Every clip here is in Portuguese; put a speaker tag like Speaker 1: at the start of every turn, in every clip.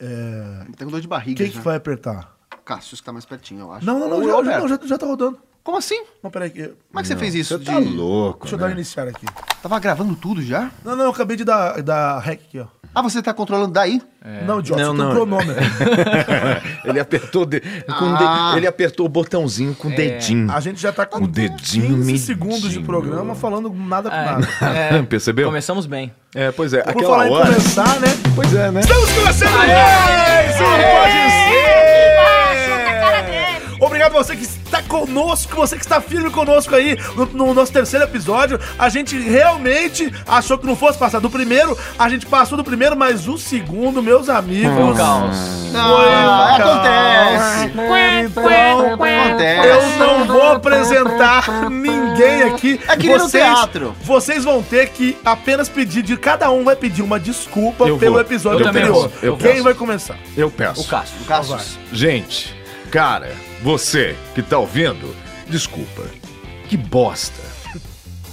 Speaker 1: É,
Speaker 2: Tá com dor de barriga.
Speaker 1: Quem que
Speaker 2: já.
Speaker 1: vai apertar?
Speaker 2: Cássius que tá mais pertinho, eu acho.
Speaker 1: Não, não, não,
Speaker 2: Ou
Speaker 1: já,
Speaker 2: o
Speaker 1: já-
Speaker 2: Alberto.
Speaker 1: não, já, já tá rodando.
Speaker 2: Como assim?
Speaker 1: Não, peraí. que-
Speaker 2: Como é que você fez isso?
Speaker 3: Você tá
Speaker 2: de-
Speaker 3: louco,
Speaker 1: Deixa eu
Speaker 3: né?
Speaker 1: dar um iniciar aqui.
Speaker 2: Tava gravando tudo já?
Speaker 1: Não, não, eu acabei de dar, dar rec aqui, ó.
Speaker 2: Ah, você tá controlando daí?
Speaker 3: É.
Speaker 1: Não, idiota,
Speaker 4: Não,
Speaker 1: você tem um
Speaker 4: não.
Speaker 1: cronômetro.
Speaker 3: Ele apertou, o de- com o de-
Speaker 2: Ah.
Speaker 3: ele apertou o botãozinho com o dedinho.
Speaker 1: A gente já tá com
Speaker 3: O dedinho
Speaker 1: 15
Speaker 3: midinho.
Speaker 1: segundos de programa falando nada com nada.
Speaker 4: É,
Speaker 3: Percebeu?
Speaker 4: Começamos bem.
Speaker 3: É, pois é.
Speaker 1: Por
Speaker 3: Aquela
Speaker 1: falar em
Speaker 3: hora.
Speaker 1: começar, né?
Speaker 3: Pois é, né?
Speaker 1: Estamos começando mais um Pode Ser! Obrigado você que está conosco, você que está firme conosco aí no, no nosso terceiro episódio. A gente realmente achou que não fosse passar do primeiro, a gente passou do primeiro, mas o segundo, meus amigos.
Speaker 4: Foi um caos.
Speaker 2: Ah, acontece. Acontece.
Speaker 1: Eu não vou apresentar ninguém aqui.
Speaker 2: assim. É que nem no teatro.
Speaker 1: Vocês vão ter que apenas pedir de cada um vai pedir uma desculpa
Speaker 3: Eu
Speaker 1: pelo
Speaker 3: vou.
Speaker 1: episódio
Speaker 4: Eu também
Speaker 1: anterior.
Speaker 4: vou. Eu
Speaker 1: Quem
Speaker 4: vou.
Speaker 1: vai começar?
Speaker 3: Eu peço.
Speaker 4: O Cássio.
Speaker 2: O Cássius.
Speaker 3: Gente, cara, você que tá ouvindo, desculpa. Que bosta.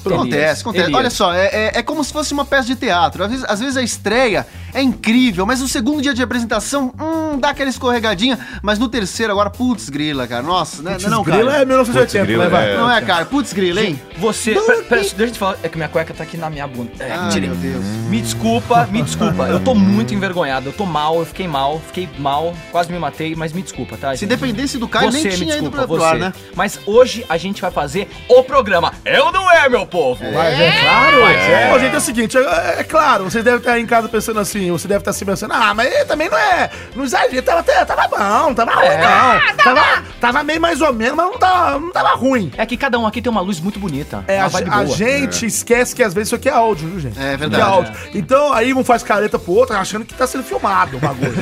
Speaker 2: Acontece, acontece.
Speaker 4: Elias.
Speaker 2: Olha só, é, é- é como se fosse uma peça de teatro. Às vezes, às vezes a estreia é incrível, mas o segundo dia de apresentação, hum, dá aquela escorregadinha. Mas no terceiro, agora, putz grila, cara. Nossa, né? não, cara.
Speaker 1: Grila é 1980,
Speaker 3: Putz, grila
Speaker 1: né, vai?
Speaker 3: é-
Speaker 2: Não é, cara. Putz grila, hein?
Speaker 4: Você. Pera, pera, deixa eu te falar. É que minha cueca tá aqui na minha bunda. É,
Speaker 2: Ai,
Speaker 4: tirei.
Speaker 2: meu Deus.
Speaker 4: Me desculpa, me desculpa. Eu tô muito envergonhado. Eu tô mal, eu fiquei mal, fiquei mal, quase me matei, mas me desculpa, tá?
Speaker 2: Se
Speaker 4: gente?
Speaker 2: dependesse do Caio, nem
Speaker 4: Você, me
Speaker 2: tinha ido
Speaker 4: desculpa,
Speaker 2: pro, pro
Speaker 4: você.
Speaker 2: ar, né?
Speaker 4: Mas hoje a gente vai fazer o programa. Eu não é, meu povo!
Speaker 1: Vai, é claro. É. Ô, gente, é o seguinte, é, é claro, vocês devem estar aí em casa pensando assim, você deve estar se pensando, ah, mas ele também não é, não exagera, tava, até- tava bom, tava ruim
Speaker 4: É.
Speaker 1: não, tava, tava meio mais ou menos, mas não tava, não tava ruim.
Speaker 4: É que cada um aqui tem uma luz muito bonita.
Speaker 1: É, a,
Speaker 4: uma vibe
Speaker 1: a
Speaker 4: boa.
Speaker 1: gente esquece que às vezes isso aqui é áudio, viu, gente?
Speaker 2: É
Speaker 1: Isso aqui
Speaker 2: verdade,
Speaker 1: áudio. Então aí um faz careta pro outro achando que tá sendo filmado o bagulho.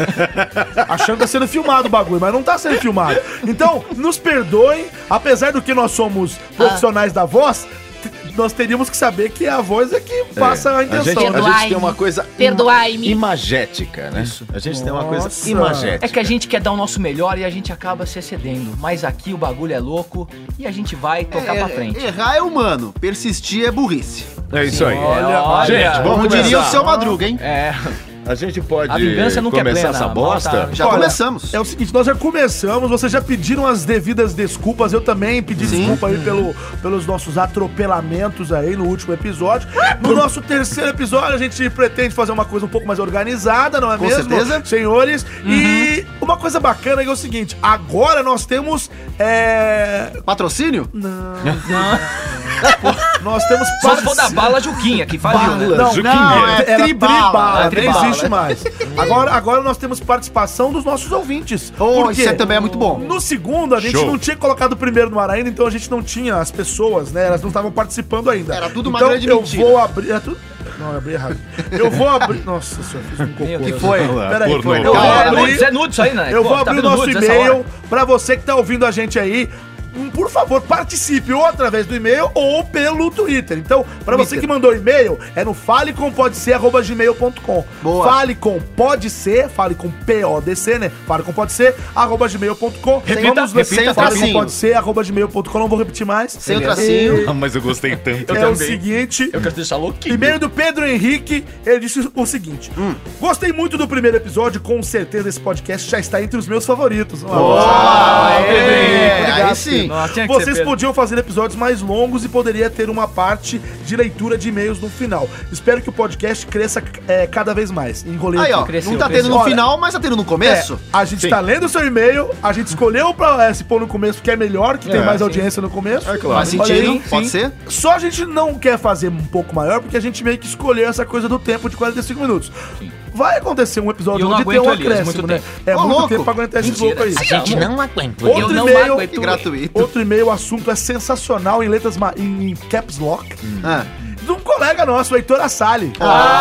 Speaker 1: achando que tá sendo filmado o bagulho, mas não tá sendo filmado. Então, nos perdoem, apesar do que nós somos profissionais da voz, t- nós teríamos que saber que a voz é que passa a
Speaker 3: A gente,
Speaker 1: intenção. né?
Speaker 3: a gente
Speaker 5: Perdoai-me.
Speaker 3: tem uma coisa. ima-
Speaker 5: Perdoai-me.
Speaker 3: Imagética, né? A gente tem uma
Speaker 1: Nossa.
Speaker 3: coisa imagética.
Speaker 4: É que a gente quer dar o nosso melhor e a gente acaba se excedendo. Mas aqui o bagulho é louco e a gente vai tocar
Speaker 2: É,
Speaker 4: pra frente.
Speaker 2: Errar é humano, persistir é burrice.
Speaker 3: É isso aí.
Speaker 4: Olha,
Speaker 3: gente,
Speaker 4: olha.
Speaker 3: vamos
Speaker 2: Como diria o
Speaker 3: começar.
Speaker 2: seu Madruga, hein?
Speaker 4: É,
Speaker 3: A gente pode
Speaker 4: A vingança nunca é
Speaker 3: começar
Speaker 4: plena,
Speaker 3: essa
Speaker 4: mata-
Speaker 3: bosta.
Speaker 2: Já
Speaker 1: Olha,
Speaker 2: começamos.
Speaker 1: É o seguinte, nós já começamos, vocês já pediram as devidas desculpas, eu também pedi desculpa aí pelo, pelos nossos atropelamentos aí no último episódio. No nosso terceiro episódio, a gente pretende fazer uma coisa um pouco mais organizada, não é
Speaker 2: Com
Speaker 1: mesmo?
Speaker 2: certeza.
Speaker 1: Senhores, e
Speaker 4: Uhum.
Speaker 1: uma coisa bacana que é o seguinte, agora nós temos, é,
Speaker 2: Patrocínio?
Speaker 1: nós temos
Speaker 4: só se for
Speaker 1: assim.
Speaker 4: da bala Juquinha, que faliu, né?
Speaker 3: Bala.
Speaker 1: Não,
Speaker 3: Juquinha.
Speaker 1: não, é
Speaker 2: Era
Speaker 1: tribala,
Speaker 2: bala,
Speaker 1: nem
Speaker 4: tribala.
Speaker 1: existe mais. Agora, agora nós temos participação dos nossos ouvintes.
Speaker 2: Oh,
Speaker 1: Por quê?
Speaker 2: isso aí também é muito bom.
Speaker 1: No segundo, a gente
Speaker 3: Show.
Speaker 1: não tinha colocado o primeiro no ar ainda, então a gente não tinha as pessoas, né? Elas não estavam participando ainda.
Speaker 2: Era tudo uma
Speaker 1: então,
Speaker 2: grande
Speaker 1: eu
Speaker 2: mentira.
Speaker 1: vou abrir... Era tudo... Não, eu abri errado. Eu vou abrir... Nossa senhora, fiz um cocô.
Speaker 4: Deus.
Speaker 1: foi? Peraí,
Speaker 3: Pornô.
Speaker 1: foi. Eu
Speaker 3: Não,
Speaker 1: vou
Speaker 4: Cara, é
Speaker 1: abrir-
Speaker 4: nudes, é nudes isso aí, né?
Speaker 1: eu
Speaker 4: Pô,
Speaker 1: vou
Speaker 4: tá
Speaker 1: abrir o
Speaker 4: vendo
Speaker 1: nosso
Speaker 4: nudes essa hora?
Speaker 1: e-mail pra você que tá ouvindo a gente aí. Hum, Por favor, participe ou através do e-mail ou pelo Twitter. Então, pra você
Speaker 2: Twitter.
Speaker 1: que mandou e-mail, é no falecompodc@gmail.com.
Speaker 2: Boa.
Speaker 1: Fale com pode ser, fale com P O D C, né? Fale com pode ser arroba gmail.com.
Speaker 4: Repita, repita,
Speaker 1: fale com
Speaker 2: tracinho.
Speaker 1: pode ser arroba gmail.com. Não vou repetir mais.
Speaker 2: Sem o
Speaker 4: Beleza.
Speaker 2: tracinho.
Speaker 3: Ah, Mas eu gostei tanto.
Speaker 1: é o
Speaker 4: também.
Speaker 1: seguinte,
Speaker 4: Eu quero deixar louquinho.
Speaker 1: E-mail do Pedro Henrique, ele disse o seguinte: "Hum, Gostei muito do primeiro episódio, com certeza esse podcast já está entre os meus favoritos. Um abraço.
Speaker 2: É, aí sim.
Speaker 4: Nossa, tinha que ser
Speaker 1: Vocês
Speaker 4: Pedro.
Speaker 1: podiam fazer episódios mais longos e poderia ter uma parte de leitura de e-mails no final. Espero que o podcast cresça é, cada vez mais. Enrolei
Speaker 2: Aí, ó.
Speaker 1: aqui.
Speaker 4: Cresceu,
Speaker 2: não tá tendo
Speaker 4: cresceu.
Speaker 2: no
Speaker 1: Olha,
Speaker 2: final, mas tá tendo no
Speaker 1: É,
Speaker 2: começo.
Speaker 1: a gente
Speaker 3: Sim.
Speaker 1: tá lendo o seu e-mail, a gente escolheu pra é, se pôr no começo que é melhor, que tem mais audiência no começo.
Speaker 3: É claro.
Speaker 2: Faz
Speaker 1: Olha aí,
Speaker 2: sentido,
Speaker 1: sim.
Speaker 2: pode ser?
Speaker 1: Só a gente não quer fazer um pouco maior, porque a gente meio que escolheu essa coisa do tempo de 45 minutos. Vai acontecer um
Speaker 4: E eu
Speaker 1: episódio
Speaker 4: não
Speaker 1: onde tem um
Speaker 4: aguento, Elias,
Speaker 1: acréscimo,
Speaker 4: muito
Speaker 1: né?
Speaker 4: tempo.
Speaker 1: É
Speaker 2: Ô,
Speaker 1: muito
Speaker 2: louco.
Speaker 1: tempo pra aguentar esse
Speaker 4: Mentira.
Speaker 1: louco aí.
Speaker 4: A gente não
Speaker 5: aguenta.
Speaker 1: Outro
Speaker 5: eu não
Speaker 1: e-mail-
Speaker 5: aguento.
Speaker 2: Gratuito.
Speaker 1: Outro e-mail, o assunto é sensacional em letras ma- em em caps lock.
Speaker 2: Ah.
Speaker 1: De um colega nosso, o Heitor Assali.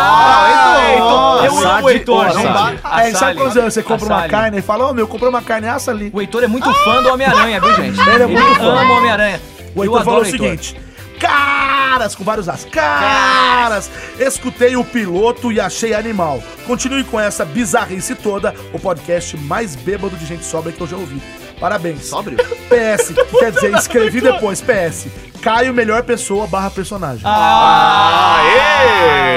Speaker 2: Ah, então,
Speaker 4: Eu amo o Heitor,
Speaker 3: Assad.
Speaker 4: não dá.
Speaker 1: Aí sabe quando você compra uma
Speaker 4: Assad.
Speaker 1: carne e fala, ô meu, comprei uma carne assa ali.
Speaker 4: O Heitor é muito fã do Homem-Aranha, viu, gente?
Speaker 1: Ele é muito fã.
Speaker 4: ama o Homem-Aranha.
Speaker 1: O
Speaker 4: Eu
Speaker 1: Heitor falou
Speaker 4: adoro
Speaker 1: o seguinte. Caras, com vários as caras, escutei o piloto e achei animal. Continue com essa bizarrice toda, o podcast mais bêbado de gente sobra que eu já ouvi. Parabéns.
Speaker 2: Sóbrio?
Speaker 1: PS, que quer dizer, escrevi depois, PS. Caio, melhor pessoa, barra personagem.
Speaker 4: Ah,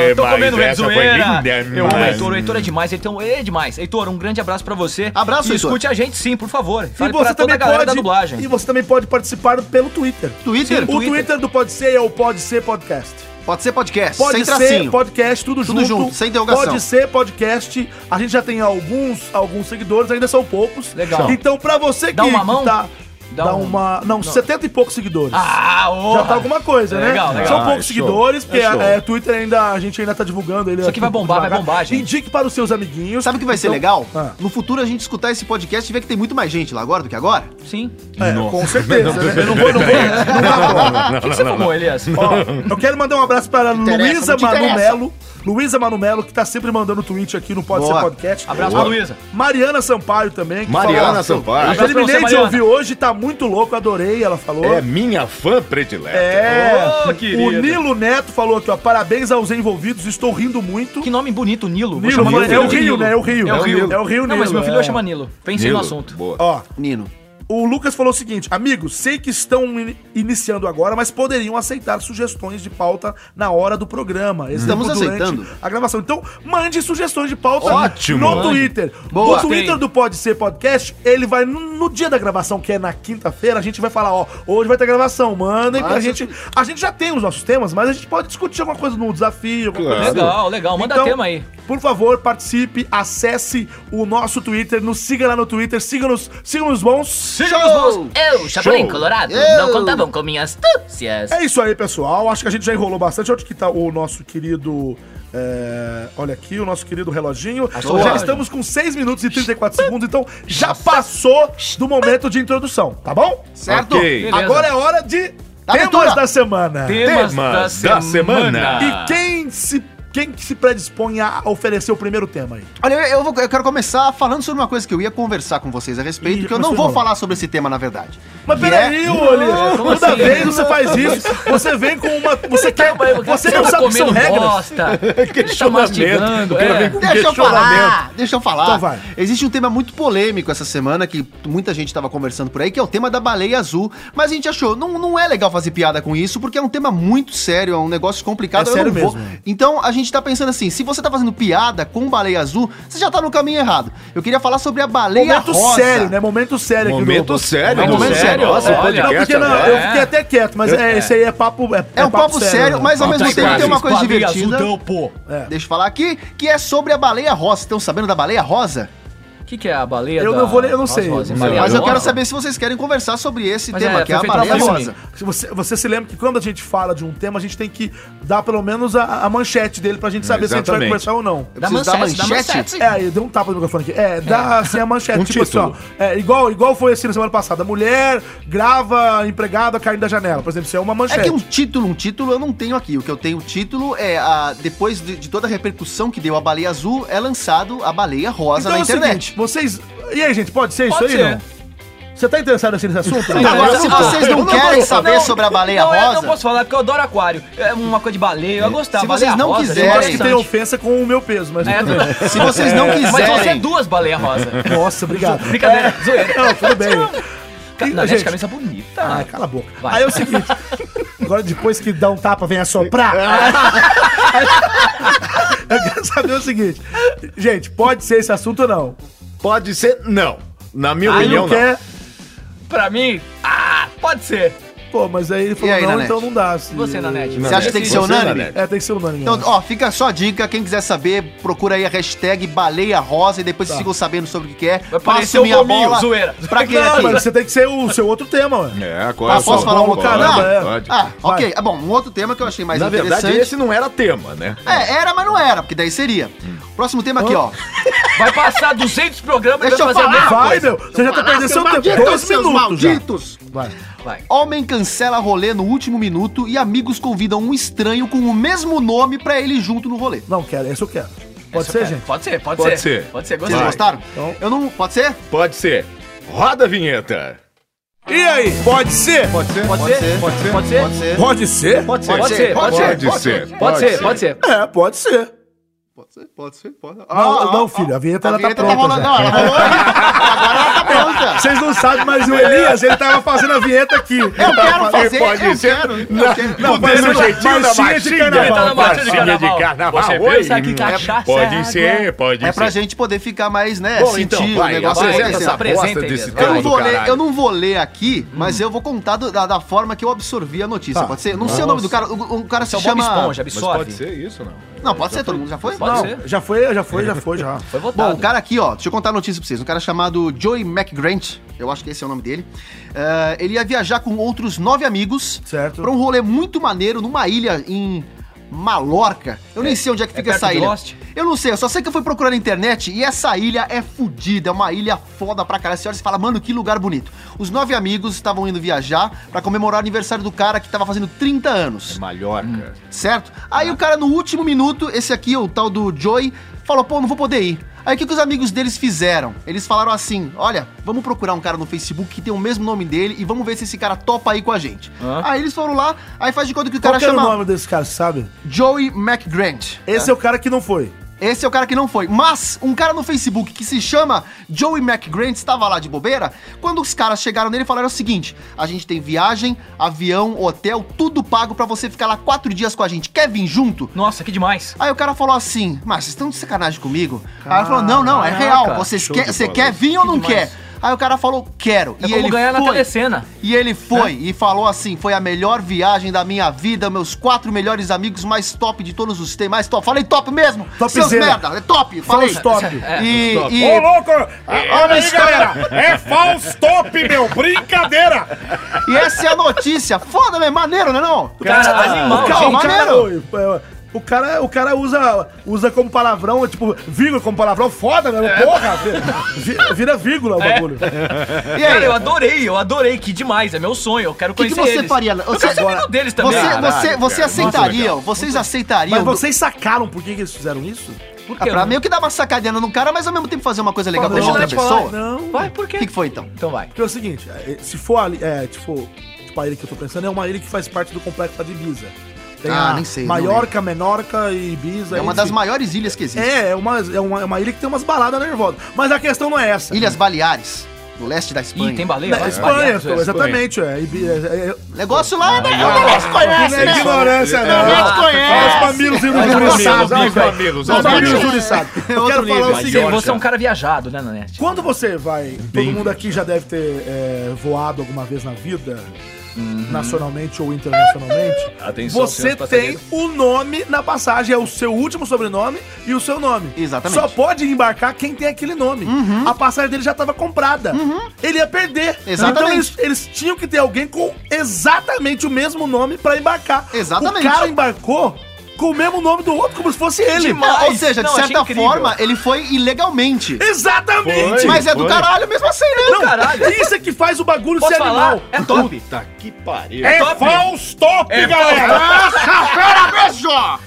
Speaker 3: Aê!
Speaker 4: Tô
Speaker 3: mas
Speaker 4: comendo
Speaker 3: essa foi
Speaker 4: Venezuela.
Speaker 3: linda,
Speaker 4: Eu amo o
Speaker 3: mas-
Speaker 4: Heitor, o Heitor é demais, então é demais. Heitor, um grande abraço pra você.
Speaker 2: Abraço,
Speaker 4: e
Speaker 2: Heitor.
Speaker 4: escute a gente sim, por favor.
Speaker 1: E
Speaker 4: Fale
Speaker 1: você
Speaker 4: pra toda
Speaker 1: também
Speaker 4: a galera da
Speaker 1: pode.
Speaker 4: dublagem.
Speaker 1: E você também pode participar pelo Twitter.
Speaker 2: Twitter?
Speaker 1: O Twitter,
Speaker 4: Twitter.
Speaker 1: do Pode Ser é o Pode Ser Podcast.
Speaker 2: Pode ser podcast,
Speaker 1: Pode
Speaker 2: sem
Speaker 1: ser
Speaker 2: tracinho.
Speaker 1: podcast, tudo,
Speaker 2: Tudo
Speaker 1: junto.
Speaker 2: junto, sem interrogação.
Speaker 1: Pode ser podcast. A gente já tem alguns, alguns seguidores, ainda são poucos.
Speaker 4: Legal.
Speaker 1: Então, pra você que,
Speaker 4: Dá uma mão?
Speaker 1: que tá. Dá,
Speaker 4: Dá um-
Speaker 1: uma. Não, 70 e poucos seguidores.
Speaker 4: Ah, ô!
Speaker 1: Já tá alguma coisa, né?
Speaker 4: Legal, legal.
Speaker 1: São
Speaker 3: Ah,
Speaker 1: poucos
Speaker 3: é show.
Speaker 1: seguidores, porque
Speaker 3: É show.
Speaker 1: é, Twitter ainda, a gente ainda tá divulgando ele.
Speaker 4: Isso aqui vai bombar, vai bombar, gente.
Speaker 1: Indique para os seus amiguinhos.
Speaker 2: Sabe o que vai ser
Speaker 1: Então-
Speaker 2: legal?
Speaker 1: Ah.
Speaker 2: No futuro a gente escutar esse podcast e ver que tem muito mais gente lá agora do que agora.
Speaker 4: Sim.
Speaker 1: É,
Speaker 3: Nossa.
Speaker 1: com certeza. né? Eu não vou, não vou. Não dá como.
Speaker 4: O que, que você fumou, Elias?
Speaker 1: Ó, eu quero mandar um abraço para
Speaker 2: interessa,
Speaker 1: Luísa
Speaker 2: não te interessa.
Speaker 1: Manumelo. Luísa Manumelo, que tá sempre mandando tweet aqui no Pode
Speaker 2: Boa.
Speaker 1: Ser Podcast.
Speaker 4: Abraço
Speaker 1: Boa.
Speaker 4: pra Luísa.
Speaker 1: Mariana Sampaio também. que
Speaker 3: Mariana
Speaker 1: falou-
Speaker 3: Sampaio.
Speaker 1: Eu
Speaker 4: Abraço pra
Speaker 1: terminei
Speaker 4: você,
Speaker 1: de
Speaker 4: Mariana.
Speaker 1: ouvir hoje, tá muito louco, adorei, ela falou.
Speaker 3: É minha fã predileta.
Speaker 1: É.
Speaker 4: Ô,
Speaker 1: o
Speaker 4: querida.
Speaker 1: Nilo Neto falou aqui, ó, parabéns aos envolvidos, estou rindo muito.
Speaker 4: Que nome bonito, Nilo. Vou
Speaker 1: Nilo,
Speaker 4: chamar
Speaker 1: Nilo.
Speaker 4: meu
Speaker 1: É o
Speaker 4: filho de
Speaker 1: Rio, né? É o Rio.
Speaker 4: É o Rio.
Speaker 1: É o Rio,
Speaker 4: Não, mas
Speaker 1: Nilo,
Speaker 4: meu filho
Speaker 1: é.
Speaker 4: vai chamar Nilo. Pensei no
Speaker 3: Nilo,
Speaker 4: assunto.
Speaker 3: Boa.
Speaker 1: Ó,
Speaker 2: Nino.
Speaker 1: o Lucas falou o seguinte, amigos, sei que estão in- iniciando agora, mas poderiam aceitar sugestões de pauta na hora do programa.
Speaker 2: Estamos
Speaker 1: Exemplo, durante
Speaker 2: aceitando.
Speaker 1: A gravação. Então, mande sugestões de pauta
Speaker 3: Ótimo.
Speaker 1: no
Speaker 3: Mande.
Speaker 1: Twitter.
Speaker 2: Boa.
Speaker 1: o Twitter do Pode Ser Podcast, ele vai no, no dia da gravação, que é na quinta-feira, a gente vai falar, ó, hoje vai ter gravação, mandem pra
Speaker 2: Nossa.
Speaker 1: gente. A gente já tem os nossos temas, mas a gente pode discutir alguma coisa no desafio, alguma
Speaker 3: Claro.
Speaker 1: coisa assim.
Speaker 4: Legal, legal. Manda
Speaker 1: Então,
Speaker 4: tema aí.
Speaker 1: Por favor, participe, acesse o nosso Twitter, nos siga lá no Twitter, siga-nos, siga-nos bons.
Speaker 2: Show!
Speaker 5: Eu, Chapulin Colorado, não contavam com minhas astúcias.
Speaker 1: É isso aí, pessoal. Acho que a gente já enrolou bastante. Onde que tá o nosso querido. é, olha aqui, o nosso querido reloginho.
Speaker 4: que é o
Speaker 1: já
Speaker 4: relógio.
Speaker 1: estamos com 6 minutos e 34 segundos, então já passou do momento de introdução, tá bom?
Speaker 2: Certo?
Speaker 3: Ok.
Speaker 4: Beleza.
Speaker 1: Agora é hora de temas
Speaker 2: abertura.
Speaker 1: da semana.
Speaker 4: Temas
Speaker 3: Temas da semana.
Speaker 1: E quem se, quem que se predispõe a oferecer o primeiro tema aí?
Speaker 2: Olha, eu, eu vou- eu quero começar falando sobre uma coisa que eu ia conversar com vocês a respeito,
Speaker 1: Ih,
Speaker 2: que eu não
Speaker 1: começou
Speaker 2: vou
Speaker 1: de novo.
Speaker 2: falar sobre esse tema, na verdade.
Speaker 1: Mas
Speaker 2: Que é-
Speaker 1: peraí, ô Elias,
Speaker 4: como
Speaker 1: toda
Speaker 4: assim?
Speaker 1: vez você faz isso, você vem com uma. Você quer. Você não
Speaker 4: Tá
Speaker 1: sabe o que são
Speaker 4: comendo
Speaker 1: regras.
Speaker 4: bosta. Tá
Speaker 3: Questionamento.
Speaker 4: mastigando.
Speaker 3: O cara
Speaker 4: é.
Speaker 3: vem com
Speaker 2: Deixa eu
Speaker 3: questionamento.
Speaker 2: falar, deixa eu falar.
Speaker 1: Então vai.
Speaker 2: Existe um tema muito polêmico essa semana que muita gente estava conversando por aí, que é o tema da baleia azul. Mas a gente achou, não, não é legal fazer piada com isso, porque é um tema muito sério, é um negócio complicado.
Speaker 1: É
Speaker 2: eu
Speaker 1: sério
Speaker 2: não vou-
Speaker 1: mesmo.
Speaker 2: Então a gente tá pensando assim: se você tá fazendo piada com baleia azul, você já tá no caminho errado. Eu queria falar sobre a baleia
Speaker 1: Momento
Speaker 2: rosa.
Speaker 1: sério, né? Momento sério aqui
Speaker 3: Momento
Speaker 1: Globo.
Speaker 3: sério,
Speaker 1: Momento
Speaker 3: Globo.
Speaker 1: sério.
Speaker 3: Nossa,
Speaker 4: Olha,
Speaker 3: o podcast
Speaker 1: Não, porque não,
Speaker 3: agora-
Speaker 1: eu
Speaker 4: É.
Speaker 1: fiquei até quieto, mas é, esse aí é papo. É,
Speaker 2: É um papo, sério,
Speaker 1: né? É.
Speaker 2: mas ao
Speaker 4: Tá
Speaker 2: mesmo tempo tem uma
Speaker 4: igual,
Speaker 2: coisa
Speaker 4: quadrilha azul,
Speaker 2: divertida.
Speaker 4: então, pô.
Speaker 2: Deixa eu falar aqui, que é sobre a baleia rosa. Estão sabendo da baleia rosa?
Speaker 4: O que, que é a baleia?
Speaker 1: Eu
Speaker 4: da-
Speaker 1: não vou ler, eu não
Speaker 4: Nossa,
Speaker 1: sei.
Speaker 4: Rosa,
Speaker 1: Não.
Speaker 4: baleia
Speaker 2: Mas eu
Speaker 4: rosa?
Speaker 2: quero saber se vocês querem conversar sobre esse
Speaker 4: Mas
Speaker 2: tema,
Speaker 4: é,
Speaker 2: que é a
Speaker 4: foi feito
Speaker 2: baleia
Speaker 4: pra
Speaker 2: rosa.
Speaker 4: filme.
Speaker 1: Se assim, Você, você se lembra que quando a gente fala de um tema, a gente tem que dar pelo menos a, a manchete dele pra gente saber se a gente vai
Speaker 3: Exatamente.
Speaker 1: conversar ou não.
Speaker 2: Eu
Speaker 4: Dá
Speaker 2: preciso dar
Speaker 4: manchete, dá manchete.
Speaker 1: É, aí, deu um tapa no microfone aqui. É, dá assim a manchete.
Speaker 3: Um
Speaker 1: tipo
Speaker 3: título.
Speaker 1: assim, ó. É, igual, igual foi assim na semana passada. Mulher grava empregada caindo da janela. Por exemplo, isso é uma
Speaker 2: É
Speaker 1: manchete.
Speaker 2: que um título, um título eu não tenho aqui. O que eu tenho o título é a depois de, de toda a repercussão que deu a baleia azul, é lançado a baleia rosa
Speaker 1: Então
Speaker 2: na
Speaker 1: é o
Speaker 2: internet.
Speaker 1: seguinte, vocês. E aí, gente, pode ser
Speaker 4: Pode
Speaker 1: isso aí,
Speaker 4: ser.
Speaker 1: não? Você tá interessado nesse assunto? é
Speaker 4: Não,
Speaker 2: Agora,
Speaker 4: eu
Speaker 2: se
Speaker 4: não vou-
Speaker 2: vocês não
Speaker 4: eu
Speaker 2: querem
Speaker 4: vou-
Speaker 2: saber
Speaker 4: não,
Speaker 2: sobre a baleia
Speaker 4: não, Eu
Speaker 2: rosa-
Speaker 4: não posso falar, porque eu adoro aquário. É uma coisa de baleia, eu ia gostar.
Speaker 2: Se
Speaker 4: baleia
Speaker 2: vocês não
Speaker 4: rosa, eu
Speaker 2: quiserem-
Speaker 1: Eu
Speaker 4: gosto
Speaker 1: acho que tem
Speaker 4: bastante.
Speaker 1: ofensa com o meu peso, mas.
Speaker 4: É,
Speaker 1: tudo bem.
Speaker 4: tudo-
Speaker 2: Se vocês não
Speaker 4: Mas vão ser
Speaker 2: quiserem.
Speaker 4: duas baleias rosa.
Speaker 1: Nossa, obrigado.
Speaker 4: Brincadeira, zoeira.
Speaker 1: Não, tudo bem.
Speaker 4: Ca-
Speaker 1: E,
Speaker 4: Não,
Speaker 1: gente,
Speaker 4: gente, camisa é bonita.
Speaker 1: Ah, cala a boca.
Speaker 4: Vai.
Speaker 1: Aí é o seguinte. Agora, depois que dá um tapa, vem assoprar.
Speaker 4: É.
Speaker 1: Eu quero saber o seguinte. Gente, pode ser esse assunto ou não?
Speaker 3: Pode ser, não. Na minha
Speaker 1: Aí
Speaker 3: opinião,
Speaker 1: não
Speaker 3: não.
Speaker 1: quer.
Speaker 4: Pra mim, ah, pode ser.
Speaker 1: Pô, mas aí ele falou
Speaker 2: E aí,
Speaker 1: não,
Speaker 2: Nanete?
Speaker 1: então não dá. se-
Speaker 4: Você, Nanete.
Speaker 3: Não,
Speaker 2: Você acha que
Speaker 3: né?
Speaker 2: tem que ser
Speaker 3: Você,
Speaker 2: unânime?
Speaker 3: Nanete.
Speaker 1: É, tem que ser unânime.
Speaker 2: Então, ó, fica só a dica. Quem quiser saber, procura aí a hashtag baleia rosa e depois
Speaker 1: Tá.
Speaker 2: vocês ficam sabendo sobre o que que é.
Speaker 4: Vai parecer o Gominho, zoeira.
Speaker 2: Pra quem
Speaker 1: não,
Speaker 2: aqui?
Speaker 1: mas você tem é que ser o seu outro tema, ué.
Speaker 3: É, qual é
Speaker 2: Ah,
Speaker 3: o seu-
Speaker 2: posso falar um outro?
Speaker 3: Pode,
Speaker 2: Não.
Speaker 3: é. pode.
Speaker 2: Ah,
Speaker 1: Vai.
Speaker 2: ok. Ah, Bom, um outro tema que eu achei mais
Speaker 3: Na
Speaker 2: interessante.
Speaker 3: verdade, esse não era tema, né?
Speaker 2: É, era, mas não era, porque daí seria.
Speaker 1: Hum.
Speaker 2: Próximo tema aqui, ó.
Speaker 4: Vai passar 200 programas e
Speaker 2: Deixa
Speaker 4: vai
Speaker 2: eu
Speaker 4: fazer a mesma
Speaker 1: Vai,
Speaker 4: coisa.
Speaker 1: meu. Você já tá perdendo seu tempo.
Speaker 2: Malditos,
Speaker 1: Dois
Speaker 2: seus
Speaker 1: minutos. já.
Speaker 2: malditos!
Speaker 1: Vai.
Speaker 4: Vai.
Speaker 2: Homem cancela rolê no último minuto e amigos convidam um estranho com o mesmo nome pra ele junto no rolê.
Speaker 1: Não, quero. Esse eu quero. Pode
Speaker 4: Essa
Speaker 1: ser,
Speaker 4: eu quero.
Speaker 1: gente?
Speaker 4: Pode ser, pode,
Speaker 3: Pode
Speaker 4: ser.
Speaker 3: ser.
Speaker 4: Pode ser,
Speaker 2: Vocês
Speaker 4: gostei.
Speaker 2: gostaram?
Speaker 1: Então-
Speaker 2: Eu não. Pode ser?
Speaker 3: Pode ser. Roda a vinheta.
Speaker 1: E aí, pode ser?
Speaker 3: Pode ser?
Speaker 2: Pode ser?
Speaker 4: Pode ser, pode ser,
Speaker 2: Pode ser.
Speaker 1: Pode ser?
Speaker 4: pode
Speaker 3: Pode
Speaker 4: ser, pode ser,
Speaker 3: Pode ser.
Speaker 4: pode ser, pode ser.
Speaker 1: É, pode ser.
Speaker 2: Você pode, você pode. Ah,
Speaker 1: Não, não, filho, a vinheta, ela tá pronta. já.
Speaker 2: rolando. Não, ela rolou. Agora ela tá pronta.
Speaker 1: Vocês não sabem, mas o Elias, ele tava fazendo a vinheta aqui.
Speaker 2: Eu quero fazer,
Speaker 3: pode
Speaker 2: eu
Speaker 3: ser.
Speaker 2: quero. Eu quero.
Speaker 1: Não,
Speaker 3: Poder
Speaker 1: mas
Speaker 3: no
Speaker 1: mas-
Speaker 3: jeitinho da
Speaker 1: marchinha de
Speaker 3: marchinha.
Speaker 1: carnaval.
Speaker 5: Tá na marchinha de
Speaker 3: Marchinha de
Speaker 5: carnaval.
Speaker 3: carnaval.
Speaker 4: Você
Speaker 3: Oi,
Speaker 4: pensa que
Speaker 3: hum,
Speaker 4: cachaça é
Speaker 3: Pode ser,
Speaker 4: água.
Speaker 3: pode ser.
Speaker 2: É pra gente poder ficar mais, né,
Speaker 3: Bom,
Speaker 2: sentir
Speaker 3: então,
Speaker 2: o
Speaker 3: vai,
Speaker 2: negócio.
Speaker 5: vai,
Speaker 2: acontecer.
Speaker 5: essa
Speaker 3: apresenta
Speaker 5: apresenta aí,
Speaker 3: desse
Speaker 5: Elias,
Speaker 2: Eu
Speaker 5: Cara
Speaker 2: não,
Speaker 3: carro do
Speaker 2: vou ler,
Speaker 3: caralho.
Speaker 2: eu não vou ler aqui, mas eu vou contar do- da, da forma que eu absorvi a notícia,
Speaker 1: Tá.
Speaker 2: pode ser? Eu Não sei o nome do cara, o, o cara
Speaker 4: Isso
Speaker 2: se
Speaker 4: é o Bob
Speaker 2: chama...
Speaker 4: Esponja,
Speaker 3: Mas pode
Speaker 4: absorve.
Speaker 3: ser isso, não?
Speaker 2: Não, pode ser, todo mundo já foi?
Speaker 4: Pode
Speaker 2: não.
Speaker 4: ser.
Speaker 1: Já foi, já foi, já foi, já.
Speaker 5: Foi
Speaker 2: Bom,
Speaker 5: votado.
Speaker 2: o cara aqui, ó, deixa eu contar a notícia pra vocês. Um cara chamado Joey McGrant, eu acho que esse é o nome dele. eh, ele ia viajar com outros nove amigos
Speaker 1: Certo.
Speaker 2: pra um rolê muito maneiro numa ilha em Malorca. Eu nem sei onde é que
Speaker 4: é
Speaker 2: fica
Speaker 4: perto
Speaker 2: essa
Speaker 4: de
Speaker 2: ilha.
Speaker 4: Lost?
Speaker 2: Eu não sei, eu só sei que eu fui procurar na internet e essa ilha é fodida, é uma ilha foda pra caralho. Você olha e fala, mano, que lugar bonito. Os nove amigos estavam indo viajar pra comemorar o aniversário do cara que tava fazendo 30 anos
Speaker 3: Malhorca.
Speaker 2: certo? Aí o cara, no último minuto, esse aqui, o tal do Joey, falou: pô, não vou poder ir. Aí o que, que os amigos deles fizeram? Eles falaram assim: olha, vamos procurar um cara no Facebook que tem o mesmo nome dele e vamos ver se esse cara topa aí com a gente.
Speaker 4: Hã?
Speaker 2: Aí eles foram lá, aí faz de conta que o
Speaker 1: Qual
Speaker 2: cara
Speaker 1: que era
Speaker 2: chama
Speaker 1: o nome desse cara, sabe?
Speaker 2: Joey McGrant.
Speaker 1: Esse é o cara que não foi.
Speaker 2: Esse é o cara que não foi. Mas um cara no Facebook que se chama Joey McGrant estava lá de bobeira. Quando os caras chegaram nele, falaram o seguinte: a gente tem viagem, avião, hotel, tudo pago pra você ficar lá quatro dias com a gente. Quer vir junto?
Speaker 4: Nossa, que demais.
Speaker 2: Aí o cara falou assim, mas vocês estão de sacanagem comigo? aí ele falou, não, não, é real, vocês
Speaker 3: show
Speaker 2: quer,
Speaker 3: de
Speaker 2: você
Speaker 3: bola.
Speaker 2: quer vir ou não
Speaker 4: demais.
Speaker 2: quer? Aí o cara falou, quero.
Speaker 4: É como ganhar na Né? telecena.
Speaker 2: E ele foi e falou assim: foi a melhor viagem da minha vida, meus quatro melhores amigos, mais top de todos os tempos. Mais top. Falei top mesmo! Seus
Speaker 1: Topzera.
Speaker 2: merda! É top! Falei!
Speaker 1: False top.
Speaker 4: É,
Speaker 2: E. e- Ah,
Speaker 3: louco! Olha aí, galera! É falso top, meu! Brincadeira!
Speaker 2: e essa é a notícia. Foda, né? Maneiro, né não?
Speaker 4: Cara, animal.
Speaker 2: Calma,
Speaker 1: Gente, o cara,
Speaker 2: maneiro.
Speaker 1: o- o cara, o cara usa, usa como palavrão, tipo, vírgula como palavrão, foda, né?
Speaker 2: É.
Speaker 1: Porra! vi- Vira vírgula o bagulho.
Speaker 2: E
Speaker 4: Cara,
Speaker 2: aí?
Speaker 4: eu adorei, eu adorei, que demais, é meu sonho, eu quero
Speaker 2: O que, que
Speaker 4: conhecer
Speaker 2: você
Speaker 4: eles.
Speaker 2: faria?
Speaker 4: Eu quero ser amigo deles também.
Speaker 2: Você,
Speaker 4: Cara,
Speaker 2: você,
Speaker 3: Caralho,
Speaker 2: você
Speaker 3: cara.
Speaker 2: aceitaria, vocês aceitariam.
Speaker 1: Mas vocês sacaram por que, que eles fizeram isso?
Speaker 4: por
Speaker 2: Ah,
Speaker 4: quê?
Speaker 2: pra meio que dar uma sacadeada no cara, mas ao mesmo tempo fazer uma coisa legal
Speaker 1: Não,
Speaker 2: pra outra
Speaker 4: deixa eu te falar,
Speaker 2: pessoa.
Speaker 1: Não.
Speaker 4: Vai, por
Speaker 2: O
Speaker 4: quê?
Speaker 2: que, que foi então?
Speaker 4: Então vai.
Speaker 1: Porque é o seguinte, é, se for ali, é, tipo, tipo a ilha que eu tô pensando, é uma ilha que faz parte do complexo da divisa. Tem
Speaker 2: Ah,
Speaker 1: a
Speaker 2: nem sei, não
Speaker 1: Maiorca, Menorca e Ibiza.
Speaker 2: É uma
Speaker 1: enfim.
Speaker 2: das maiores ilhas que existe.
Speaker 1: É, é uma, é, uma, é uma ilha que tem umas baladas nervosas. Mas a questão não é essa.
Speaker 2: Ilhas Baleares, no leste da Espanha.
Speaker 4: Ih, tem baleia?
Speaker 1: É,
Speaker 4: vai.
Speaker 1: Espanha,
Speaker 3: Espanha.
Speaker 1: exatamente. É, Ibi- é, é,
Speaker 2: O negócio lá
Speaker 4: Ah,
Speaker 2: é. Não, não conhece,
Speaker 1: Não é
Speaker 2: né?
Speaker 1: ignorância, não.
Speaker 2: Não
Speaker 1: Olha os
Speaker 2: conhece.
Speaker 1: mamilos indo
Speaker 3: Olha os
Speaker 1: uriçados.
Speaker 3: mamilos, olha os
Speaker 1: Olha
Speaker 3: mamilos, olha
Speaker 1: Os
Speaker 3: os
Speaker 1: mamilos
Speaker 3: mamilos.
Speaker 1: uriçados. Eu
Speaker 2: outro
Speaker 1: quero falar
Speaker 2: nível,
Speaker 1: o
Speaker 4: Mas
Speaker 1: seguinte.
Speaker 4: você é um cara viajado, né, Nanete?
Speaker 1: Quando você vai.
Speaker 3: Bem
Speaker 1: todo mundo aqui já deve ter é, voado alguma vez na vida, nacionalmente ou internacionalmente.
Speaker 3: é
Speaker 6: Atenção,
Speaker 1: você
Speaker 6: senhores
Speaker 1: tem o nome na passagem, é o seu último sobrenome e o seu nome.
Speaker 2: Exatamente.
Speaker 1: Só pode embarcar quem tem aquele nome. A passagem dele já estava comprada. Ele ia perder.
Speaker 2: Exatamente.
Speaker 1: Então eles, eles tinham que ter alguém com exatamente o mesmo nome pra embarcar.
Speaker 2: Exatamente.
Speaker 1: O cara embarcou com o mesmo nome do outro, como se fosse ele.
Speaker 4: Demais.
Speaker 2: Ou seja, de
Speaker 4: Não, achei
Speaker 2: certa
Speaker 4: incrível.
Speaker 2: forma, ele foi ilegalmente.
Speaker 1: Exatamente.
Speaker 3: Foi.
Speaker 2: Mas é do
Speaker 3: Foi.
Speaker 2: caralho mesmo assim, né?
Speaker 1: Não,
Speaker 4: caralho.
Speaker 1: Isso é que faz o bagulho
Speaker 4: Posso
Speaker 1: ser
Speaker 4: falar?
Speaker 1: animal.
Speaker 4: É top.
Speaker 3: Puta que pariu!
Speaker 4: É top.
Speaker 3: falso top, galera!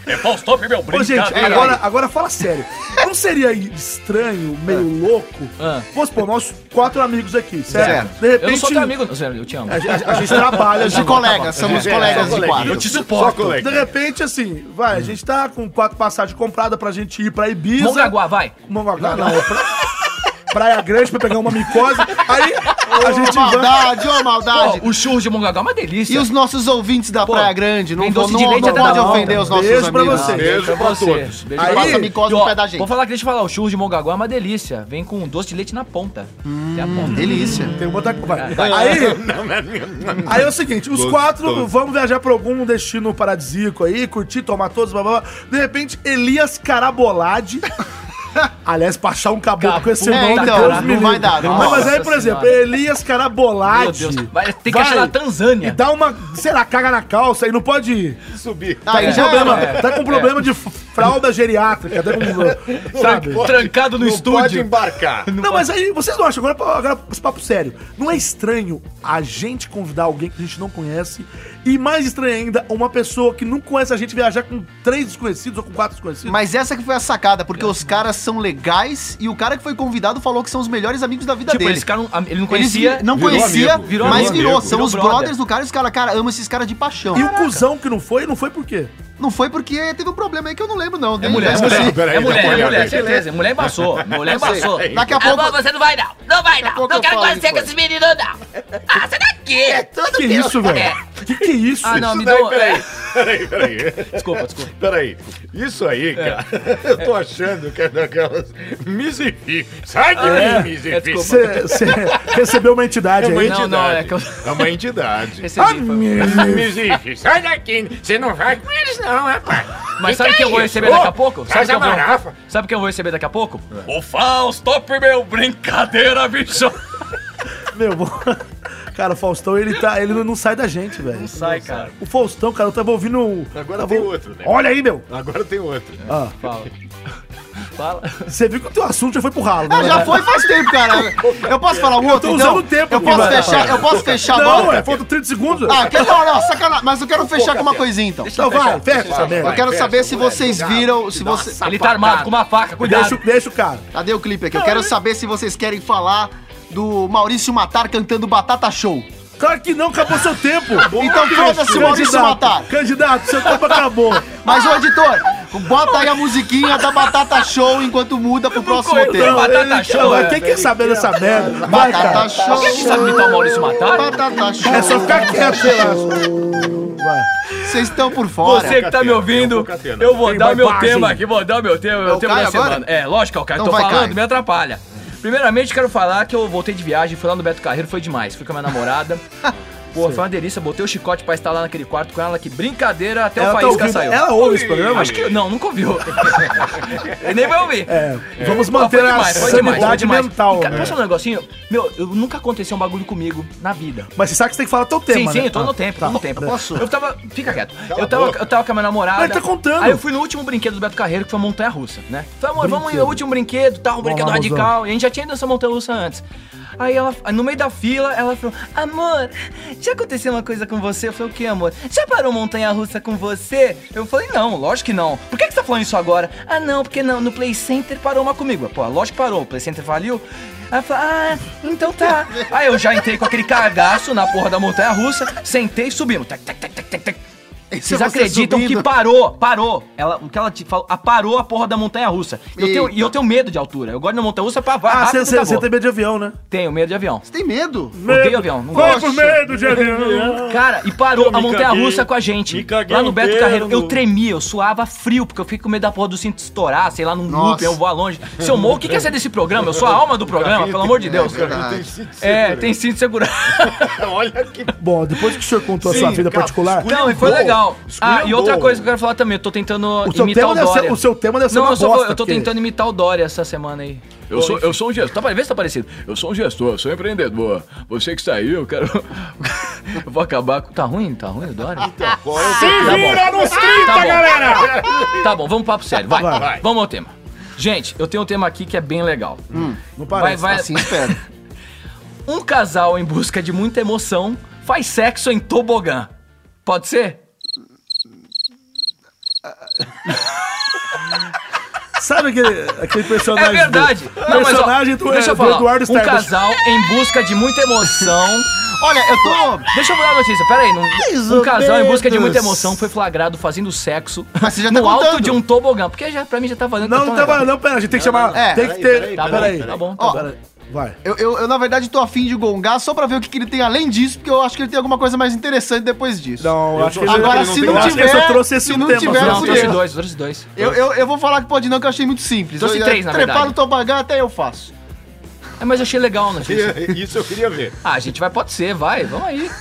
Speaker 6: É falso top, meu
Speaker 1: Ô, Ah, gente,
Speaker 6: brincadeira.
Speaker 1: agora, agora fala sério. Não seria estranho, meio louco?
Speaker 4: Ah.
Speaker 1: Vamos supor, nós quatro amigos aqui, certo?
Speaker 2: Certo.
Speaker 1: De
Speaker 4: Eu não
Speaker 1: repente,
Speaker 4: sou teu amigo, não, Zé, eu te amo.
Speaker 1: a, gente- a gente trabalha, a
Speaker 2: De
Speaker 4: tá
Speaker 1: gente
Speaker 2: colegas, somos
Speaker 4: É,
Speaker 2: colegas
Speaker 3: só
Speaker 2: de
Speaker 3: coleguinha.
Speaker 2: quadro.
Speaker 6: te
Speaker 3: Só
Speaker 6: suporto.
Speaker 1: De
Speaker 3: colega.
Speaker 1: repente, assim, vai, a gente tá com quatro passagens compradas pra gente ir pra Ibiza.
Speaker 4: Mongaguá, vai.
Speaker 1: Mongaguá, não. é pra- Praia Grande pra pegar uma micose. Aí a gente
Speaker 2: Ô,
Speaker 1: vai.
Speaker 2: maldade, ô, maldade.
Speaker 4: Pô, o churro de Mongaguá é uma delícia.
Speaker 2: E os nossos ouvintes da
Speaker 4: Pô,
Speaker 2: Praia Grande, não,
Speaker 4: tem
Speaker 2: vão-
Speaker 4: doce
Speaker 2: não,
Speaker 4: de leite
Speaker 2: não
Speaker 4: até
Speaker 2: pode
Speaker 4: da
Speaker 2: ofender
Speaker 4: onda.
Speaker 2: os nossos
Speaker 1: Beijo pra
Speaker 2: amigos.
Speaker 1: você.
Speaker 3: Beijo pra
Speaker 4: você.
Speaker 3: todos.
Speaker 4: Beijo
Speaker 1: Aí-
Speaker 4: pra
Speaker 2: Passa
Speaker 4: você.
Speaker 2: micose
Speaker 4: E,
Speaker 2: no
Speaker 4: ó,
Speaker 2: pé da gente.
Speaker 4: Vou falar que deixa eu falar, o churro de Mongaguá é uma delícia. Vem com doce de leite na ponta. Tem a ponta.
Speaker 2: Delícia.
Speaker 1: Tem que botar. Vai. Aí. Aí é o seguinte, os
Speaker 3: Gostoso.
Speaker 1: quatro vamos viajar pra algum destino paradisíaco aí, curtir, tomar todos, blá blá blá. De repente, Elias Carabolade. Aliás, pra achar um caboclo
Speaker 4: Cabo-
Speaker 1: com esse
Speaker 4: É,
Speaker 1: nome,
Speaker 4: então,
Speaker 2: não
Speaker 1: me livre.
Speaker 2: vai dar, não.
Speaker 1: Não, mas aí,
Speaker 4: Nossa
Speaker 1: por exemplo,
Speaker 4: Senhora.
Speaker 1: Elias Carabolade.
Speaker 4: Meu Deus, vai- tem que achar na Tanzânia.
Speaker 1: E dá uma, sei lá, caga na calça e não pode ir.
Speaker 3: Subir.
Speaker 2: Aí
Speaker 1: Tá com
Speaker 4: é
Speaker 2: já
Speaker 1: problema,
Speaker 2: era.
Speaker 4: né?
Speaker 1: tá com problema de f- fralda geriátrica, tá com, sabe?
Speaker 4: Trancado no
Speaker 3: Não pode
Speaker 4: estúdio.
Speaker 3: embarcar.
Speaker 1: Não, mas aí vocês não acham, agora, agora esse papo sério. Não é estranho a gente convidar alguém que a gente não conhece? E mais estranho ainda, uma pessoa que não conhece a gente viajar com três desconhecidos ou com quatro desconhecidos?
Speaker 2: Mas essa que foi a sacada, porque os caras são legais e o cara que foi convidado falou que são os melhores amigos da vida
Speaker 4: Tipo,
Speaker 2: dele.
Speaker 4: eles ficaram. Ele não
Speaker 2: Eles
Speaker 4: conhecia.
Speaker 2: vi- não
Speaker 3: virou
Speaker 2: conhecia,
Speaker 3: amigo, virou
Speaker 2: mas
Speaker 3: amigo.
Speaker 2: virou. São
Speaker 4: Virou
Speaker 2: os
Speaker 4: brother.
Speaker 2: brothers do cara e os caras, cara, ama esses caras de paixão.
Speaker 1: E o cuzão que não foi, não foi por quê?
Speaker 2: Não foi porque teve um problema aí que eu não lembro, não.
Speaker 4: É
Speaker 2: Nem-
Speaker 4: mulher, é
Speaker 2: mas-
Speaker 4: mulher.
Speaker 3: peraí,
Speaker 4: é mulher,
Speaker 3: peraí,
Speaker 4: é mulher,
Speaker 3: peraí.
Speaker 4: certeza. Mulher embaçou. Mulher embaçou.
Speaker 2: Daqui a
Speaker 7: É
Speaker 2: pouco.
Speaker 5: Amor, Ah, você não vai não. Não vai não.
Speaker 2: pouco
Speaker 5: Não
Speaker 2: eu
Speaker 5: quero
Speaker 2: falo
Speaker 5: conhecer
Speaker 2: isso,
Speaker 5: com esses meninos, não. Ah, sai daqui. É tudo
Speaker 1: Que
Speaker 5: pelo-
Speaker 1: isso, velho?
Speaker 5: É.
Speaker 1: Que que é isso?
Speaker 4: Ah, não, me
Speaker 3: Peraí,
Speaker 4: deu.
Speaker 3: peraí, peraí, peraí.
Speaker 4: Desculpa, desculpa.
Speaker 3: Peraí, isso
Speaker 4: É.
Speaker 3: aí, cara, eu tô achando que é daquelas Misifi. Sai de
Speaker 4: é?
Speaker 3: mim,
Speaker 4: É,
Speaker 3: Misifi.
Speaker 4: desculpa.
Speaker 1: Você você recebeu uma entidade
Speaker 3: É uma
Speaker 1: aí?
Speaker 4: Não, não, é
Speaker 3: entidade.
Speaker 4: que
Speaker 3: É
Speaker 4: eu
Speaker 3: uma entidade. É
Speaker 4: recebi. foi-
Speaker 6: Misife, sai daqui. Você não vai com eles, não, rapaz.
Speaker 4: Mas sabe o que eu vou
Speaker 6: isso?
Speaker 4: receber daqui a
Speaker 6: Ô,
Speaker 4: pouco?
Speaker 6: Sai
Speaker 4: Sabe que
Speaker 6: da
Speaker 4: eu vou-
Speaker 6: marafa.
Speaker 4: Sabe o que eu vou receber daqui a pouco?
Speaker 6: O Fausto, meu, brincadeira, bicho.
Speaker 1: Meu, vou- cara, o Faustão, ele, tá, ele não sai da gente, velho.
Speaker 4: Sai, cara.
Speaker 1: O Faustão, cara, eu tava ouvindo. o-
Speaker 3: Agora
Speaker 1: tava
Speaker 3: tem
Speaker 1: ou-
Speaker 3: outro, né?
Speaker 1: Olha aí, meu.
Speaker 3: Agora tem outro.
Speaker 1: Ah,
Speaker 4: Fala. Fala.
Speaker 1: você viu que o teu assunto já foi pro ralo,
Speaker 2: Ah,
Speaker 1: né?
Speaker 2: já foi faz tempo, cara. Eu posso falar um outro?
Speaker 1: tô
Speaker 2: então?
Speaker 1: usando o tempo
Speaker 2: Eu
Speaker 1: aqui,
Speaker 2: posso
Speaker 1: vai.
Speaker 2: fechar, eu posso fechar
Speaker 1: Não,
Speaker 2: agora?
Speaker 1: é, faltam 30 segundos.
Speaker 2: Ah, que, não, não, sacanagem. Mas eu quero fechar com uma coisinha então.
Speaker 1: então vai, fecha essa
Speaker 2: Eu
Speaker 1: merda.
Speaker 2: quero saber se vocês viram. Se você...
Speaker 4: Ele tá armado com uma faca,
Speaker 1: Deixa,
Speaker 4: cuidado.
Speaker 1: o- deixa o cara.
Speaker 2: Cadê o clipe aqui? Eu quero saber se vocês querem falar do Maurício Matar cantando Batata Show.
Speaker 1: Claro que não, acabou seu tempo.
Speaker 2: Então foda-se o Maurício Matar.
Speaker 1: Candidato, seu tempo acabou.
Speaker 2: Mas, ô editor, bota aí a musiquinha da Batata Show enquanto muda pro próximo
Speaker 4: conheço,
Speaker 2: tema.
Speaker 4: Batata
Speaker 1: ele-
Speaker 4: show,
Speaker 1: mas
Speaker 4: é,
Speaker 1: Quem quer saber dessa merda? Vai,
Speaker 2: Batata
Speaker 1: cara.
Speaker 2: Show.
Speaker 4: Alguém aqui sabe imitar o Maurício Matar?
Speaker 2: Batata Show.
Speaker 1: É só ficar quieto, sei lá. Vai.
Speaker 2: Vocês estão por fora.
Speaker 4: Você que tá me ouvindo, eu vou
Speaker 1: Tem
Speaker 4: dar o meu
Speaker 1: barbagem.
Speaker 4: tema aqui, vou dar o meu tema, meu
Speaker 2: o
Speaker 4: tema
Speaker 2: Caio
Speaker 4: da
Speaker 2: agora?
Speaker 4: semana. É, lógico que é o Caio,
Speaker 2: Então
Speaker 4: tô
Speaker 2: vai,
Speaker 4: falando,
Speaker 2: Caio.
Speaker 4: me atrapalha. Primeiramente, quero falar que eu voltei de viagem, fui lá no Beto Carreiro, foi demais. Fui com a minha namorada. Pô, foi uma delícia, botei o chicote pra estar lá naquele quarto com ela, que brincadeira, até o
Speaker 1: Ela, tá
Speaker 4: Faísca
Speaker 1: ouvindo-
Speaker 4: saiu.
Speaker 1: ela ouve esse programa?
Speaker 4: Acho que. Não, nunca ouviu. Ele nem vai ouvir.
Speaker 1: É, vamos
Speaker 4: Pô,
Speaker 1: manter
Speaker 4: foi
Speaker 1: a
Speaker 4: demais, foi demais, foi
Speaker 1: sanidade
Speaker 4: demais.
Speaker 1: mental.
Speaker 4: E, cara,
Speaker 1: né?
Speaker 4: posso falar um negocinho? Meu, eu, nunca aconteceu um bagulho comigo na vida.
Speaker 1: Mas você sabe que você tem que falar teu tema,
Speaker 4: sim,
Speaker 1: né?
Speaker 4: sim, eu tô
Speaker 1: Ah,
Speaker 4: no tempo,
Speaker 1: tá.
Speaker 4: tô no tempo.
Speaker 2: Posso?
Speaker 4: Eu tava. Fica quieto. Eu tava,
Speaker 3: boca.
Speaker 4: eu tava com a minha namorada.
Speaker 1: Mas tá contando.
Speaker 4: Aí eu fui no último brinquedo do Beto Carreiro, que foi a Montanha Russa, né? Falei, amor, vamos ir no
Speaker 1: Brinquedo.
Speaker 4: último brinquedo, tal, um brinquedo
Speaker 1: lá, mozão.
Speaker 4: radical. E a gente já tinha ido nessa Montanha Russa antes. Aí ela, aí no meio da fila, ela falou: Amor, já aconteceu uma coisa com você? Eu falei, o que, amor? Já parou Montanha Russa com você? Eu falei, não, lógico que não. Por que, que você tá falando isso agora? Ah, não, porque não, no Play Center parou uma comigo. Pô, lógico que parou, o Play Center faliu. Ela falou, ah, então tá. Aí eu já entrei com aquele cagaço na porra da Montanha Russa, sentei e subimos. Tac, tac, tac, tac, tac, tac.
Speaker 2: Isso é
Speaker 4: Vocês
Speaker 2: você
Speaker 4: acreditam
Speaker 2: subindo.
Speaker 4: que parou, parou. Ela, o que ela te falou, parou a porra da montanha russa. Eu tenho- E eu, tenho medo de altura. Eu gosto da montanha russa pra vá.
Speaker 1: Ah, você
Speaker 4: rápido,
Speaker 1: você-
Speaker 4: acabou.
Speaker 1: você tem medo de avião, né?
Speaker 4: Tenho medo de avião.
Speaker 2: Tem medo?
Speaker 4: Odeio avião. Não
Speaker 1: Vai
Speaker 4: gosto.
Speaker 1: por medo de avião.
Speaker 4: Cara, e parou
Speaker 6: me
Speaker 4: a montanha
Speaker 6: caguei.
Speaker 4: russa com a gente.
Speaker 6: Me caguei
Speaker 4: Lá no Beto
Speaker 6: inteiro,
Speaker 4: Carreiro. Eu
Speaker 6: meu.
Speaker 4: tremia, eu suava frio, porque eu fiquei com medo da porra do cinto estourar, sei lá, num
Speaker 2: Nossa.
Speaker 4: loop, eu voar longe. Seu Mo, o que, que é ser desse programa? Eu sou a alma do programa, pelo amor de
Speaker 3: né?
Speaker 4: Deus.
Speaker 2: verdade.
Speaker 4: É, tem cinto de segurança.
Speaker 3: Olha que
Speaker 1: Bom, depois que o senhor contou a sua
Speaker 3: Sim,
Speaker 1: vida
Speaker 3: cara,
Speaker 1: particular,
Speaker 3: escuta-
Speaker 4: Não, e foi
Speaker 3: Esculhambou.
Speaker 4: legal. Ah, e outra
Speaker 3: Esculhambou.
Speaker 4: coisa que eu quero falar também, eu tô tentando
Speaker 1: O seu
Speaker 4: imitar
Speaker 1: tema
Speaker 4: o
Speaker 1: deve ser-
Speaker 4: Dória.
Speaker 1: o seu tema deve ser
Speaker 4: Não,
Speaker 1: uma
Speaker 4: eu, só
Speaker 1: bosta,
Speaker 4: vou- eu tô
Speaker 1: porque-
Speaker 4: tentando imitar o Dória essa semana aí.
Speaker 8: Eu sou, eu sou um gestor. Tá pra ver se tá parecido. Eu sou um gestor, eu sou um empreendedor. Você que saiu, eu quero. eu vou acabar com. Então, é
Speaker 4: Tá ruim? Tá ruim o Dória?
Speaker 1: Se vira nos 30,
Speaker 4: Tá bom.
Speaker 1: galera!
Speaker 4: Tá bom, vamos pro papo sério. Vai,
Speaker 1: Vai.
Speaker 4: Vamos ao tema. Gente, eu tenho um tema aqui que é bem legal.
Speaker 8: Hum,
Speaker 1: Não parece.
Speaker 4: Vai, vai.
Speaker 2: Assim espero.
Speaker 4: Um casal em busca de muita emoção faz sexo em tobogã. Pode ser?
Speaker 1: Sabe aquele, aquele
Speaker 4: É
Speaker 1: personagem?
Speaker 4: verdade.
Speaker 1: Do, personagem do, é,
Speaker 4: deixa eu
Speaker 1: do
Speaker 4: falar.
Speaker 1: Eduardo
Speaker 4: um
Speaker 1: Sterbus.
Speaker 4: casal em busca de muita emoção
Speaker 2: Olha, eu tô.
Speaker 4: Deixa eu mudar a notícia, pera aí. Não... Um
Speaker 1: ou
Speaker 4: casal em busca de
Speaker 1: menos.
Speaker 4: muita emoção foi flagrado fazendo sexo
Speaker 2: Mas você já tá
Speaker 4: no alto
Speaker 2: contando.
Speaker 4: de um tobogã. Porque já, pra mim já tá valendo.
Speaker 1: Não,
Speaker 4: tão
Speaker 1: não tá
Speaker 4: legal.
Speaker 1: valendo, não, pera, a gente tem que chamar.
Speaker 2: É,
Speaker 1: tem que ter.
Speaker 4: Tá bom,
Speaker 1: Peraí.
Speaker 4: tá bom.
Speaker 2: Ó,
Speaker 1: Pera- Vai.
Speaker 2: Eu, eu, eu, na verdade, tô afim de gongar só pra ver o que, que ele tem além disso, porque eu acho que ele tem alguma coisa mais interessante depois disso.
Speaker 1: Não, eu acho que
Speaker 2: Agora,
Speaker 1: ele-
Speaker 2: se
Speaker 1: eu
Speaker 2: não
Speaker 1: acho que
Speaker 2: tiver-
Speaker 1: eu só trouxe esse
Speaker 2: se
Speaker 1: um
Speaker 2: não
Speaker 1: tema.
Speaker 2: tiver,
Speaker 1: só.
Speaker 4: Não,
Speaker 2: Não,
Speaker 4: trouxe
Speaker 2: eu-
Speaker 4: dois, trouxe dois.
Speaker 2: Eu, eu, eu vou falar que pode não, que eu achei muito simples.
Speaker 4: Trouxe
Speaker 2: eu,
Speaker 4: três, na
Speaker 2: Trepar
Speaker 4: verdade.
Speaker 2: no tobogã até eu faço.
Speaker 4: É, mas eu achei legal a notícia.
Speaker 3: Isso eu queria ver.
Speaker 4: Ah, gente, vai, pode ser, vai, vamos aí.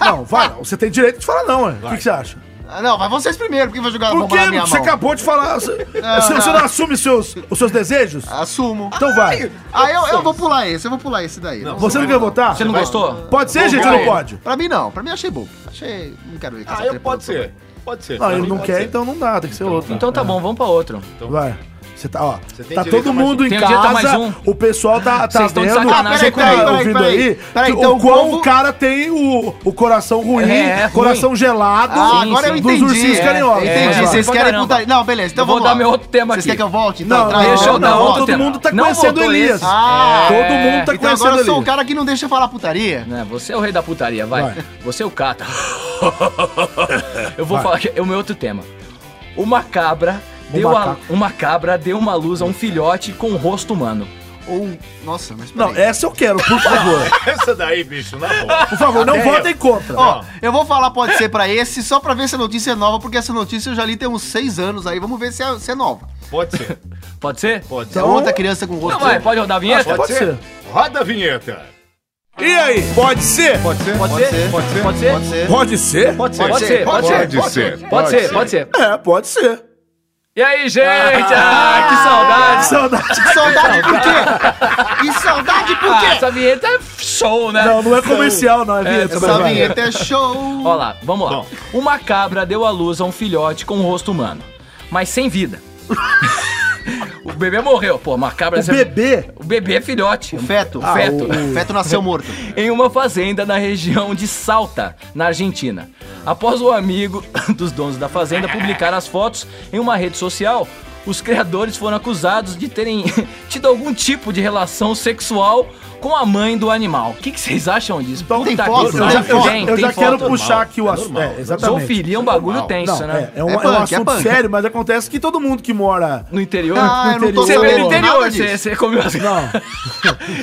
Speaker 1: Não, vai, não, você tem direito de falar, não, ué. O que, que você acha?
Speaker 2: Ah, não, vai vocês primeiro, porque vai jogar
Speaker 1: Por
Speaker 2: bomba
Speaker 1: que
Speaker 2: na minha
Speaker 1: você
Speaker 2: mão.
Speaker 1: acabou de falar? Você você- você não assume seus, os seus desejos?
Speaker 2: Assumo.
Speaker 1: Então vai.
Speaker 2: Ah, eu, eu vou pular esse, eu vou pular esse daí. Não,
Speaker 1: Você não quer votar?
Speaker 4: Você não gostou?
Speaker 1: Pode ser, gente, ou não pode?
Speaker 2: Pra mim não, pra mim achei bobo. Achei. Não quero ver com
Speaker 3: Ah,
Speaker 2: essa
Speaker 3: eu
Speaker 2: trepa
Speaker 3: pode
Speaker 2: no
Speaker 3: ser. Pode ser.
Speaker 1: Não,
Speaker 3: Pra
Speaker 1: ele
Speaker 3: mim
Speaker 1: não
Speaker 3: pode
Speaker 1: quer,
Speaker 3: ser.
Speaker 1: então não dá, tem que ser outro.
Speaker 4: Então tá bom, vamos pra outro.
Speaker 1: Vai. Você tá, ó.
Speaker 3: tem
Speaker 1: Tá
Speaker 3: direito
Speaker 1: todo
Speaker 3: a mais
Speaker 1: mundo
Speaker 4: um.
Speaker 1: em
Speaker 4: Tem
Speaker 1: casa.
Speaker 4: direito a mais um.
Speaker 1: O pessoal tá, tá
Speaker 4: Vocês estão de
Speaker 1: vendo.
Speaker 4: sacanagem
Speaker 1: você tá
Speaker 2: comigo.
Speaker 1: ouvindo
Speaker 2: Peraí,
Speaker 1: aí.
Speaker 2: peraí,
Speaker 1: que
Speaker 2: então
Speaker 1: o quão
Speaker 2: vamos-
Speaker 1: o cara tem o, o coração ruim,
Speaker 4: É, é ruim.
Speaker 1: coração gelado.
Speaker 2: Ah,
Speaker 4: Sim,
Speaker 2: agora eu
Speaker 4: sim.
Speaker 1: Dos
Speaker 2: entendi.
Speaker 1: ursinhos carinhosos.
Speaker 2: É,
Speaker 4: É,
Speaker 2: entendi. Vocês
Speaker 4: pra
Speaker 2: querem
Speaker 4: caramba.
Speaker 2: putaria. Não, beleza. Então
Speaker 4: Eu vou
Speaker 2: vamos
Speaker 4: dar
Speaker 2: lá.
Speaker 4: meu outro tema
Speaker 2: Vocês
Speaker 4: aqui.
Speaker 2: querem que eu volte? Então
Speaker 1: Não,
Speaker 2: Traz-
Speaker 4: deixa eu
Speaker 1: não,
Speaker 4: dar
Speaker 1: não,
Speaker 4: outro É,
Speaker 1: todo
Speaker 4: tema.
Speaker 1: mundo tá
Speaker 4: Não
Speaker 1: conhecendo o
Speaker 4: votou
Speaker 1: Elias.
Speaker 4: esse.
Speaker 2: Ah,
Speaker 1: Todo mundo tá
Speaker 2: então
Speaker 1: conhecendo
Speaker 2: agora eu sou
Speaker 1: o
Speaker 2: o
Speaker 1: Elias.
Speaker 2: cara que não deixa falar putaria.
Speaker 4: Né, você é o rei da putaria, vai.
Speaker 1: Vai.
Speaker 4: Você é o cata. eu vou falar que é o meu outro tema. Uma cabra deu a,
Speaker 1: macaco.
Speaker 4: uma cabra deu uma luz a um filhote com um rosto humano.
Speaker 2: Ou. Nossa, mas peraí.
Speaker 1: Não, essa eu quero, por favor.
Speaker 3: Essa daí, bicho, na boa.
Speaker 1: Por favor, não votem
Speaker 4: é-
Speaker 1: contra.
Speaker 2: Ó, eu vou falar, pode ser pra esse, só pra ver se a notícia é nova, porque essa notícia eu já li tem uns seis anos aí. Vamos ver se é, se é nova.
Speaker 3: Pode ser,
Speaker 4: Pode ser?
Speaker 3: pode ser.
Speaker 2: É outra criança com rosto.
Speaker 4: Então? Não, vai, pode rodar a vinheta?
Speaker 3: Pode,
Speaker 1: pode
Speaker 3: ser. Roda a vinheta.
Speaker 1: E aí, pode ser?
Speaker 3: Pode ser?
Speaker 4: Pode ser? Pode ser? Pode ser?
Speaker 2: Pode ser.
Speaker 1: Pode ser?
Speaker 4: Pode
Speaker 2: Pode
Speaker 4: ser?
Speaker 2: ser,
Speaker 4: Pode ser?
Speaker 3: Pode ser.
Speaker 4: Pode ser? Pode ser?
Speaker 1: É, pode ser.
Speaker 4: E aí, gente? Ah, que saudade!
Speaker 1: Saudade.
Speaker 2: Que saudade por quê? Que saudade por
Speaker 4: Ah,
Speaker 2: quê?
Speaker 4: essa vinheta é show, né?
Speaker 1: Não, não é comercial, não, é vinheta.
Speaker 2: Essa
Speaker 1: Brasil.
Speaker 2: vinheta é show.
Speaker 4: Ó lá, vamos lá. Uma cabra deu à luz a um filhote com um rosto humano, mas sem vida. o bebê morreu. Pô, uma cabra...
Speaker 1: O bebê? Ah,
Speaker 4: O bebê é filhote.
Speaker 2: O feto.
Speaker 4: Ah, O feto.
Speaker 2: O feto nasceu morto.
Speaker 4: Em uma fazenda na região de Salta, na Argentina. Após o amigo dos donos da fazenda publicar as fotos em uma rede social, os criadores foram acusados de terem tido algum tipo de relação sexual com a mãe do animal. O que, que vocês acham disso?
Speaker 1: Então,
Speaker 2: Tem
Speaker 4: Puta
Speaker 2: foto,
Speaker 4: que
Speaker 2: né?
Speaker 1: Eu já,
Speaker 4: pariu.
Speaker 1: eu-
Speaker 4: Tem,
Speaker 1: eu
Speaker 4: tem
Speaker 1: já
Speaker 4: é foto.
Speaker 1: quero puxar aqui o assunto. É, exatamente.
Speaker 4: Zoofilia é um bagulho tenso,
Speaker 1: Não,
Speaker 4: né?
Speaker 1: é, é um,
Speaker 2: É
Speaker 1: é um
Speaker 2: punk, é
Speaker 1: assunto
Speaker 2: punk.
Speaker 1: sério, mas acontece que todo mundo que mora.
Speaker 4: No interior.
Speaker 2: Ah, eu não tô
Speaker 1: é,
Speaker 4: Você veio do
Speaker 2: sabendo
Speaker 4: interior,
Speaker 2: nada
Speaker 4: você,
Speaker 2: disso.
Speaker 4: você comeu as...
Speaker 1: Não,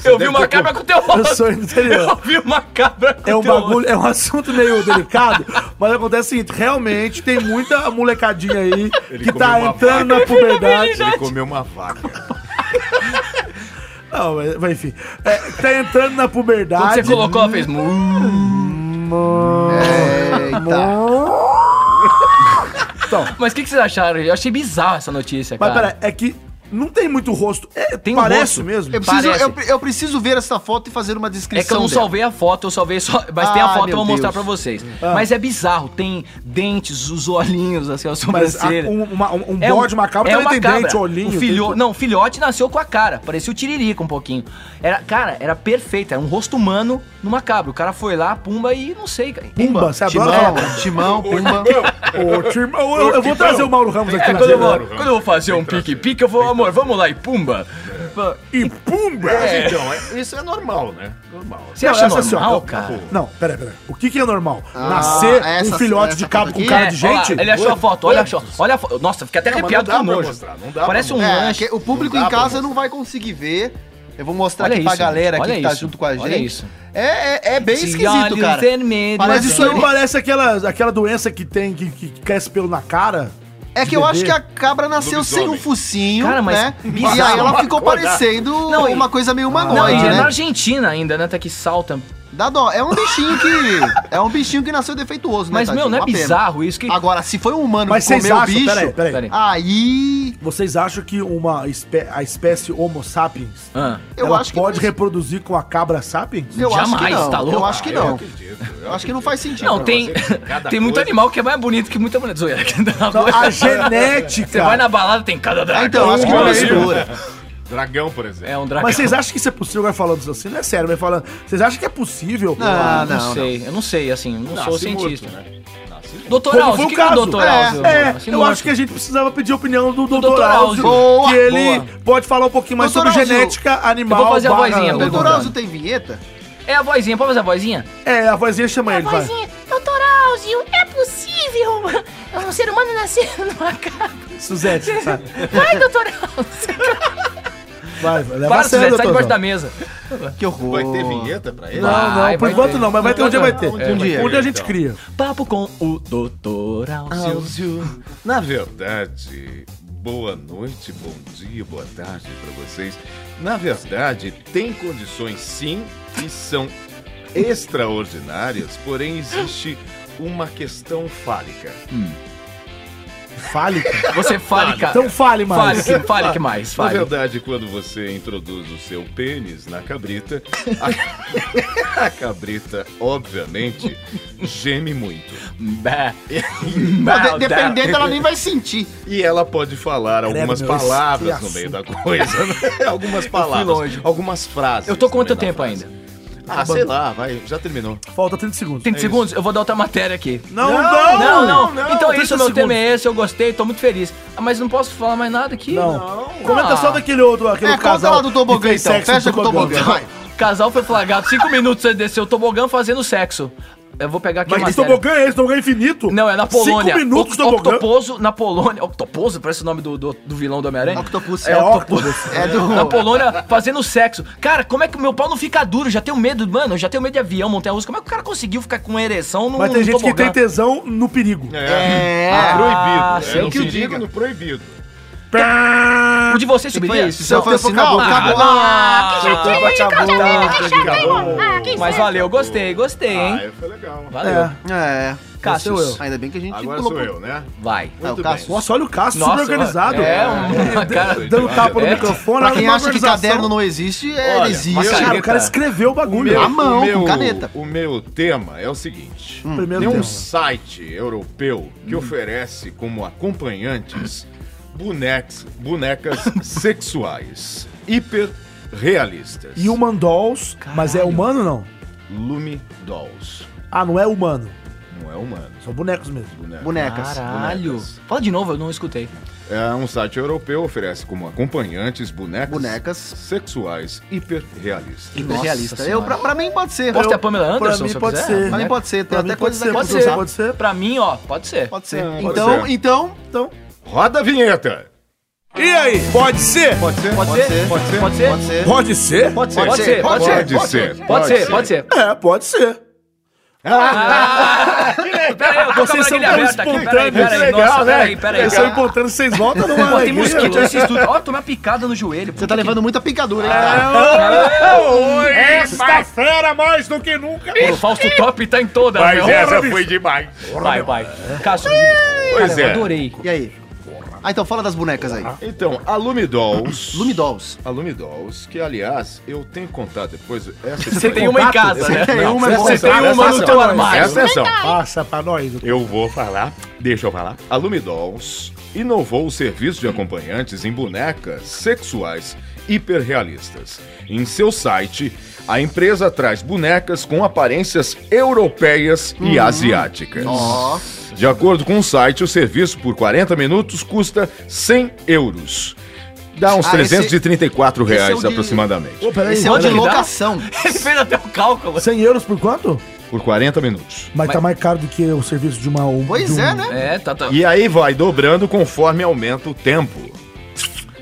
Speaker 4: Eu vi uma cabra com teu rosto.
Speaker 1: eu sou do
Speaker 4: Eu
Speaker 1: interior.
Speaker 4: vi uma cabra com
Speaker 1: É um
Speaker 4: teu rosto.
Speaker 1: bagulho, é um assunto meio delicado, mas acontece o seguinte: realmente tem muita molecadinha aí que
Speaker 3: comeu
Speaker 1: tá
Speaker 3: uma
Speaker 1: entrando na puberdade.
Speaker 3: Ele comeu uma vaca.
Speaker 1: Não, mas, mas enfim. É, tá entrando na
Speaker 4: Quando
Speaker 1: puberdade.
Speaker 4: você colocou, "Hum". ela fez...
Speaker 1: né?
Speaker 4: "Mu". é tá.
Speaker 2: Eita.
Speaker 4: Mas o que, que vocês acharam? Eu achei bizarro essa notícia,
Speaker 1: Mas
Speaker 4: cara.
Speaker 1: peraí, é que não tem muito rosto. É,
Speaker 4: Tá. Tem um
Speaker 1: parece
Speaker 4: rosto.
Speaker 1: mesmo.
Speaker 2: Eu preciso,
Speaker 4: Parece.
Speaker 2: eu, pre- eu preciso ver essa foto e fazer uma
Speaker 4: É
Speaker 2: descrição.
Speaker 4: que eu não
Speaker 2: dela.
Speaker 4: salvei a foto, eu salvei só. Mas tem a
Speaker 2: Ah,
Speaker 4: foto, eu
Speaker 2: meu
Speaker 4: vou mostrar
Speaker 2: Deus.
Speaker 4: pra vocês.
Speaker 1: Ah.
Speaker 4: Mas é bizarro, tem dentes, os olhinhos, assim, a sobrancelha.
Speaker 1: a- um- uma- um- um
Speaker 4: É
Speaker 1: bode, uma cabra, também tem dente, olhinho,
Speaker 4: O
Speaker 1: tem
Speaker 4: filho-
Speaker 1: tudo.
Speaker 4: Não, o filhote nasceu com a cara, parecia o tiririca um pouquinho. Era, cara, era perfeito, era um rosto humano numa cabra. O cara foi lá, pumba e não sei, cara.
Speaker 1: Pumba, você adora
Speaker 2: Timão,
Speaker 1: falar.
Speaker 2: timão, pumba.
Speaker 1: Ô, tio irmão, eu, eu vou trazer o Mauro Ramos aqui
Speaker 4: É,
Speaker 1: na
Speaker 4: quando, eu vou,
Speaker 1: agenda.
Speaker 2: né?
Speaker 4: quando eu vou fazer um pique-pique, eu vou, amor, vamos lá e pumba.
Speaker 1: E pumba!
Speaker 3: Mas então, é- isso é normal, né? Normal.
Speaker 4: Você
Speaker 1: Não,
Speaker 4: acha
Speaker 1: essa assim, ó,
Speaker 4: é normal,
Speaker 1: eu-
Speaker 4: cara?
Speaker 1: Não, peraí, peraí. O que, que é normal? Nascer
Speaker 2: essa-
Speaker 1: um filhote
Speaker 2: essa
Speaker 1: de cabo
Speaker 2: foto
Speaker 1: com
Speaker 2: aqui?
Speaker 1: cara
Speaker 4: É,
Speaker 1: de
Speaker 4: olha lá,
Speaker 1: gente?
Speaker 4: ele achou a foto, olha a foto. Olha a foto. Nossa, fiquei até
Speaker 3: Não, mas não
Speaker 4: arrepiado
Speaker 3: dá
Speaker 4: com
Speaker 3: pra
Speaker 4: nojo.
Speaker 3: mostrar, não dá pra
Speaker 4: Parece um
Speaker 2: É,
Speaker 4: lanche.
Speaker 2: que o público
Speaker 3: Não dá
Speaker 2: em
Speaker 3: pra
Speaker 2: casa
Speaker 3: mostrar.
Speaker 2: não vai conseguir ver. Eu vou mostrar
Speaker 4: Olha
Speaker 2: aqui pra
Speaker 4: isso,
Speaker 2: galera aqui
Speaker 4: olha
Speaker 2: que tá
Speaker 4: isso,
Speaker 2: junto com a gente.
Speaker 4: olha isso.
Speaker 2: É, é, é bem
Speaker 4: De
Speaker 2: esquisito,
Speaker 4: olhos
Speaker 2: cara. é
Speaker 4: vermelhos,
Speaker 1: Mas
Speaker 2: Parece
Speaker 1: isso aí parece aquela, aquela doença que tem, que, que cresce pelo na cara.
Speaker 2: É
Speaker 1: de
Speaker 2: que eu
Speaker 1: bebê.
Speaker 2: acho que a cabra nasceu sem um
Speaker 3: Lobisomem.
Speaker 2: focinho,
Speaker 4: Cara, mas
Speaker 2: né? E
Speaker 4: bizarro.
Speaker 2: aí ela ficou
Speaker 3: Uma coisa-
Speaker 2: parecendo
Speaker 4: Não, e-
Speaker 2: uma coisa meio
Speaker 4: Não,
Speaker 2: humanoide,
Speaker 4: e é na
Speaker 2: né?
Speaker 4: Argentina ainda, né? Tá que salta.
Speaker 2: Dá dó. É um bichinho que... é um bichinho que nasceu defeituoso, né,
Speaker 4: Mas, meu,
Speaker 2: tadinho?
Speaker 4: não é
Speaker 2: Uma pena.
Speaker 4: bizarro isso que.
Speaker 2: Agora, se foi um humano
Speaker 1: Mas
Speaker 2: que
Speaker 1: vocês
Speaker 2: comeu o
Speaker 1: acham,
Speaker 2: bicho...
Speaker 1: peraí, peraí.
Speaker 4: Peraí.
Speaker 2: Aí...
Speaker 1: Vocês acham que uma espé- a espécie Homo sapiens
Speaker 4: Ah,
Speaker 2: Eu
Speaker 1: ela
Speaker 2: acho que
Speaker 1: pode
Speaker 2: não-
Speaker 1: reproduzir com a cabra sapiens?
Speaker 2: Eu acho que
Speaker 4: Jamais,
Speaker 2: não.
Speaker 4: tá louco?
Speaker 2: Eu acho que
Speaker 3: Eu
Speaker 2: não.
Speaker 3: acredito,
Speaker 2: Eu acho que não faz sentido.
Speaker 4: Não, tem,
Speaker 3: cada
Speaker 4: tem muito
Speaker 3: coisa.
Speaker 4: animal que é mais bonito que muita mulher. Zoeira. que dá na
Speaker 1: Então,
Speaker 4: boca.
Speaker 1: a
Speaker 4: Você
Speaker 1: genética.
Speaker 4: vai na balada, tem cada dragão.
Speaker 2: Ah, então, eu acho que não
Speaker 3: Olha aí.
Speaker 2: mistura.
Speaker 3: Dragão, por exemplo.
Speaker 4: É um dragão.
Speaker 1: Mas vocês acham que isso é possível? Agora falando assim, não é sério, mas falando. Vocês acham que é possível?
Speaker 2: Não,
Speaker 4: Eu não,
Speaker 2: Ah, não,
Speaker 4: sei, eu não sei, assim, eu não
Speaker 3: Nasce
Speaker 4: sou
Speaker 3: morto,
Speaker 4: cientista.
Speaker 3: né? Nasce morto.
Speaker 4: Doutor
Speaker 1: Como
Speaker 4: Alves,
Speaker 1: foi
Speaker 4: o
Speaker 1: o
Speaker 4: que, que é o
Speaker 1: caso.
Speaker 4: doutor Alves?
Speaker 1: É,
Speaker 4: Assim,
Speaker 1: eu
Speaker 4: morto.
Speaker 1: acho que a gente precisava pedir a opinião do doutor,
Speaker 4: Doutor
Speaker 1: Alves,
Speaker 4: Alves.
Speaker 2: Boa,
Speaker 1: que ele
Speaker 4: boa.
Speaker 1: pode falar um pouquinho mais
Speaker 2: Doutor
Speaker 1: sobre
Speaker 2: Alves,
Speaker 1: genética
Speaker 4: vou
Speaker 1: animal.
Speaker 4: fazer a
Speaker 1: barra-
Speaker 4: vozinha,
Speaker 2: O
Speaker 4: doutor
Speaker 2: Doutor Alzo tem vinheta?
Speaker 4: É a vozinha, pode fazer a vozinha?
Speaker 1: É, a vozinha chama ele, vai.
Speaker 7: Vozinha, é, doutor Áuzio, é possível um ser humano nascer numa cabra?
Speaker 1: Suzete, sabe?
Speaker 7: Vai, doutor Áuzio.
Speaker 1: Vai, vai, leva a sério,
Speaker 4: Para, Suzete, sai
Speaker 1: doutor.
Speaker 4: debaixo da mesa.
Speaker 2: Que
Speaker 4: um
Speaker 2: horror.
Speaker 3: Vai ter vinheta pra ele?
Speaker 1: Não,
Speaker 4: Vai,
Speaker 1: não, por
Speaker 4: vai
Speaker 1: enquanto
Speaker 4: ter.
Speaker 1: não, mas vai ter um dia, vai ter.
Speaker 3: Um dia.
Speaker 1: Um dia a gente cria.
Speaker 4: Papo com o doutor Alves.
Speaker 3: Na verdade, boa noite, bom dia, boa tarde pra vocês. Na verdade, tem condições sim que são extraordinárias, porém existe uma questão fálica.
Speaker 1: Fale.
Speaker 4: Você fale, cara.
Speaker 1: Então fale
Speaker 4: Fale,
Speaker 1: mais.
Speaker 4: que, fale que mais,
Speaker 3: Na
Speaker 4: fale.
Speaker 3: é verdade, quando você introduz o seu pênis na cabrita, a, a cabrita, obviamente, geme muito.
Speaker 1: É
Speaker 4: Bé.
Speaker 2: Não, de-
Speaker 4: Bé,
Speaker 2: dependendo, ela nem vai sentir.
Speaker 3: E ela pode falar algumas
Speaker 1: meu, esse
Speaker 3: palavras
Speaker 1: assunto.
Speaker 3: no meio da coisa. né? algumas palavras.
Speaker 4: longe.
Speaker 3: Algumas frases.
Speaker 4: Eu tô com quanto
Speaker 3: no meio
Speaker 4: tempo
Speaker 3: da
Speaker 4: ainda?
Speaker 3: frase. Ah, sei lá, vai, já terminou.
Speaker 1: Falta 30 segundos.
Speaker 4: 30 segundos? Eu vou dar outra matéria aqui.
Speaker 1: Não,
Speaker 4: Não, não, Então é
Speaker 1: 30
Speaker 4: isso, meu
Speaker 1: segundos.
Speaker 4: tema é esse, eu gostei, tô muito feliz. Ah, mas não posso falar mais nada aqui?
Speaker 1: Não. Comenta só
Speaker 4: Ah.
Speaker 1: daquele outro, aquele
Speaker 2: É, conta lá do tobogã,
Speaker 1: que fez
Speaker 2: então.
Speaker 1: sexo
Speaker 2: Fecha
Speaker 1: no
Speaker 2: com o tobogã. vai.
Speaker 4: O casal foi flagrado cinco minutos antes de descer o tobogã fazendo sexo. Eu vou pegar aqui
Speaker 1: Mas
Speaker 4: uma
Speaker 1: que
Speaker 4: série.
Speaker 1: tobogã é esse? Tobogã infinito?
Speaker 4: Não, é na Polônia.
Speaker 1: Cinco minutos
Speaker 4: Oct-
Speaker 1: tobogã.
Speaker 4: Octoposo na Polônia. Octoposo? Parece o nome do, do, do vilão do Homem-Aranha.
Speaker 2: Octopus.
Speaker 4: É, Octopus.
Speaker 2: É do-
Speaker 4: Na Polônia fazendo sexo. Cara, como é que o meu pau não fica duro? Eu Já tenho medo, mano. Eu já tenho medo de avião, montanha russa. Como é que o cara conseguiu ficar com ereção num
Speaker 1: Mas tem
Speaker 4: num
Speaker 1: gente que tem
Speaker 4: tobogã?
Speaker 1: tesão no perigo.
Speaker 2: É.
Speaker 3: No
Speaker 4: Ah,
Speaker 3: proibido.
Speaker 4: sei
Speaker 3: é o que eu
Speaker 4: sim.
Speaker 3: digo no proibido.
Speaker 4: O de você
Speaker 2: Que foi
Speaker 4: subia?
Speaker 1: é
Speaker 2: isso? Você foi assim, não,
Speaker 4: Ah,
Speaker 2: acabou.
Speaker 4: ah,
Speaker 7: Já tinha que eu já
Speaker 3: Acabou.
Speaker 7: ia fechar, tá bom? Ah, quem
Speaker 4: Mas
Speaker 7: sabe?
Speaker 4: valeu, gostei, gostei, hein?
Speaker 3: Ah, foi legal.
Speaker 4: Valeu.
Speaker 2: É.
Speaker 4: Cássio.
Speaker 2: Ainda bem que a gente
Speaker 3: Agora sou eu, né?
Speaker 4: Vai. tá
Speaker 2: É, o
Speaker 3: Muito
Speaker 2: Cássio.
Speaker 1: Nossa, olha o Cássio super organizado.
Speaker 4: É, uma
Speaker 3: um-
Speaker 4: cara...
Speaker 1: Dando um tapa no
Speaker 4: É.
Speaker 1: microfone.
Speaker 2: Pra
Speaker 1: olha
Speaker 2: quem
Speaker 1: uma
Speaker 2: acha que
Speaker 1: organização.
Speaker 2: caderno não existe, é
Speaker 3: Olha,
Speaker 2: heresia.
Speaker 4: mas,
Speaker 1: Cara, o
Speaker 4: Caneta.
Speaker 1: cara escreveu o
Speaker 3: O
Speaker 1: bagulho. né?
Speaker 3: tipo, meu,
Speaker 2: à mão,
Speaker 3: o
Speaker 2: com
Speaker 3: meu,
Speaker 2: caneta.
Speaker 3: O meu tema é o seguinte:
Speaker 1: Primeiro
Speaker 3: tem um
Speaker 1: Hum, tema.
Speaker 3: site europeu que oferece como acompanhantes bonex, bonecas sexuais hiperrealistas.
Speaker 1: E Human Dolls, mas é humano não?
Speaker 3: Lume Dolls.
Speaker 1: Ah, não é humano.
Speaker 3: Não é humano.
Speaker 1: São bonecos mesmo.
Speaker 3: Boneco.
Speaker 2: Bonecas.
Speaker 4: Caralho.
Speaker 3: bonecas.
Speaker 4: Fala de novo, eu não escutei.
Speaker 3: É um site europeu oferece como acompanhantes bonecas,
Speaker 2: Bonecas.
Speaker 3: sexuais hiperrealistas.
Speaker 2: Nossa realista.
Speaker 4: senhora.
Speaker 2: Eu, pra, pra mim pode ser.
Speaker 4: Posso ter a
Speaker 2: Eu-
Speaker 4: Pamela Anderson,
Speaker 1: pra mim
Speaker 4: se eu
Speaker 1: pode
Speaker 4: quiser? é
Speaker 1: ser.
Speaker 2: Pra mim
Speaker 1: né?
Speaker 2: pode ser. Tem
Speaker 1: Pra
Speaker 2: até
Speaker 1: mim
Speaker 2: coisas
Speaker 1: pode
Speaker 2: aqui.
Speaker 1: ser,
Speaker 2: pra
Speaker 1: Pode
Speaker 4: Pode ser.
Speaker 2: usar.
Speaker 1: pode ser.
Speaker 4: Pra mim, ó, pode ser.
Speaker 2: Pode ser.
Speaker 3: Não,
Speaker 2: então,
Speaker 3: É, pode ser.
Speaker 2: então...
Speaker 1: Então,
Speaker 3: Roda a vinheta.
Speaker 1: e aí? Pode ser?
Speaker 3: Pode ser?
Speaker 4: Pode ser? Pode ser? Pode ser?
Speaker 2: Pode ser.
Speaker 1: Pode ser?
Speaker 4: Pode
Speaker 2: ser.
Speaker 4: Pode ser, pode ser.
Speaker 3: Pode ser.
Speaker 4: Pode ser, pode ser.
Speaker 1: É, pode ser.
Speaker 4: Pera aí, eu tô com a
Speaker 1: Vocês são
Speaker 4: barriguinha
Speaker 1: tão
Speaker 4: aberta aqui. Pera aí, pera aí.
Speaker 1: espontâneos.
Speaker 4: Nossa, pera aí, pera aí.
Speaker 1: Eu sou importando, vocês voltam não é?
Speaker 4: Tem mosquito nesse estúdio. Ó, tomei uma picada no joelho.
Speaker 2: Você tá levando muita picadura, hein, cara?
Speaker 4: É,
Speaker 6: Esta
Speaker 1: fera mais do que nunca.
Speaker 4: O Fausto Top tá em toda,
Speaker 3: Mas
Speaker 4: meu.
Speaker 3: essa foi demais.
Speaker 4: Vai, vai. Cássio,
Speaker 3: Pois
Speaker 4: cara, eu
Speaker 3: é.
Speaker 4: adorei.
Speaker 2: E aí? Ah, então fala das bonecas aí.
Speaker 3: Então, a Lume Dolls.
Speaker 2: Lumidolls.
Speaker 3: A Lume Dolls, que aliás, eu tenho que contar depois. Essa é
Speaker 4: Você tem uma em casa, né?
Speaker 2: Tem uma
Speaker 3: Não,
Speaker 2: boa.
Speaker 4: Você tem uma no teu armário.
Speaker 3: Presta é atenção.
Speaker 1: Passa pra nós.
Speaker 3: Eu vou falar, deixa eu falar. A Lume Dolls inovou o serviço de acompanhantes em bonecas sexuais hiperrealistas. Em seu site, a empresa traz bonecas com aparências europeias e
Speaker 2: Uhum.
Speaker 3: asiáticas. De acordo com o site, o serviço por 40 minutos custa 100 euros. Dá uns
Speaker 2: Ah,
Speaker 3: 334
Speaker 2: esse é o
Speaker 3: reais
Speaker 2: de-
Speaker 3: aproximadamente.
Speaker 1: Ô, peraí.
Speaker 2: Esse é o de
Speaker 4: Onde que dá?
Speaker 2: locação.
Speaker 4: Ele fez até o cálculo.
Speaker 1: 100 euros por quanto?
Speaker 3: Por 40 minutos.
Speaker 1: Mas, tá mais caro do que o serviço de uma... um-
Speaker 2: Pois
Speaker 1: de um-
Speaker 2: é, né?
Speaker 4: É, tá, tá.
Speaker 3: E aí vai dobrando conforme aumenta o tempo.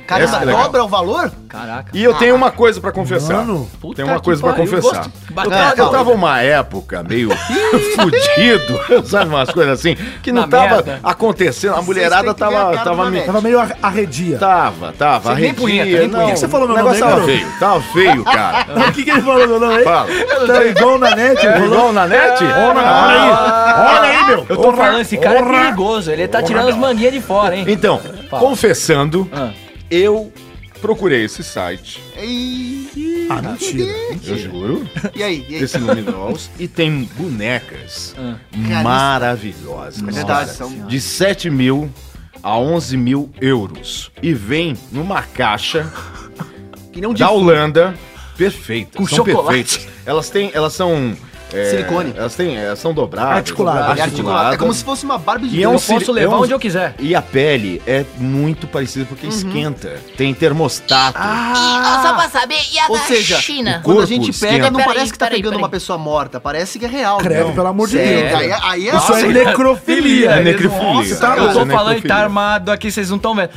Speaker 3: Essa é
Speaker 2: Caramba,
Speaker 3: legal.
Speaker 2: dobra o valor?
Speaker 4: Caraca.
Speaker 3: E eu tenho uma coisa pra confessar.
Speaker 1: Mano,
Speaker 4: Ah. Puta
Speaker 3: Tem uma
Speaker 4: que
Speaker 3: coisa pra
Speaker 4: pariu,
Speaker 3: confessar.
Speaker 4: gosto-
Speaker 3: Eu,
Speaker 4: Bacana,
Speaker 3: tava- eu tava
Speaker 4: Paulo.
Speaker 3: uma época meio fudido, sabe umas coisas assim, que não
Speaker 4: Na
Speaker 3: tava
Speaker 4: merda.
Speaker 3: acontecendo. A
Speaker 2: têm
Speaker 3: mulherada
Speaker 2: que ver a
Speaker 3: tava
Speaker 2: cara
Speaker 3: tava
Speaker 2: do
Speaker 3: me
Speaker 2: Alex.
Speaker 1: Tava meio ar- arredia.
Speaker 3: tava, tava
Speaker 4: Você nem punheta, nem punheta.
Speaker 3: Tá Não,
Speaker 1: Por que você falou meu
Speaker 3: o negócio
Speaker 1: nome,
Speaker 3: tava
Speaker 1: hein,
Speaker 3: feio, tava feio, cara.
Speaker 1: O que que ele falou meu nome aí?
Speaker 3: Fala.
Speaker 1: Tá igual na net,
Speaker 3: É
Speaker 1: rolou.
Speaker 3: igual na net?
Speaker 1: Olha aí, meu.
Speaker 4: Eu tô falando, esse cara é perigoso. Ele tá tirando as manguinhas de fora, hein?
Speaker 3: Então,
Speaker 4: Fala.
Speaker 3: confessando,
Speaker 4: Ah.
Speaker 3: eu procurei esse site,
Speaker 2: E,
Speaker 1: Ah, mentira.
Speaker 3: eu juro.
Speaker 2: e aí? E aí?
Speaker 3: esse nome Dolls e tem bonecas
Speaker 2: Ah. Cara,
Speaker 3: maravilhosas.
Speaker 2: É verdade,
Speaker 3: cara,
Speaker 2: são-
Speaker 3: De 7 mil a 11 mil euros. E vem numa caixa
Speaker 2: Que nem um
Speaker 3: da
Speaker 2: de
Speaker 3: Holanda perfeita.
Speaker 4: Com
Speaker 3: são
Speaker 4: chocolate.
Speaker 3: perfeitas. Elas têm. Elas são. é,
Speaker 2: Silicone.
Speaker 3: Elas têm. Elas são dobradas.
Speaker 1: Articuladas.
Speaker 2: é articulado. É como se fosse uma Barbie de
Speaker 3: E é um
Speaker 2: Deus.
Speaker 4: Eu posso
Speaker 3: Siri-
Speaker 4: levar
Speaker 3: é um-
Speaker 4: onde eu quiser.
Speaker 3: E a pele é muito parecida porque
Speaker 2: Uhum.
Speaker 3: esquenta. Tem termostato.
Speaker 7: Ah, Só pra saber, e a
Speaker 2: Ou
Speaker 7: da
Speaker 2: seja,
Speaker 7: China?
Speaker 2: Quando a
Speaker 3: corpo
Speaker 2: gente
Speaker 3: esquenta.
Speaker 2: pega, não
Speaker 7: Peraí,
Speaker 2: parece que tá
Speaker 7: peraí,
Speaker 2: pegando
Speaker 7: peraí.
Speaker 2: uma pessoa morta. Parece que é real.
Speaker 1: Credo,
Speaker 2: né?
Speaker 1: pelo amor de
Speaker 2: Sério,
Speaker 1: Deus.
Speaker 2: Aí, aí é
Speaker 1: Isso
Speaker 2: Nossa,
Speaker 1: é necrofilia.
Speaker 3: É
Speaker 4: Eles-
Speaker 3: necrofilia.
Speaker 4: Nossa, tá
Speaker 3: Cara,
Speaker 4: eu
Speaker 3: isso é
Speaker 4: tô falando que
Speaker 3: necrofilia.
Speaker 4: tá armado aqui, vocês não estão vendo.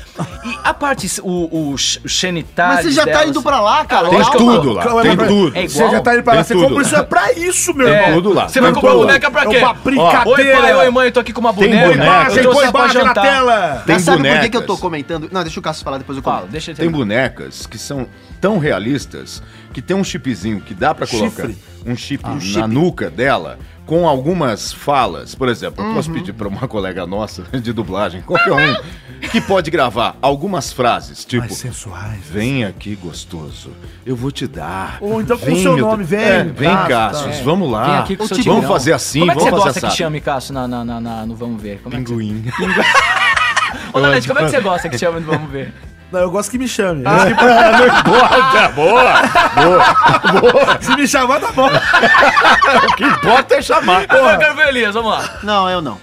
Speaker 4: E a parte, o, o, ch- os genitais
Speaker 2: Mas você já tá
Speaker 4: delas-
Speaker 2: indo pra lá, cara.
Speaker 3: Tem
Speaker 2: Calma.
Speaker 3: tudo lá.
Speaker 1: Calma,
Speaker 3: tem
Speaker 1: mas-
Speaker 3: tudo.
Speaker 4: É igual.
Speaker 1: Você já tá indo pra lá,
Speaker 3: Tem
Speaker 1: você
Speaker 3: tudo.
Speaker 1: compra isso, é pra isso, meu
Speaker 4: É,
Speaker 1: irmão.
Speaker 3: tudo lá.
Speaker 4: Você
Speaker 3: Tem
Speaker 4: vai
Speaker 3: um
Speaker 4: comprar
Speaker 3: tudo lá.
Speaker 4: boneca pra
Speaker 1: É
Speaker 4: quê?
Speaker 1: uma
Speaker 4: Oi, pai,
Speaker 1: brincadeira.
Speaker 4: oi, mãe, tô aqui com uma
Speaker 3: Né? Tem
Speaker 4: boneca.
Speaker 3: boneca.
Speaker 4: Eu
Speaker 1: Imagem,
Speaker 4: trouxe
Speaker 1: põe
Speaker 4: ela pra
Speaker 1: imagem na
Speaker 4: jantar.
Speaker 1: tela.
Speaker 3: Tem
Speaker 2: Mas sabe por que
Speaker 3: bonecas.
Speaker 2: que eu tô comentando? Não, deixa o Cássio falar, depois eu
Speaker 4: Fala,
Speaker 2: comento.
Speaker 4: deixa eu
Speaker 3: Tem
Speaker 4: ter.
Speaker 3: bonecas que são tão realistas que tem um chipzinho que dá pra colocar
Speaker 1: Chifre? Ah,
Speaker 3: um chip na
Speaker 1: chip.
Speaker 3: nuca dela com algumas falas. Por exemplo, eu
Speaker 1: Uhum.
Speaker 3: posso pedir pra uma colega nossa de dublagem, qualquer um, que pode gravar algumas frases, tipo.
Speaker 1: Mais sensuais.
Speaker 3: Vem aqui, gostoso. Eu vou te dar.
Speaker 1: Ou então com seu
Speaker 3: meu-
Speaker 1: nome, vem,
Speaker 3: É, vem,
Speaker 1: Cássio,
Speaker 3: Cassius,
Speaker 1: tá.
Speaker 3: vamos lá.
Speaker 4: Vem aqui com
Speaker 3: Ou
Speaker 4: seu
Speaker 3: tipo,
Speaker 4: tigrão.
Speaker 3: Vamos fazer assim,
Speaker 4: Como é que
Speaker 3: vamos
Speaker 4: você
Speaker 3: fazer
Speaker 4: gosta
Speaker 3: assim.
Speaker 4: que chame, Cássio, na, na, na, na- no Vamos Ver? Como é que...
Speaker 3: Pinguim.
Speaker 4: Ô, Nanete, como é que você gosta que chama no Vamos Ver?
Speaker 1: Não, eu gosto que me chame.
Speaker 3: Ah. Não importa, boa.
Speaker 1: Se me chamar, tá bom.
Speaker 3: O que importa é chamar.
Speaker 4: Eu quero ver o Elias, vamos lá.
Speaker 2: Não, eu não.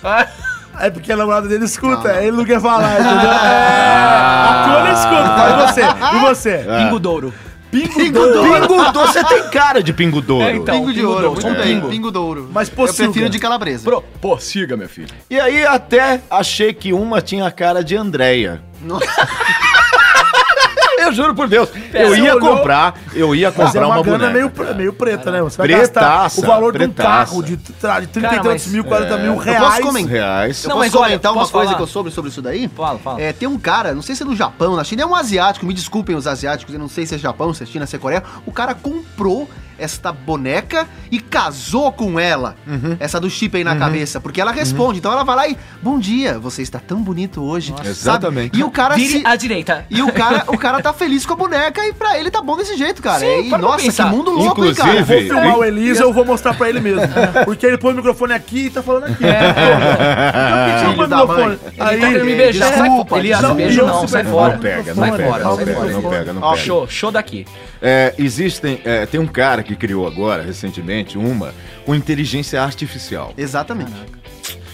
Speaker 1: É porque a namorada dele escuta, ele não
Speaker 3: Ah.
Speaker 1: quer falar, entendeu? É, a tua não escuta, mas você, e você?
Speaker 4: Pingo Douro.
Speaker 3: Pingo,
Speaker 2: Pingo
Speaker 3: doce.
Speaker 2: doce.
Speaker 3: Pingo doce. Você tem cara de pingo douro.
Speaker 8: É, então.
Speaker 2: pingo de
Speaker 8: pingo
Speaker 2: ouro,
Speaker 8: doce,
Speaker 2: muito
Speaker 8: é.
Speaker 2: bem,
Speaker 8: Pingo.
Speaker 2: pingo douro.
Speaker 1: Mas
Speaker 2: Eu
Speaker 1: pocilga.
Speaker 2: prefiro de calabresa.
Speaker 8: Pro, pô, siga, minha filha.
Speaker 9: E aí até achei que uma tinha a cara de Andréia. eu juro por Deus. Eu
Speaker 8: Você
Speaker 9: ia
Speaker 8: olhou-
Speaker 9: comprar, eu ia
Speaker 1: Mas é
Speaker 9: comprar
Speaker 1: uma,
Speaker 9: uma
Speaker 1: grana
Speaker 9: boneca.
Speaker 1: meio, pre- meio preta, né? Você vai
Speaker 9: Pretaça,
Speaker 1: gastar o valor de um
Speaker 9: pretaça.
Speaker 1: carro de, tra- de 30
Speaker 4: Cara,
Speaker 1: e tantos
Speaker 4: mas-
Speaker 1: mil, 40 mil
Speaker 2: Eu
Speaker 1: reais.
Speaker 2: posso comentar?
Speaker 9: reais.
Speaker 4: Não,
Speaker 2: Não,
Speaker 4: mas
Speaker 2: mas
Speaker 4: olha,
Speaker 2: comentar uma
Speaker 4: posso
Speaker 2: coisa
Speaker 4: falar?
Speaker 2: que eu soube sobre isso daí?
Speaker 4: Fala, fala.
Speaker 2: É, tem um cara, não sei se é no Japão, na China, é um asiático, me desculpem os asiáticos, eu não sei se é Japão, se é China, se é Coreia. O cara comprou esta boneca e casou com ela.
Speaker 3: Uhum.
Speaker 2: Essa do chip aí na cabeça, porque ela responde. Então ela vai lá e, bom dia, você está tão bonito hoje. sabe?
Speaker 3: Exatamente.
Speaker 2: E o cara
Speaker 4: Vire
Speaker 2: se...
Speaker 4: à direita.
Speaker 2: E o cara, o cara tá feliz com a boneca e pra ele tá bom desse jeito, cara.
Speaker 4: Sim,
Speaker 2: e
Speaker 4: para pra
Speaker 2: nossa, que
Speaker 4: pensar.
Speaker 2: mundo louco, hein, cara.
Speaker 1: Eu vou
Speaker 3: Inclusive,
Speaker 1: filmar o Elisa, eu vou mostrar pra ele mesmo. Porque ele põe o microfone aqui e tá falando aqui. Então, por que
Speaker 2: Filho
Speaker 1: você
Speaker 2: da
Speaker 1: não põe o
Speaker 2: mãe. Ele
Speaker 1: microfone?
Speaker 4: Ele tá querendo me
Speaker 1: Aí,
Speaker 4: beijar.
Speaker 2: desculpa,
Speaker 4: sai, Elias,
Speaker 1: não,
Speaker 4: beijo
Speaker 1: não,
Speaker 4: não, sai
Speaker 1: não
Speaker 4: fora.
Speaker 3: Não pega,
Speaker 4: Sai
Speaker 3: não pega,
Speaker 4: fora,
Speaker 3: não
Speaker 4: sai
Speaker 3: pega,
Speaker 4: fora.
Speaker 3: não pega, não
Speaker 2: Ó,
Speaker 3: pega.
Speaker 4: Show, show daqui.
Speaker 3: É, existem. é, tem um cara que criou agora, recentemente, uma com inteligência artificial.
Speaker 2: Exatamente.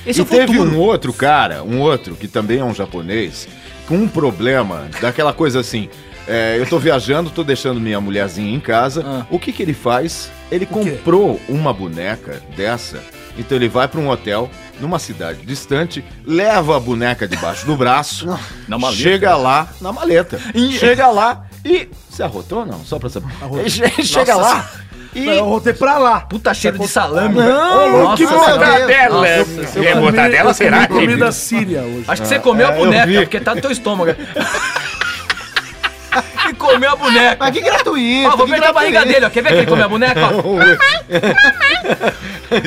Speaker 4: Esse
Speaker 3: e
Speaker 4: é o
Speaker 3: teve
Speaker 4: futuro.
Speaker 3: um outro cara, um outro, que também é um japonês, com um problema daquela coisa assim. é, eu tô viajando, tô deixando minha mulherzinha em casa.
Speaker 4: Ah.
Speaker 3: O que que ele faz? Ele comprou uma boneca dessa. Então ele vai pra um hotel, numa cidade distante, leva a boneca debaixo do braço,
Speaker 8: Na maleta.
Speaker 3: chega lá na maleta. Chega lá e. Você arrotou ou não? Só pra saber. chega lá e.
Speaker 1: Eu rotei pra lá.
Speaker 4: Puta cheiro de salame.
Speaker 3: Não,
Speaker 4: Nossa,
Speaker 3: que
Speaker 4: senhora.
Speaker 6: Mortadela! É mortadela,
Speaker 1: Eu
Speaker 6: será
Speaker 1: comi
Speaker 6: que...
Speaker 1: comida síria hoje.
Speaker 4: Acho que você comeu a
Speaker 3: É, eu vi.
Speaker 4: boneca, porque tá no teu estômago. e comeu a boneca.
Speaker 2: Mas que gratuito.
Speaker 4: Ó, vou
Speaker 2: que
Speaker 4: pegar a barriga
Speaker 2: gratuito.
Speaker 4: dele, ó. Quer ver que ele comeu a boneca? Ó,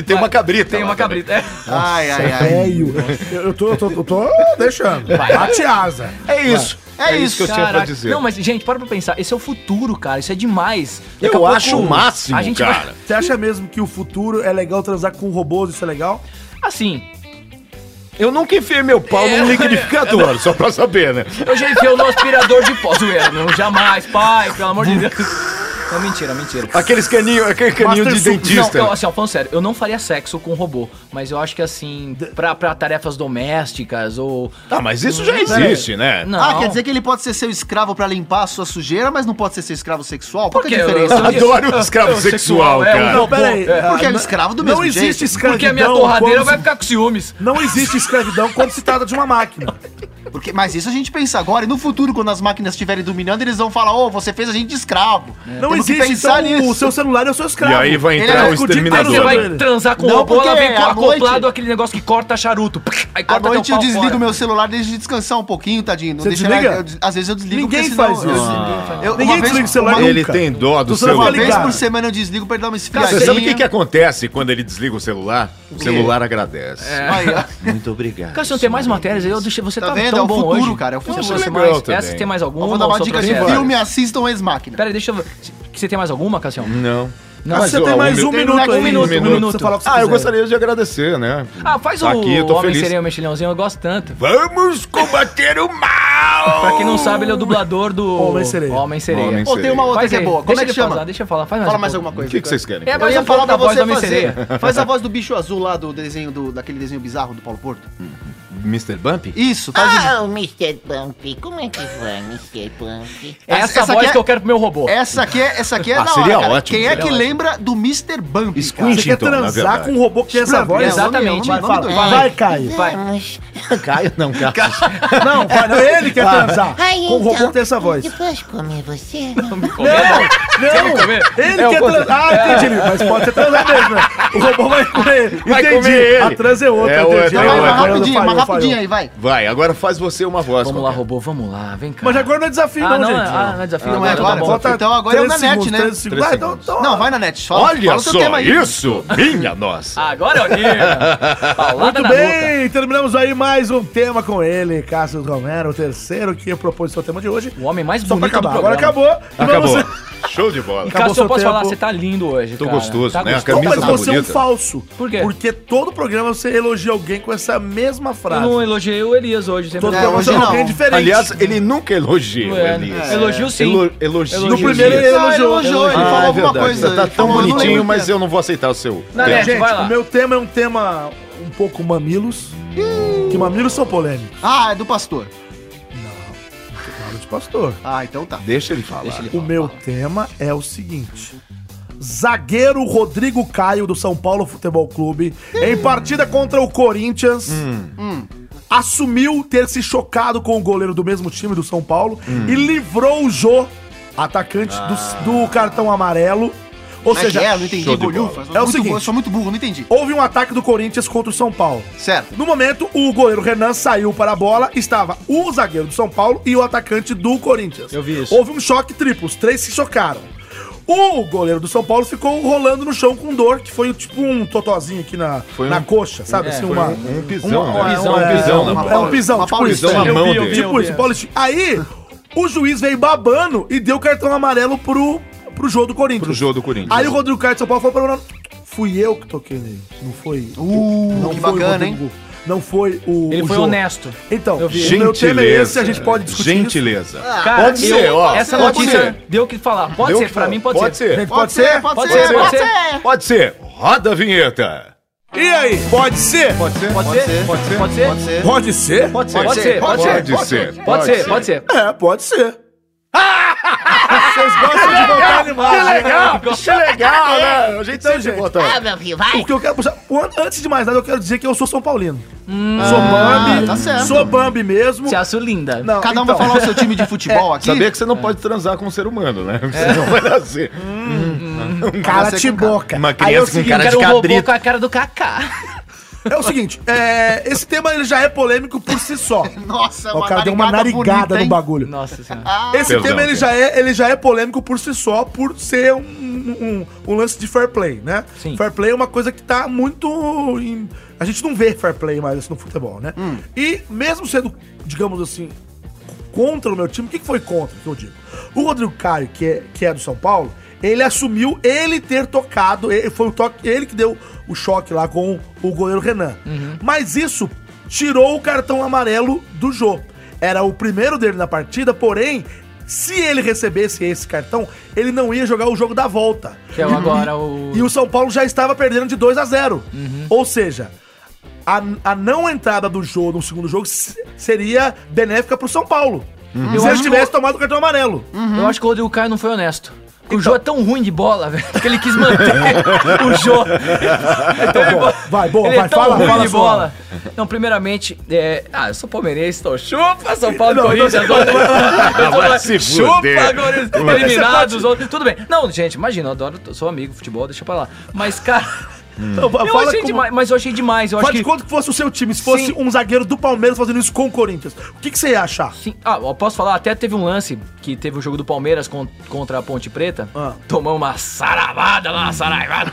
Speaker 3: Tem uma cabrita.
Speaker 4: tem
Speaker 3: lá
Speaker 4: uma
Speaker 3: também.
Speaker 4: cabrita. É.
Speaker 2: Ai, ai, ai.
Speaker 1: Velho. Eu, eu tô, eu tô, eu tô deixando. Bate asa.
Speaker 3: É isso.
Speaker 2: É isso.
Speaker 3: que eu tinha pra
Speaker 4: Caraca.
Speaker 3: dizer.
Speaker 4: Não, mas, gente, para pra pensar. Esse é o futuro, cara. Isso é demais. Daqui a
Speaker 3: eu
Speaker 4: pouco,
Speaker 3: acho o máximo,
Speaker 4: a gente vai-
Speaker 3: cara.
Speaker 1: Você acha mesmo que o futuro é legal transar com robôs? Isso é legal?
Speaker 4: Assim,
Speaker 3: Eu nunca enfiei meu pau
Speaker 4: É.
Speaker 3: num liquidificador, só pra saber, né?
Speaker 4: eu já enfiei no aspirador de pó. Zoeira, não. Jamais, pai, pelo amor de Deus. Não, mentira, mentira.
Speaker 3: Aqueles caninho, aquele caninho
Speaker 1: Master
Speaker 3: de
Speaker 1: Soup.
Speaker 3: dentista.
Speaker 4: Não, eu, assim, ó, falando sério, eu não faria sexo com um robô, mas eu acho que assim, pra, pra tarefas domésticas ou.
Speaker 3: Ah, mas isso já existe, né?
Speaker 4: Não.
Speaker 2: Ah, quer dizer que ele pode ser seu escravo pra limpar a sua sujeira, mas não pode ser seu escravo sexual? Qual
Speaker 4: Por
Speaker 2: que é
Speaker 4: quê?
Speaker 2: a diferença?
Speaker 4: Eu- eu-
Speaker 3: Adoro o escravo
Speaker 4: Eu-
Speaker 3: sexual,
Speaker 4: é,
Speaker 3: cara.
Speaker 4: não,
Speaker 1: pera aí. Ah,
Speaker 4: é,
Speaker 2: Porque é um
Speaker 1: não-
Speaker 2: escravo do
Speaker 1: Não
Speaker 2: mesmo jeito.
Speaker 1: existe escravidão.
Speaker 4: Porque a minha torradeira
Speaker 1: quando
Speaker 4: vai
Speaker 1: se-
Speaker 4: ficar com ciúmes.
Speaker 1: Não existe escravidão quando se trata de uma máquina.
Speaker 2: Porque, mas isso a gente pensa agora, e no futuro, quando as máquinas estiverem dominando, eles vão falar, ô, você fez a gente de escravo.
Speaker 1: Não
Speaker 2: Temos que
Speaker 1: existe.
Speaker 2: pensar
Speaker 1: Então, o seu celular é o seu escravo.
Speaker 3: E aí vai
Speaker 2: Ele
Speaker 3: entrar
Speaker 2: é
Speaker 3: o
Speaker 1: discutido,
Speaker 4: Aí você
Speaker 1: Não,
Speaker 3: exterminador.
Speaker 4: vai
Speaker 1: não.
Speaker 4: transar com o
Speaker 2: Não,
Speaker 4: robô, ela
Speaker 2: porque é
Speaker 4: vem
Speaker 2: à
Speaker 4: acoplado
Speaker 2: noite-
Speaker 4: aquele negócio que corta charuto. Aí
Speaker 2: À
Speaker 4: corta
Speaker 2: noite eu desligo
Speaker 4: um fora.
Speaker 2: meu celular e deixo descansar um pouquinho, tadinho. Não
Speaker 1: Você
Speaker 2: deixa
Speaker 1: desliga?
Speaker 2: eu- eu- às vezes eu desligo
Speaker 1: Ninguém
Speaker 2: porque senão-
Speaker 1: faz isso.
Speaker 2: Eu- eu-
Speaker 1: Ninguém
Speaker 2: uma vez-
Speaker 1: desliga o celular
Speaker 2: uma-
Speaker 1: nunca.
Speaker 3: Ele tem dó do
Speaker 1: O celular
Speaker 3: celular.
Speaker 2: Uma vez
Speaker 1: ligado.
Speaker 2: por semana eu desligo pra ele dar uma esfriadinha.
Speaker 3: Você sabe o que, é? que acontece quando ele desliga o celular? O celular agradece.
Speaker 4: É.
Speaker 2: Aí, ó.
Speaker 9: Muito obrigado.
Speaker 4: Cara, se não tem mais matérias, eu deixei. Você
Speaker 2: Tá
Speaker 4: tá,
Speaker 2: vendo?
Speaker 4: tão
Speaker 2: É o
Speaker 4: bom
Speaker 2: futuro,
Speaker 4: hoje.
Speaker 2: cara, é o futuro.
Speaker 4: Então, você tem
Speaker 3: Legal
Speaker 4: mais,
Speaker 3: também.
Speaker 4: essa você tem mais
Speaker 2: Eu
Speaker 4: alguma?
Speaker 2: vou dar uma
Speaker 4: Só
Speaker 2: dica
Speaker 4: pra
Speaker 2: de
Speaker 4: você-
Speaker 2: filme, assistam Ex-Máquina.
Speaker 4: Pera aí, deixa eu. Você tem mais alguma, Cassião?
Speaker 3: Não.
Speaker 4: Não,
Speaker 1: Mas você
Speaker 3: ó,
Speaker 1: tem
Speaker 3: o
Speaker 1: mais
Speaker 3: meu-
Speaker 1: um
Speaker 3: tem
Speaker 1: minuto
Speaker 3: mais
Speaker 1: aí.
Speaker 3: um minuto, um
Speaker 1: pra
Speaker 4: minuto.
Speaker 1: Você falar o que você
Speaker 3: Ah, eu
Speaker 1: quiser.
Speaker 3: gostaria de agradecer, né?
Speaker 4: Ah, faz
Speaker 3: Tá
Speaker 4: o
Speaker 3: Aqui, eu tô
Speaker 4: Homem
Speaker 3: feliz.
Speaker 4: Sereia Mexilhãozinho, eu gosto tanto.
Speaker 3: Vamos combater o mal!
Speaker 4: Pra quem não sabe, ele é o dublador do
Speaker 1: Homem Sereia.
Speaker 4: Homem Sereia.
Speaker 3: Homem
Speaker 2: Ou tem uma outra
Speaker 4: Faz
Speaker 2: que é
Speaker 4: aí,
Speaker 2: boa. Como
Speaker 4: deixa
Speaker 2: é que
Speaker 4: ele
Speaker 2: chama?
Speaker 4: pausar, deixa eu falar. Faz
Speaker 2: Fala
Speaker 4: um
Speaker 2: mais
Speaker 4: pouco.
Speaker 2: alguma
Speaker 3: O
Speaker 2: coisa.
Speaker 3: que, que vocês querem?
Speaker 4: É,
Speaker 2: Eu
Speaker 4: mas
Speaker 2: ia
Speaker 4: eu falo
Speaker 2: falar
Speaker 4: da
Speaker 2: pra
Speaker 4: voz do
Speaker 2: você
Speaker 4: Homem Sereia.
Speaker 2: fazer. Faz a voz do bicho azul lá do desenho do daquele desenho bizarro do Paulo Porto.
Speaker 3: Mr. Bump?
Speaker 2: Isso, faz o-
Speaker 7: Ah, oh, Mr. Bump, como é que vai, Mr. Bump?
Speaker 4: É
Speaker 2: Essa-
Speaker 4: essa,
Speaker 2: essa
Speaker 4: voz
Speaker 2: aqui é-
Speaker 4: que eu quero pro meu robô.
Speaker 2: Essa aqui é, essa aqui é
Speaker 3: Ah,
Speaker 2: da
Speaker 3: seria
Speaker 2: hora, cara.
Speaker 3: ótimo,
Speaker 2: Quem é
Speaker 3: seria
Speaker 2: que lembra do Mr. Bump, cara?
Speaker 1: Você quer
Speaker 3: Washington, na
Speaker 1: transar
Speaker 3: verdade.
Speaker 1: com um robô que tem essa
Speaker 2: Exatamente.
Speaker 1: voz?
Speaker 4: Exatamente.
Speaker 1: Vai,
Speaker 2: Nome
Speaker 1: fala.
Speaker 2: do-
Speaker 1: vai, vai, Caio.
Speaker 4: Vai.
Speaker 7: Vamos.
Speaker 9: Caio, não, Caio.
Speaker 1: Não, vai, não, ele quer transar
Speaker 7: Ai,
Speaker 1: com um robô que tem essa
Speaker 7: então,
Speaker 1: voz.
Speaker 7: Depois comer você.
Speaker 1: Não,
Speaker 4: comer?
Speaker 1: ele
Speaker 4: É o
Speaker 1: quer
Speaker 4: contra-
Speaker 1: transar. Ah, entendi, mas pode ser transar mesmo, né? O robô vai comer. Entendi.
Speaker 3: Vai comer ele.
Speaker 1: A trans é outra,
Speaker 3: É
Speaker 1: entendi.
Speaker 3: outra, é
Speaker 2: Vai,
Speaker 1: Agora
Speaker 2: vai,
Speaker 1: eu
Speaker 3: outra.
Speaker 2: rapidinho,
Speaker 1: falhei,
Speaker 2: mas
Speaker 1: eu falhei.
Speaker 2: rapidinho aí, vai.
Speaker 3: Vai, agora faz você uma voz.
Speaker 4: Vamos lá,
Speaker 3: qualquer.
Speaker 4: robô, vamos lá, vem cá.
Speaker 1: Mas agora não é desafio,
Speaker 4: Ah,
Speaker 1: não,
Speaker 4: não, é-
Speaker 1: gente.
Speaker 4: ah, não é desafio.
Speaker 2: Não é
Speaker 4: agora,
Speaker 2: agora?
Speaker 4: tá bom.
Speaker 2: Volta- Então agora é o
Speaker 1: três
Speaker 2: Nanete,
Speaker 1: segundos,
Speaker 2: né?
Speaker 1: três segundos.
Speaker 3: Três
Speaker 1: Vai, então,
Speaker 3: segundos.
Speaker 1: então-
Speaker 2: Não, vai na net, fala,
Speaker 3: Olha
Speaker 2: fala o seu
Speaker 3: só
Speaker 2: tema aí.
Speaker 3: isso, minha nossa.
Speaker 4: Agora, Olívia. Paulada
Speaker 2: tá
Speaker 4: na
Speaker 1: Muito
Speaker 4: boca.
Speaker 1: bem, terminamos aí mais um tema com ele, Cássio Romero, o terceiro que propôs o seu tema de hoje.
Speaker 4: O homem mais
Speaker 1: Só pra
Speaker 4: bonito do
Speaker 1: acabar. Agora
Speaker 4: programa.
Speaker 1: acabou. e
Speaker 3: Acabou.
Speaker 1: Ah, vamos-
Speaker 3: Show de bola.
Speaker 4: E
Speaker 1: Acabou
Speaker 4: Cássio,
Speaker 1: seu
Speaker 4: eu posso
Speaker 1: tempo.
Speaker 4: falar, você tá lindo hoje,
Speaker 3: Tô
Speaker 4: cara.
Speaker 3: gostoso,
Speaker 4: Tá
Speaker 3: né? A
Speaker 1: Não,
Speaker 4: gostoso.
Speaker 3: camisa
Speaker 1: mas
Speaker 3: tá
Speaker 1: você é um
Speaker 3: bonita.
Speaker 1: falso.
Speaker 4: Por quê?
Speaker 1: Porque todo programa você elogia alguém com essa mesma
Speaker 4: Eu
Speaker 1: frase.
Speaker 4: não elogiei o Elias hoje. Sempre
Speaker 1: Todo
Speaker 2: É,
Speaker 1: programa
Speaker 2: hoje
Speaker 1: você é alguém
Speaker 2: não.
Speaker 1: diferente.
Speaker 3: Aliás, ele nunca elogia o
Speaker 4: É,
Speaker 3: Elias.
Speaker 4: né? Elogio sim.
Speaker 3: Elo- elogio.
Speaker 4: No
Speaker 1: no primeiro ele
Speaker 2: Não, ele
Speaker 1: elogiou.
Speaker 2: elogiou, ele
Speaker 3: Ah,
Speaker 2: falou
Speaker 3: é
Speaker 2: alguma
Speaker 3: verdade.
Speaker 2: coisa.
Speaker 3: Você tá tão
Speaker 2: Falou, eu não
Speaker 3: bonitinho,
Speaker 2: lembro o
Speaker 3: mas
Speaker 2: que era.
Speaker 3: eu não vou aceitar o seu.
Speaker 4: Não,
Speaker 3: Tem.
Speaker 4: é.
Speaker 1: Gente,
Speaker 4: vai lá.
Speaker 1: o meu tema é um tema um pouco mamilos. Que mamilos são polêmicos.
Speaker 2: Ah, é do pastor.
Speaker 1: Falo de seguinte, pastor.
Speaker 2: Ah, então tá.
Speaker 3: é. Deixa ele falar. Um
Speaker 1: O meu tema é o seguinte. Zagueiro Rodrigo Caio do São Paulo Futebol Clube, em partida contra o Corinthians,
Speaker 2: Hum.
Speaker 1: assumiu ter se chocado com o goleiro do mesmo time do São Paulo
Speaker 2: Hum.
Speaker 1: e livrou o Jô, atacante do, do cartão amarelo. Ou
Speaker 2: Mas
Speaker 1: seja,
Speaker 2: Ah. é, eu não entendi.
Speaker 3: show de
Speaker 2: Golhufa.
Speaker 3: bola.
Speaker 2: Eu sou
Speaker 1: É o
Speaker 2: muito
Speaker 1: seguinte.
Speaker 2: burro, eu sou muito burro, não entendi.
Speaker 1: houve um ataque do Corinthians contra o São Paulo.
Speaker 2: Certo.
Speaker 1: No momento, o goleiro Renan saiu para a bola, estava o zagueiro do São Paulo e o atacante do Corinthians. Eu vi isso. Houve um choque triplo, os três se chocaram. O goleiro do São Paulo ficou rolando no chão com dor, que foi tipo um totozinho aqui na,
Speaker 3: Foi
Speaker 1: na
Speaker 3: um-
Speaker 1: coxa, sabe? assim, uma, um,
Speaker 3: pisão, né?
Speaker 2: Então,
Speaker 1: é,
Speaker 3: Um pisão né? na
Speaker 1: é,
Speaker 3: bola.
Speaker 1: é um pisão,
Speaker 2: Uma
Speaker 1: tipo
Speaker 2: paulistana.
Speaker 1: isso.
Speaker 3: Pisão na
Speaker 1: Eu
Speaker 3: mão
Speaker 1: vi, eu
Speaker 3: dele.
Speaker 1: vi, Tipo isso, Paulistinha. Aí, o juiz veio babando e deu cartão amarelo pro, pro jogo do Corinthians.
Speaker 3: Pro jogo do Corinthians.
Speaker 1: Aí o Rodrigo Caio de São Paulo falou pra Ronaldo, fui eu que toquei nele, não foi...
Speaker 2: Uh, que
Speaker 1: foi o
Speaker 2: bacana,
Speaker 1: Rodrigo, Não foi o
Speaker 4: Ele
Speaker 1: o
Speaker 4: foi
Speaker 1: Jô.
Speaker 4: honesto.
Speaker 1: Então,
Speaker 4: Eu vi. né?
Speaker 1: o meu tema é esse, a gente pode discutir isso.
Speaker 3: Gentileza.
Speaker 4: Cara,
Speaker 3: pode
Speaker 4: eu-
Speaker 3: ser, ó.
Speaker 4: Essa
Speaker 3: pode
Speaker 4: notícia
Speaker 3: ser.
Speaker 4: deu o que falar. Ah, Pode
Speaker 3: Deu o
Speaker 4: ser,
Speaker 3: que
Speaker 4: pra
Speaker 3: falar.
Speaker 4: mim pode, ser.
Speaker 1: Gente,
Speaker 3: ser.
Speaker 1: pode ser?
Speaker 4: Pode ser, pode ser.
Speaker 3: Pode ser. Roda a vinheta.
Speaker 1: E aí, pode ser?
Speaker 3: Pode ser.
Speaker 4: Pode ser, pode ser, pode ser,
Speaker 2: Pode ser.
Speaker 1: Pode
Speaker 2: Pode
Speaker 1: ser?
Speaker 4: pode ser, pode ser,
Speaker 3: Pode ser.
Speaker 4: pode ser, pode ser.
Speaker 1: É, pode ser. Vocês gostam de voltar
Speaker 2: Ah,
Speaker 1: animados, né?
Speaker 9: Que legal, né? A gente
Speaker 1: Então,
Speaker 9: sempre
Speaker 1: gente,
Speaker 9: bota.
Speaker 5: Ah, meu filho, vai.
Speaker 1: é, O que eu quero puxar. an- Antes de mais nada, eu quero dizer que eu sou São Paulino. sou Bambi.
Speaker 2: Hum, tá certo.
Speaker 1: Sou Bambi mesmo.
Speaker 4: Te acho linda.
Speaker 1: Não,
Speaker 2: Cada um
Speaker 1: então,
Speaker 2: vai falar o seu time de futebol aqui.
Speaker 3: É, Sabia que você não pode transar com um ser humano,
Speaker 4: É.
Speaker 3: né? Você não vai nascer.
Speaker 4: Hum,
Speaker 1: Cala
Speaker 2: Você
Speaker 1: te
Speaker 2: com cara.
Speaker 1: boca.
Speaker 3: Uma
Speaker 1: Aí é o
Speaker 3: criança com
Speaker 1: seguinte,
Speaker 3: cara de
Speaker 4: Quero um robô
Speaker 3: cabrito.
Speaker 4: com a cara do Kaká.
Speaker 1: é o seguinte, é, esse tema ele já é polêmico por si só.
Speaker 2: Nossa, é
Speaker 1: o cara deu uma narigada no
Speaker 2: hein?
Speaker 1: bagulho.
Speaker 4: Nossa senhora.
Speaker 2: Ah,
Speaker 1: Esse
Speaker 3: Perdão,
Speaker 1: tema ele já, é, ele já é polêmico por si só, por ser um, um- um lance de fair play, né?
Speaker 4: Sim.
Speaker 1: Fair play é uma coisa que tá muito. em- A gente não vê fair play mais assim, no futebol, né?
Speaker 3: Hum.
Speaker 1: E mesmo sendo, digamos assim, contra o meu time, o que que foi contra que eu digo? O Rodrigo Caio, que é, que é do São Paulo, ele assumiu ele ter tocado, ele, foi o toque, ele que deu o choque lá com o goleiro Renan. Mas isso tirou o cartão amarelo do Jô. Era o primeiro dele na partida, porém, se ele recebesse esse cartão, ele não ia jogar o jogo da volta.
Speaker 4: Que é o
Speaker 1: E-
Speaker 4: agora o-
Speaker 1: E o São Paulo já estava perdendo de 2 a 0
Speaker 4: Uhum.
Speaker 1: Ou seja, a, a não entrada do jogo no segundo jogo se- seria benéfica pro São Paulo.
Speaker 4: Uhum. Eu
Speaker 1: Se ele
Speaker 4: acho que- Uhum.
Speaker 1: tivesse tomado o cartão amarelo.
Speaker 4: Eu acho que o Rodrigo Caio não foi honesto. Porque O Jô é tão ruim de bola, velho, que ele quis manter o Jô. Então,
Speaker 1: boa. Vai, boa,
Speaker 4: ele
Speaker 1: vai,
Speaker 4: é tão
Speaker 1: fala,
Speaker 4: ruim
Speaker 1: fala
Speaker 4: de
Speaker 1: sua.
Speaker 4: bola. Não, primeiramente, é... ah, eu sou palmeirense, então chupa São Paulo e
Speaker 1: Não,
Speaker 4: Corinthians.
Speaker 1: não, Ah,
Speaker 4: adoro- eu sou-
Speaker 3: vai se
Speaker 4: chupa
Speaker 3: fuder.
Speaker 4: Corinthians, eliminados, os outros. Tudo bem. Não, gente, imagina, eu adoro, sou amigo de futebol, deixa pra lá. Mas, cara,
Speaker 1: Então, fa-
Speaker 4: Uhum. eu
Speaker 1: fala
Speaker 4: achei
Speaker 1: como-
Speaker 4: demais, mas eu achei demais. Eu acho
Speaker 1: Faz
Speaker 4: que...
Speaker 1: de conta que fosse o seu time, se fosse
Speaker 4: Sim.
Speaker 1: um zagueiro do Palmeiras fazendo isso com o Corinthians. O que, que você ia achar?
Speaker 4: Sim. Ah, eu posso falar, até teve um lance que teve o jogo do Palmeiras con- contra a Ponte Preta.
Speaker 1: Ah.
Speaker 4: Tomou uma saravada lá, uma saraivada.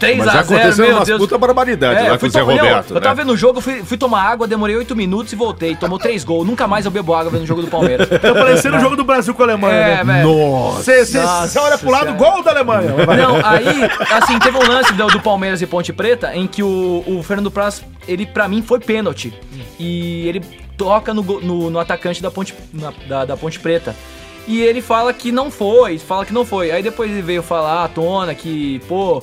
Speaker 4: 3
Speaker 3: Mas
Speaker 4: a 0
Speaker 3: aconteceu
Speaker 4: né? meu
Speaker 3: umas
Speaker 4: Deus.
Speaker 3: puta barbaridade
Speaker 4: É,
Speaker 3: lá
Speaker 4: eu
Speaker 3: com
Speaker 4: fui
Speaker 3: o Zé
Speaker 4: tomar- não,
Speaker 3: Roberto,
Speaker 4: Eu tava
Speaker 3: né?
Speaker 4: vendo o jogo, fui, fui tomar água, demorei 8 minutos e voltei. Tomou 3 gols. Nunca mais eu bebo água vendo o jogo do Palmeiras.
Speaker 1: Tá parecendo o jogo do Brasil com a Alemanha,
Speaker 4: é,
Speaker 1: né?
Speaker 4: velho.
Speaker 1: Você você- você olha pro lado, gol da Alemanha. Vai.
Speaker 4: Não, aí, assim, teve um lance do, do Palmeiras e Ponte Preta em que o, o Fernando Praz, ele pra mim foi pênalti. E ele toca no, go- no, no atacante da Ponte, na- da, da Ponte Preta. E ele fala que não foi, fala que não foi. Aí depois ele veio falar à tona que, pô,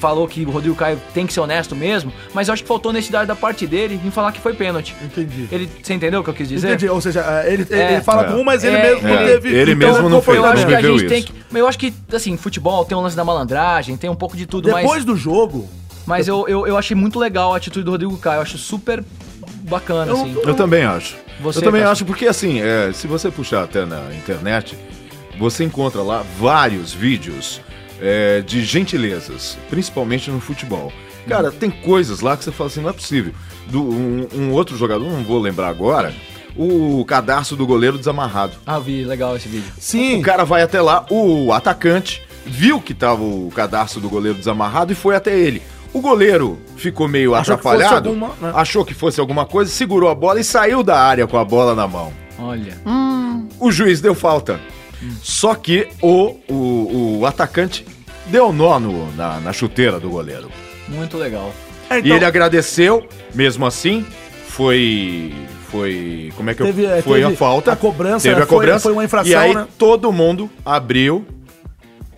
Speaker 4: falou que o Rodrigo Caio tem que ser honesto mesmo, mas eu acho que faltou honestidade da parte dele em falar que foi pênalti.
Speaker 1: Entendi.
Speaker 4: Ele, você entendeu o que eu quis dizer?
Speaker 1: Entendi, ou seja, é, ele, ele-
Speaker 4: É.
Speaker 1: ele fala com um, mas ele
Speaker 4: É,
Speaker 1: mesmo não
Speaker 4: é.
Speaker 1: teve.
Speaker 3: Ele
Speaker 1: então,
Speaker 3: mesmo não foi,
Speaker 4: Eu acho que a
Speaker 3: Não
Speaker 4: gente
Speaker 3: viveu
Speaker 4: tem
Speaker 3: isso.
Speaker 4: que. mas Eu acho que, assim, futebol tem um lance da malandragem, tem um pouco de tudo, mas.
Speaker 1: Depois do jogo,
Speaker 4: Mas eu, eu, eu achei muito legal a atitude do Rodrigo Caio. Eu acho super bacana, assim.
Speaker 3: Eu também acho.
Speaker 4: Você,
Speaker 3: eu também
Speaker 4: Cássio?
Speaker 3: acho, porque assim, é, se você puxar até na internet, você encontra lá vários vídeos é, de gentilezas, principalmente no futebol. Cara, tem coisas lá que você fala assim, não é possível. Do, um, um outro jogador, não vou lembrar agora, o cadastro do goleiro desamarrado.
Speaker 4: Ah, vi, legal esse vídeo.
Speaker 1: sim.
Speaker 3: O cara vai até lá, o atacante viu que tava o cadastro do goleiro desamarrado e foi até ele. O goleiro ficou meio
Speaker 1: Achou que fosse
Speaker 3: atrapalhado,
Speaker 1: alguma, né?
Speaker 3: achou que fosse alguma coisa, segurou a bola e saiu da área com a bola na mão.
Speaker 4: Olha.
Speaker 3: O juiz deu falta. Só que o, o, o atacante deu nó no- na, na chuteira do goleiro.
Speaker 4: Muito legal.
Speaker 3: Hum.
Speaker 1: É,
Speaker 3: E ele agradeceu, mesmo assim, foi. Foi. Como é que
Speaker 1: Teve, é,
Speaker 3: eu. Foi
Speaker 1: teve
Speaker 3: a falta.
Speaker 1: a cobrança,
Speaker 3: Teve
Speaker 1: né?
Speaker 3: a
Speaker 1: Foi-
Speaker 3: cobrança.
Speaker 1: foi uma infração,
Speaker 3: E aí
Speaker 1: né?
Speaker 3: todo mundo abriu.
Speaker 1: Hum.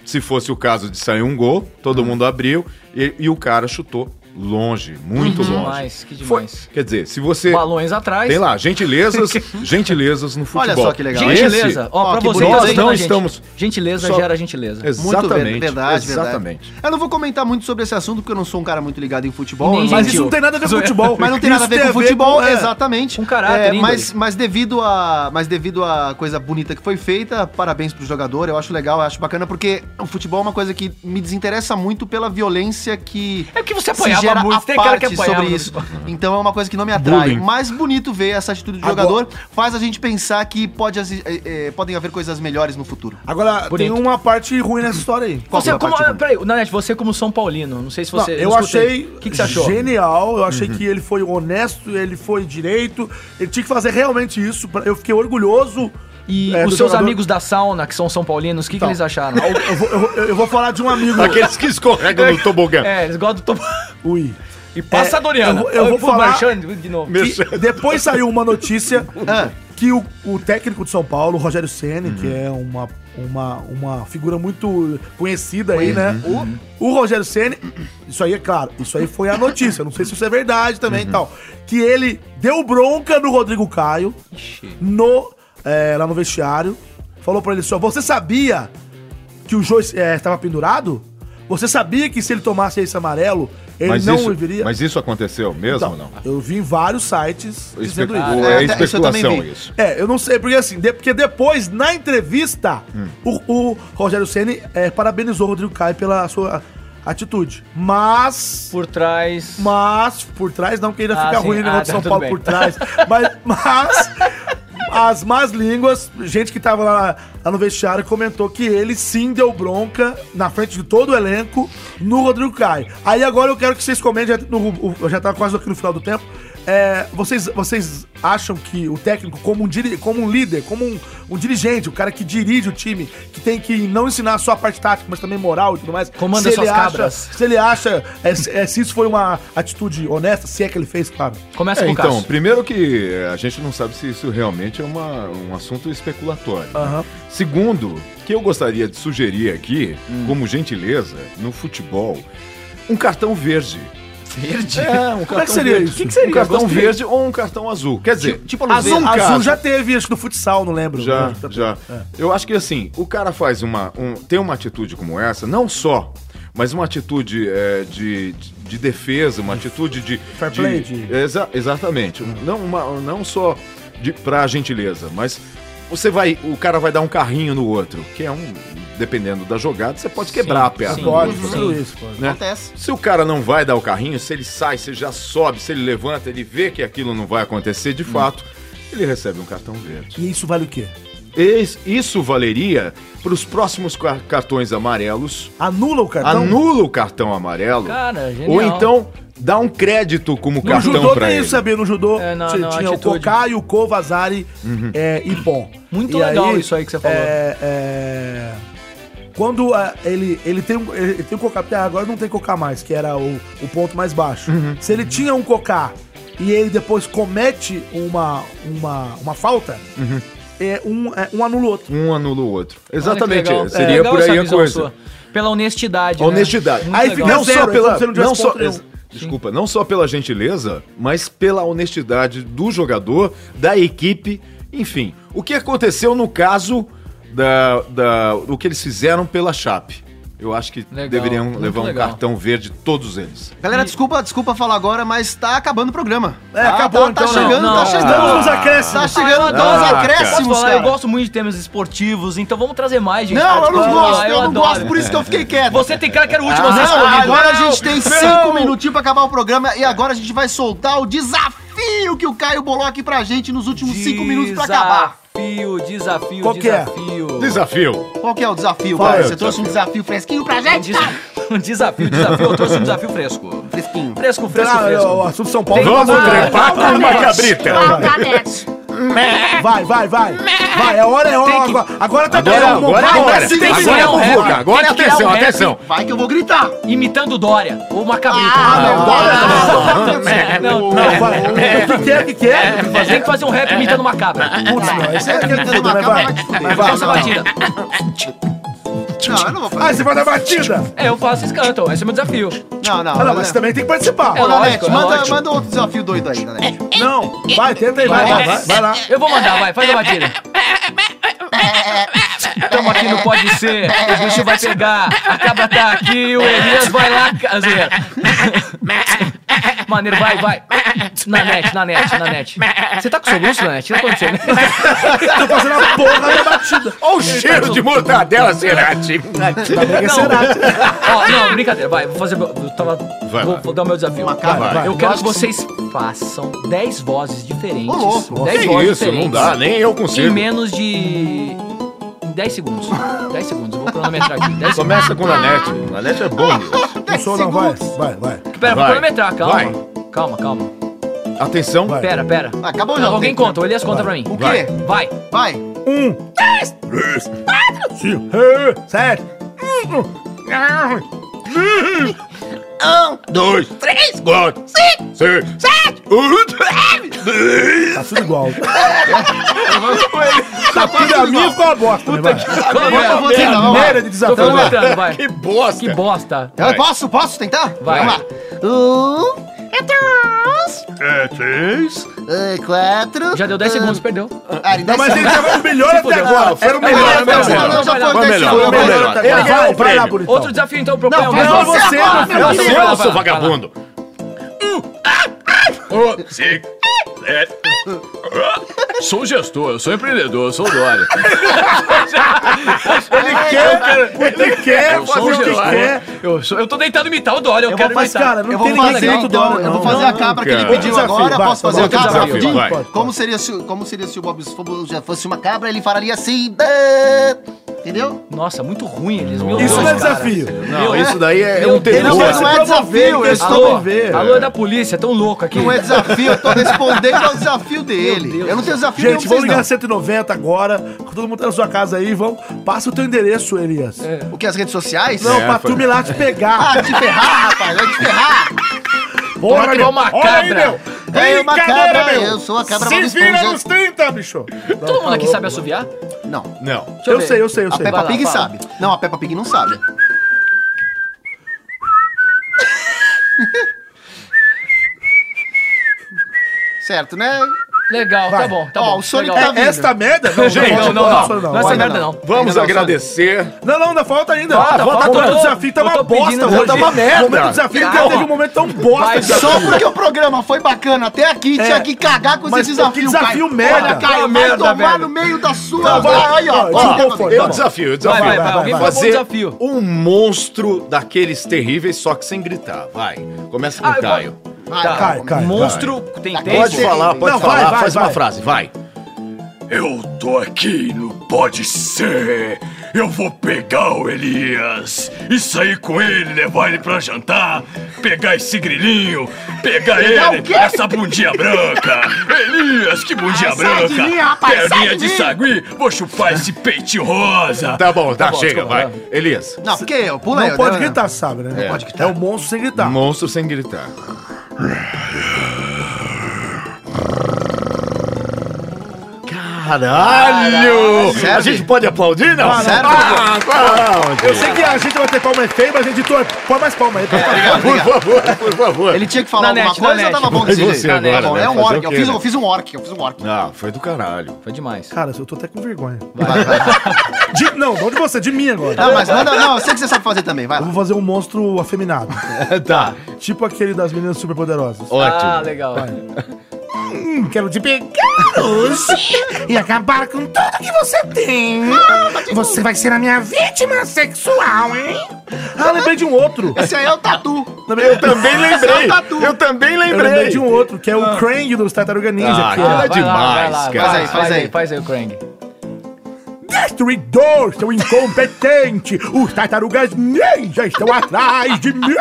Speaker 3: Se fosse o caso de sair um gol, todo mundo abriu. E, e o cara chutou longe, muito
Speaker 4: Uhum.
Speaker 3: longe.
Speaker 4: Demais, que
Speaker 3: Foi-
Speaker 4: demais.
Speaker 3: quer dizer, se você.
Speaker 4: Balões atrás.
Speaker 3: Tem lá, gentilezas, gentilezas no futebol.
Speaker 2: Olha só que legal.
Speaker 3: Gentileza.
Speaker 4: Gentileza. Ó,
Speaker 2: Ó,
Speaker 4: pra
Speaker 2: que
Speaker 4: você
Speaker 2: bonito,
Speaker 4: que tá
Speaker 3: hein?
Speaker 4: ouvindo
Speaker 3: Nós
Speaker 4: a gente.
Speaker 3: estamos-
Speaker 4: Gentileza
Speaker 3: Só-
Speaker 4: gera gentileza.
Speaker 3: Exatamente.
Speaker 2: Muito bem, verdade,
Speaker 3: exatamente.
Speaker 2: verdade. Eu não vou comentar muito sobre esse assunto, porque eu não sou um cara muito ligado em futebol.
Speaker 4: Nem
Speaker 2: eu não-
Speaker 1: Mas
Speaker 4: Gentil.
Speaker 1: isso não tem nada a ver com futebol.
Speaker 2: Mas não tem nada a ver
Speaker 1: Isso
Speaker 2: com futebol,
Speaker 1: é.
Speaker 2: exatamente.
Speaker 4: Com caráter,
Speaker 2: É,
Speaker 4: índole.
Speaker 2: mas, mas devido a, mas devido a coisa bonita que foi feita, parabéns pro jogador. Eu acho legal, eu acho bacana porque o futebol é uma coisa que me desinteressa muito pela violência que
Speaker 4: É que você
Speaker 2: se
Speaker 4: apanhava
Speaker 2: gera
Speaker 4: muito,
Speaker 2: a
Speaker 4: tem cara que
Speaker 2: parte
Speaker 4: apanhava
Speaker 2: sobre
Speaker 4: no
Speaker 2: isso. Então é uma coisa que não me atrai.
Speaker 3: Bullying.
Speaker 2: Mas bonito ver essa atitude do jogador faz a gente pensar que pode, asi- eh, eh, podem haver coisas melhores no futuro.
Speaker 1: Agora,
Speaker 4: Bonito.
Speaker 1: tem uma parte ruim nessa história aí.
Speaker 2: Qual que é
Speaker 4: Você
Speaker 2: a
Speaker 4: como,
Speaker 2: parte ruim?
Speaker 4: peraí, Nanete, você como São Paulino, não sei se
Speaker 1: Não,
Speaker 4: você...
Speaker 1: eu achei
Speaker 4: O que, que você achou? Uhum.
Speaker 1: genial, eu achei que ele foi honesto, ele foi direito, ele tinha que fazer realmente isso. pra- Eu fiquei orgulhoso.
Speaker 4: E
Speaker 1: é, do
Speaker 4: os seus
Speaker 1: jogador.
Speaker 4: amigos da sauna, que são São Paulinos, o que, que eles acharam?
Speaker 1: Eu, eu vou, eu vou- eu vou falar de um amigo.
Speaker 3: Aqueles que escorregam no tobogã.
Speaker 4: é, eles gostam do topo...
Speaker 1: Ui.
Speaker 4: E passa
Speaker 1: É,
Speaker 4: a Doriana.
Speaker 1: eu vou- eu vou
Speaker 4: Pro
Speaker 1: falar-
Speaker 4: Marchand, de novo.
Speaker 1: Que depois saiu uma notícia
Speaker 2: Ah.
Speaker 1: que o, o técnico de São Paulo, o Rogério Ceni, que é uma, uma, uma figura muito conhecida aí, né? O, o Rogério Ceni, isso aí é claro, isso aí foi a notícia, não sei se isso é verdade também
Speaker 3: Uhum.
Speaker 1: e tal, que ele deu bronca no Rodrigo Caio no é, lá no vestiário, falou pra ele só, você sabia que o Jô estava pendurado? Você sabia que se ele tomasse esse amarelo, ele
Speaker 3: Mas,
Speaker 1: não
Speaker 3: isso,
Speaker 1: viria?
Speaker 3: mas isso aconteceu mesmo
Speaker 1: Então,
Speaker 3: ou não?
Speaker 1: Eu vi em vários sites dizendo
Speaker 3: Especu-
Speaker 4: né?
Speaker 1: isso.
Speaker 2: Ah,
Speaker 3: é
Speaker 2: é, isso eu também
Speaker 3: especulação
Speaker 2: vi.
Speaker 3: isso.
Speaker 1: É, eu não sei, porque assim, de- porque depois, na entrevista,
Speaker 4: Hum.
Speaker 1: o, o Rogério Ceni eh, parabenizou o Rodrigo Caio pela sua atitude. Mas.
Speaker 4: Por trás...
Speaker 1: Mas, por trás, não, porque ainda
Speaker 4: Ah,
Speaker 1: fica
Speaker 4: sim.
Speaker 1: ruim o negócio
Speaker 4: Ah,
Speaker 1: de
Speaker 4: tá,
Speaker 1: São
Speaker 4: tudo
Speaker 1: Paulo
Speaker 4: bem.
Speaker 1: por trás. Mas, mas as más línguas, gente que tava lá, lá no vestiário, comentou que ele sim deu bronca na frente de todo o elenco no Rodrigo Caio. Aí agora eu quero que vocês comentem, já- no- o- eu já tava quase aqui no final do tempo. é, vocês, vocês acham que o técnico, como um, diri- como um líder, como um, um dirigente, o cara que dirige o time, que tem que não ensinar só a parte tática, mas também moral e tudo mais,
Speaker 4: Comanda
Speaker 1: se ele
Speaker 4: suas
Speaker 1: acha-
Speaker 4: cabras.
Speaker 1: se ele acha, é, se- é, se isso foi uma atitude honesta, se é que ele fez, claro.
Speaker 4: Começa
Speaker 3: É,
Speaker 4: com o
Speaker 3: então,
Speaker 4: Cássio.
Speaker 3: primeiro que a gente não sabe se isso realmente é uma, um assunto especulatório. né?
Speaker 1: Aham.
Speaker 3: Segundo, que eu gostaria de sugerir aqui,
Speaker 1: Hum.
Speaker 3: como gentileza, no futebol, um cartão verde. Verde? É, um cartão
Speaker 1: Como é que seria
Speaker 3: verde.
Speaker 1: isso?
Speaker 3: Um cartão verde ou um cartão azul. Quer dizer,
Speaker 2: Tipo a
Speaker 1: Azul,
Speaker 3: Azul,
Speaker 1: azul
Speaker 3: cara.
Speaker 1: já teve, acho que no futsal, não lembro.
Speaker 3: Já,
Speaker 1: Né?
Speaker 3: já. Eu acho que assim, o cara faz uma. um- tem uma atitude como essa, não só, mas uma atitude é, de, de, de defesa, uma atitude de.
Speaker 1: Fair
Speaker 3: de-
Speaker 1: play, de-
Speaker 3: Exa- exatamente. Não, uma- não só de, pra gentileza, mas você vai. O cara vai dar um carrinho no outro, que é um. Dependendo da jogada, você pode quebrar a perna.
Speaker 4: sim.
Speaker 3: do
Speaker 1: Pode,
Speaker 3: outro,
Speaker 4: Sim.
Speaker 1: tudo isso, pode.
Speaker 3: né?
Speaker 2: Acontece.
Speaker 3: Se o cara não vai dar o carrinho, se ele sai, se ele já sobe, se ele levanta, ele vê que aquilo não vai acontecer
Speaker 1: Hum.
Speaker 3: de fato, ele recebe um cartão verde.
Speaker 1: E isso vale o quê?
Speaker 3: Es- Isso valeria para os próximos car- cartões amarelos.
Speaker 1: Anula o cartão?
Speaker 3: Anula o cartão amarelo.
Speaker 4: Cara, é genial.
Speaker 3: ou então dá um crédito como
Speaker 1: No
Speaker 3: cartão
Speaker 1: judô
Speaker 3: para
Speaker 1: tem
Speaker 3: ele.
Speaker 1: isso, sabia? No judô
Speaker 4: É, não,
Speaker 1: tinha-
Speaker 4: não,
Speaker 1: tinha o
Speaker 4: atitude.
Speaker 1: Kokai, o Ko, Vazari é, e Pon.
Speaker 4: Muito
Speaker 1: E
Speaker 4: legal isso aí que você falou.
Speaker 1: É, é, quando ah, ele, ele tem um, ele tem um Kokai, porque agora não tem Kokai mais, que era o, o ponto mais baixo. Se ele tinha um Kokai e ele depois comete uma, uma, uma falta, é, um, é, um anula o outro.
Speaker 3: Um anula o outro.
Speaker 4: Olha que
Speaker 3: Exatamente.
Speaker 4: legal.
Speaker 3: Seria
Speaker 4: É, legal
Speaker 3: por
Speaker 4: essa
Speaker 3: aí a
Speaker 4: visão
Speaker 3: coisa.
Speaker 4: sua. Pela honestidade. né?
Speaker 3: Honestidade.
Speaker 4: Muito
Speaker 1: Aí
Speaker 4: legal.
Speaker 1: fica
Speaker 3: não
Speaker 1: zero,
Speaker 3: só
Speaker 1: é
Speaker 3: pela
Speaker 1: como se não tivesse
Speaker 3: não só
Speaker 1: ponto nenhum.
Speaker 3: ex- desculpa, não só pela gentileza, mas pela honestidade do jogador, da equipe, enfim. O que aconteceu no caso da, da do que eles fizeram pela Chape? Eu acho que
Speaker 4: Legal,
Speaker 3: deveriam
Speaker 4: muito
Speaker 3: levar um
Speaker 4: legal.
Speaker 3: cartão verde todos eles.
Speaker 2: Galera, desculpa, desculpa falar agora, mas tá acabando o programa.
Speaker 1: É,
Speaker 2: Tá-
Speaker 1: acabou,
Speaker 2: tá, tá
Speaker 1: então, não.
Speaker 2: chegando,
Speaker 4: Não.
Speaker 2: tá
Speaker 1: Estamos
Speaker 2: chegando.
Speaker 1: nos acréscimos.
Speaker 2: Tá chegando
Speaker 4: Ah, eu
Speaker 2: aos
Speaker 3: adoro.
Speaker 4: Posso
Speaker 2: acréscimos,
Speaker 4: falar, eu
Speaker 2: cara.
Speaker 4: gosto muito de temas esportivos, então vamos trazer mais, gente.
Speaker 2: Não, eu não
Speaker 4: Ah,
Speaker 2: gosto, eu não
Speaker 4: adoro.
Speaker 2: gosto, por isso que eu fiquei quieto.
Speaker 4: Você é tipo tem cara que era o último a ser
Speaker 2: Não,
Speaker 4: escolhido.
Speaker 2: agora a gente tem cinco minutinhos pra acabar o programa e agora a gente vai soltar o desafio que o Caio bolou aqui pra gente nos últimos cinco minutos pra acabar.
Speaker 4: Desafio, desafio,
Speaker 1: Qual que é?
Speaker 4: desafio.
Speaker 3: Desafio.
Speaker 2: Qual que é o desafio,
Speaker 1: Fala
Speaker 2: Caio?
Speaker 1: aí,
Speaker 2: Você trouxe um desafio fresquinho pra gente?
Speaker 4: Desa-
Speaker 2: Caio?
Speaker 4: Um desafio, desafio. Eu trouxe um desafio fresco.
Speaker 2: Fresquinho.
Speaker 4: Fresco, fresco,
Speaker 1: Ah, o
Speaker 4: fresco.
Speaker 1: assunto São Paulo. tá
Speaker 4: Tem-
Speaker 1: Vamos,
Speaker 3: Vamos
Speaker 1: André.
Speaker 3: trepar com uma cabrita.
Speaker 7: Alcanete.
Speaker 1: Vai, vai, vai. Vai, é hora, é hora. Agora, agora tá
Speaker 3: Agora, é
Speaker 1: bom, é
Speaker 3: agora,
Speaker 1: vai,
Speaker 3: agora.
Speaker 1: vai, sim,
Speaker 4: tem que
Speaker 1: sim.
Speaker 4: criar
Speaker 3: Agora
Speaker 4: um
Speaker 3: vamos
Speaker 4: rap,
Speaker 3: focar. Agora
Speaker 4: tem que criar
Speaker 3: atenção,
Speaker 4: um rap.
Speaker 3: atenção.
Speaker 2: Vai que eu vou gritar.
Speaker 4: Imitando Dória, ou uma cabrita.
Speaker 1: Ah,
Speaker 2: Ah,
Speaker 4: não,
Speaker 1: Não, vai. O que que é, o que que é?
Speaker 4: tem que fazer um rap imitando uma cabra.
Speaker 1: Putz, não, esse é aquele
Speaker 2: Gritando
Speaker 1: tudo, né?
Speaker 2: uma cabra vai te
Speaker 1: Vai,
Speaker 2: fuder.
Speaker 1: vai,
Speaker 4: Essa
Speaker 1: vai.
Speaker 4: batida.
Speaker 2: Não, eu não vou
Speaker 1: Ah,
Speaker 2: fazer.
Speaker 1: você faz a batida?
Speaker 4: É, eu faço e cantam. Esse é o meu desafio.
Speaker 2: Não, não.
Speaker 1: Ah, não,
Speaker 2: não,
Speaker 1: mas você também né? tem que participar.
Speaker 4: É,
Speaker 2: Nanete,
Speaker 4: lógico,
Speaker 2: manda,
Speaker 4: lógico.
Speaker 2: manda outro desafio doido aí, Nanete.
Speaker 1: Não, vai, tenta aí, vai, vai, vai, vai lá.
Speaker 4: Eu vou mandar, vai, faz a batida. Tamo aqui no Pode Ser, o bicho vai pegar, acaba tá aqui, o Elias vai lá, ca- zoeira. Maneiro, vai, vai. Na net, na net, na net. Você tá com soluço, na net? Não aconteceu, né?
Speaker 1: Tô fazendo a porra da batida.
Speaker 3: Olha o cheiro de mortadela, Cerati.
Speaker 4: Tá Ó, não, brincadeira, vai, vou fazer meu. Eu tava,
Speaker 3: Vai
Speaker 4: vou,
Speaker 3: lá.
Speaker 4: vou dar o meu desafio.
Speaker 2: Macabro.
Speaker 4: Eu
Speaker 2: Vai.
Speaker 4: quero
Speaker 2: Lógico
Speaker 4: que
Speaker 2: que sim.
Speaker 4: vocês façam 10 vozes diferentes.
Speaker 2: Ô, louco.
Speaker 3: Que
Speaker 4: 10 vozes
Speaker 3: isso, não
Speaker 4: diferentes.
Speaker 3: dá, nem eu
Speaker 4: Em
Speaker 3: consigo.
Speaker 4: menos de. em 10 segundos. 10 segundos, eu vou cronometrar aqui. 10 segundos.
Speaker 3: Começa com Nanete. Nanete é bom nisso.
Speaker 1: Não sou, não, vai, vai, vai.
Speaker 4: Pera, vou
Speaker 3: Vai.
Speaker 4: cronometrar, calma.
Speaker 3: Vai.
Speaker 4: Calma, calma.
Speaker 3: Atenção.
Speaker 1: Vai.
Speaker 4: Pera, pera.
Speaker 2: Acabou já.
Speaker 4: Não, alguém conta, o Elias conta pra mim.
Speaker 2: O
Speaker 3: Vai.
Speaker 2: quê?
Speaker 4: Vai.
Speaker 2: Vai.
Speaker 1: Um, dois, quatro, cinco, eh, sete. Hum,
Speaker 3: Ah. Um, Dois, três, quatro, cinco, seis, sete, oito,
Speaker 1: Tá tudo igual. Tá tudo a minha ficou uma bosta, né, vai?
Speaker 2: Eu vou tentar, vamos lá.
Speaker 1: Merda de
Speaker 4: Tô
Speaker 1: desafio. vai.
Speaker 4: cronometrando, vai.
Speaker 3: Que bosta.
Speaker 4: Que bosta.
Speaker 2: Eu posso? Posso tentar?
Speaker 4: Vai.
Speaker 2: Vamos lá. Um, dois,
Speaker 3: É, três.
Speaker 2: eh, quatro.
Speaker 4: Já deu 10
Speaker 2: eh,
Speaker 4: segundos, perdeu.
Speaker 2: Ah, ele dá
Speaker 1: Não, mas ele
Speaker 2: esse-
Speaker 1: tava o melhor até
Speaker 4: fudeu.
Speaker 1: agora. Era o melhor
Speaker 2: Ah,
Speaker 1: até
Speaker 2: não,
Speaker 4: Vai,
Speaker 2: não,
Speaker 4: vai,
Speaker 1: agora.
Speaker 2: não, já
Speaker 4: vai,
Speaker 2: foi
Speaker 3: vai,
Speaker 2: 10
Speaker 3: melhor.
Speaker 1: Era
Speaker 2: segundos,
Speaker 1: o
Speaker 2: vai,
Speaker 1: melhor
Speaker 2: melhor.
Speaker 1: até agora.
Speaker 3: Ele
Speaker 1: Vai,
Speaker 3: ganhou o
Speaker 1: vai lá,
Speaker 3: prêmio.
Speaker 1: bonitão.
Speaker 4: Outro desafio, então, pro Pel.
Speaker 1: faz
Speaker 4: Vai,
Speaker 1: você,
Speaker 4: vai,
Speaker 1: não,
Speaker 4: vai,
Speaker 1: faz você,
Speaker 4: vai, vai, vai,
Speaker 3: Eu
Speaker 4: vai,
Speaker 3: sou
Speaker 4: vai, vai.
Speaker 3: vagabundo. Um, ah,
Speaker 8: Ô,
Speaker 3: Cinco, sete.
Speaker 8: sou gestor, eu sou empreendedor, eu sou o Dória.
Speaker 1: Quer, porque quer,
Speaker 8: É. Eu sou
Speaker 1: fazer
Speaker 8: um
Speaker 1: o que
Speaker 8: gestor.
Speaker 1: quer.
Speaker 8: Eu, sou, eu tô tentando imitar o Dória, eu,
Speaker 1: Eu
Speaker 8: quero
Speaker 1: vou fazer,
Speaker 8: imitar.
Speaker 1: cara,
Speaker 2: Eu
Speaker 1: não
Speaker 2: vou
Speaker 1: tem ninguém
Speaker 2: fazer,
Speaker 1: feito
Speaker 2: então, eu vou fazer a cabra que ele
Speaker 3: cara.
Speaker 2: pediu agora. Posso fazer a
Speaker 1: outro
Speaker 2: cabra
Speaker 1: desafio,
Speaker 2: rapidinho?
Speaker 3: vai.
Speaker 1: Pode,
Speaker 2: Como seria se, como seria se o Bob Esponja já fosse uma cabra, ele falaria assim. "Ah", Entendeu?
Speaker 4: Nossa, muito ruim, Elias. Meu
Speaker 1: pode. Isso
Speaker 4: Deus,
Speaker 1: não é
Speaker 4: cara.
Speaker 1: desafio.
Speaker 3: Não, isso daí é
Speaker 4: Meu
Speaker 3: um
Speaker 4: Deus.
Speaker 3: terror.
Speaker 2: Não,
Speaker 1: vai
Speaker 2: mas
Speaker 1: se
Speaker 2: não é
Speaker 1: promover,
Speaker 2: desafio,
Speaker 1: tem
Speaker 2: eu
Speaker 1: que
Speaker 2: estou-
Speaker 4: Alô,
Speaker 1: promover.
Speaker 4: alô é da polícia, tão louco aqui.
Speaker 2: Não é desafio, eu tô respondendo ao desafio dele.
Speaker 4: Deus.
Speaker 2: Eu não tenho desafio nenhum pra
Speaker 1: Gente, vamos
Speaker 2: vocês,
Speaker 1: ligar
Speaker 2: não.
Speaker 1: 190 agora. Todo mundo tá na sua casa aí, vamos. Passa o teu endereço, Elias.
Speaker 2: O que, as redes sociais?
Speaker 1: Não,
Speaker 3: É,
Speaker 1: pra
Speaker 3: foi.
Speaker 1: tu me lá te
Speaker 2: Ah,
Speaker 1: pegar.
Speaker 2: te ferrar, rapaz, vai te ferrar.
Speaker 1: Porra,
Speaker 8: que
Speaker 1: meu.
Speaker 8: igual uma
Speaker 1: Olha aí,
Speaker 8: cabra.
Speaker 1: meu.
Speaker 2: É uma
Speaker 1: Brincadeira,
Speaker 2: cabra,
Speaker 1: meu.
Speaker 2: eu sou a cabra Bob
Speaker 1: Se vira
Speaker 2: Esponja.
Speaker 1: nos 30, bicho.
Speaker 4: Todo mundo aqui sabe assoviar?
Speaker 2: Não,
Speaker 3: Não.
Speaker 4: Deixa
Speaker 1: Eu sei, eu sei, eu
Speaker 2: a
Speaker 1: sei.
Speaker 2: Peppa
Speaker 4: Vai lá,
Speaker 2: Pig
Speaker 4: fala.
Speaker 2: sabe. Não, a Peppa Pig não sabe. certo, né?
Speaker 4: Legal, tá
Speaker 1: Vai.
Speaker 4: bom, tá
Speaker 2: Ó,
Speaker 4: bom.
Speaker 2: o Sonic
Speaker 4: legal.
Speaker 2: tá vindo.
Speaker 1: Esta merda? Não,
Speaker 4: Gente, não, não, não.
Speaker 1: Não,
Speaker 4: Não é essa
Speaker 1: Olha,
Speaker 4: merda, não.
Speaker 3: Vamos
Speaker 2: Não,
Speaker 3: agradecer.
Speaker 1: Não, não, ainda falta ainda.
Speaker 4: Falta, falta,
Speaker 1: O momento
Speaker 4: falta.
Speaker 1: do desafio tá
Speaker 4: Eu
Speaker 1: uma
Speaker 4: tô
Speaker 1: bosta,
Speaker 4: pedindo
Speaker 1: hoje.
Speaker 4: hoje.
Speaker 1: Tá uma merda. O momento do desafio nunca
Speaker 4: Calma.
Speaker 1: teve um momento tão bosta.
Speaker 4: Vai,
Speaker 1: desafio.
Speaker 2: Só porque o programa foi bacana até aqui,
Speaker 1: É.
Speaker 2: tinha que cagar com
Speaker 1: Mas
Speaker 2: esse
Speaker 1: que
Speaker 2: desafio.
Speaker 1: desafio
Speaker 2: Caio.
Speaker 1: merda. Tá,
Speaker 2: Olha, Caio,
Speaker 4: Ah,
Speaker 2: vai
Speaker 4: merda,
Speaker 2: tomar
Speaker 4: velho.
Speaker 2: no meio da sua.
Speaker 1: vai.
Speaker 2: Aí, ó.
Speaker 1: Ó,
Speaker 2: ó,
Speaker 1: desculpa,
Speaker 2: ó,
Speaker 1: foi. Tá bom.
Speaker 3: Eu é um desafio, eu desafio.
Speaker 4: Vai, vai, vai,
Speaker 1: vai,
Speaker 4: alguém
Speaker 1: vai.
Speaker 4: falou um
Speaker 3: Fazer
Speaker 4: desafio.
Speaker 3: um monstro daqueles terríveis, só que sem gritar. Vai. Começa com
Speaker 4: Ah,
Speaker 3: o
Speaker 4: eu
Speaker 3: Caio.
Speaker 2: Vai,
Speaker 4: Tá.
Speaker 2: vai.
Speaker 1: Cai, cai.
Speaker 4: Monstro, tem
Speaker 2: Agora
Speaker 4: tempo.
Speaker 3: Pode
Speaker 2: Esse-
Speaker 3: falar, pode
Speaker 1: Não, vai,
Speaker 3: falar.
Speaker 1: vai,
Speaker 3: Faz
Speaker 1: vai.
Speaker 3: uma frase, vai.
Speaker 8: Eu tô aqui no Pode Ser. Eu vou pegar o Elias e sair com ele, levar ele pra jantar, pegar esse grilinho, pegar
Speaker 2: Pegar o
Speaker 8: ele,
Speaker 2: quê?
Speaker 8: essa bundinha branca. Elias, que bundinha branca.
Speaker 2: Ah, sai de mim, rapaz, sai
Speaker 8: Perninha
Speaker 2: de
Speaker 8: de
Speaker 2: mim.
Speaker 8: sagui, vou chupar esse peito rosa.
Speaker 3: Tá bom, tá, chega,
Speaker 4: desculpa,
Speaker 3: vai. Elias.
Speaker 2: Não, porque eu pula aí.
Speaker 1: Não
Speaker 2: ó,
Speaker 1: pode
Speaker 2: né?
Speaker 1: gritar, sabe, né? Não
Speaker 3: É.
Speaker 1: pode gritar. É o monstro sem gritar.
Speaker 3: Monstro sem gritar. Caralho! A
Speaker 2: serve?
Speaker 3: gente pode aplaudir, não?
Speaker 1: Ah, não.
Speaker 2: Sério?
Speaker 3: Ah, pronto.
Speaker 1: Eu sei que a gente vai ter palma é feia, mas editor, põe mais palma aí. Põe mais palma.
Speaker 2: Obrigado,
Speaker 3: Por
Speaker 2: obrigado.
Speaker 3: favor, por favor.
Speaker 2: Ele tinha que falar
Speaker 4: Na
Speaker 2: alguma coisa,
Speaker 4: net, na net.
Speaker 2: tava bom
Speaker 3: Mas
Speaker 2: desse
Speaker 3: você
Speaker 2: jeito.
Speaker 3: agora,
Speaker 2: Bom,
Speaker 3: né?
Speaker 2: é um
Speaker 3: Fazer o
Speaker 2: orc. Eu
Speaker 3: quê,
Speaker 2: fiz,
Speaker 3: né?
Speaker 2: eu fiz um orc, eu fiz um orc.
Speaker 3: Ah, foi do caralho.
Speaker 4: Foi demais.
Speaker 1: Cara, eu tô até com vergonha.
Speaker 2: Vai, vai, vai.
Speaker 1: De- não, não de você, de mim agora.
Speaker 2: Não, mas manda, não, eu sei que você sabe fazer também, vai
Speaker 1: Eu
Speaker 2: lá.
Speaker 1: vou fazer um monstro afeminado.
Speaker 3: tá,
Speaker 1: tipo aquele das meninas superpoderosas.
Speaker 3: ótimo.
Speaker 4: Ah, legal.
Speaker 1: Hum, quero te pegar hoje e acabar com tudo que você tem. Você vai ser a minha vítima sexual, hein? Ah, lembrei de um outro.
Speaker 2: Esse aí é o Tatu.
Speaker 3: Eu também lembrei.
Speaker 2: Tatu.
Speaker 3: tá Eu também
Speaker 1: Eu lembrei
Speaker 3: lembrei.
Speaker 1: de um outro, que é o Krang dos Tartaruga Ninja.
Speaker 3: Ah,
Speaker 1: que
Speaker 3: que
Speaker 1: é
Speaker 3: legal.
Speaker 4: Vai lá, vai lá,
Speaker 3: demais,
Speaker 4: vai
Speaker 3: cara.
Speaker 4: lá,
Speaker 2: Faz aí, faz aí.
Speaker 4: Faz aí o Krang.
Speaker 1: Destruidor, seu é um incompetente! Os tartarugas ninja estão atrás de mim!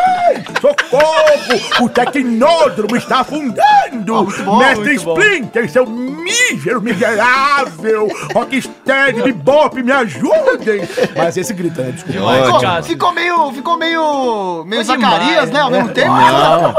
Speaker 1: Socorro! O tecnódromo está afundando!
Speaker 2: muito bom,
Speaker 1: Mestre
Speaker 4: muito bom.
Speaker 1: Splinter, seu mísero, miserável, rocksteady, bebop, me ajudem. Mas esse grita, né? Desculpa.
Speaker 2: Ficou-
Speaker 3: Ótimo.
Speaker 2: Ficou meio. Ficou meio. meio
Speaker 4: Foi
Speaker 2: Zacarias,
Speaker 4: demais,
Speaker 2: né? Ao mesmo tempo. tá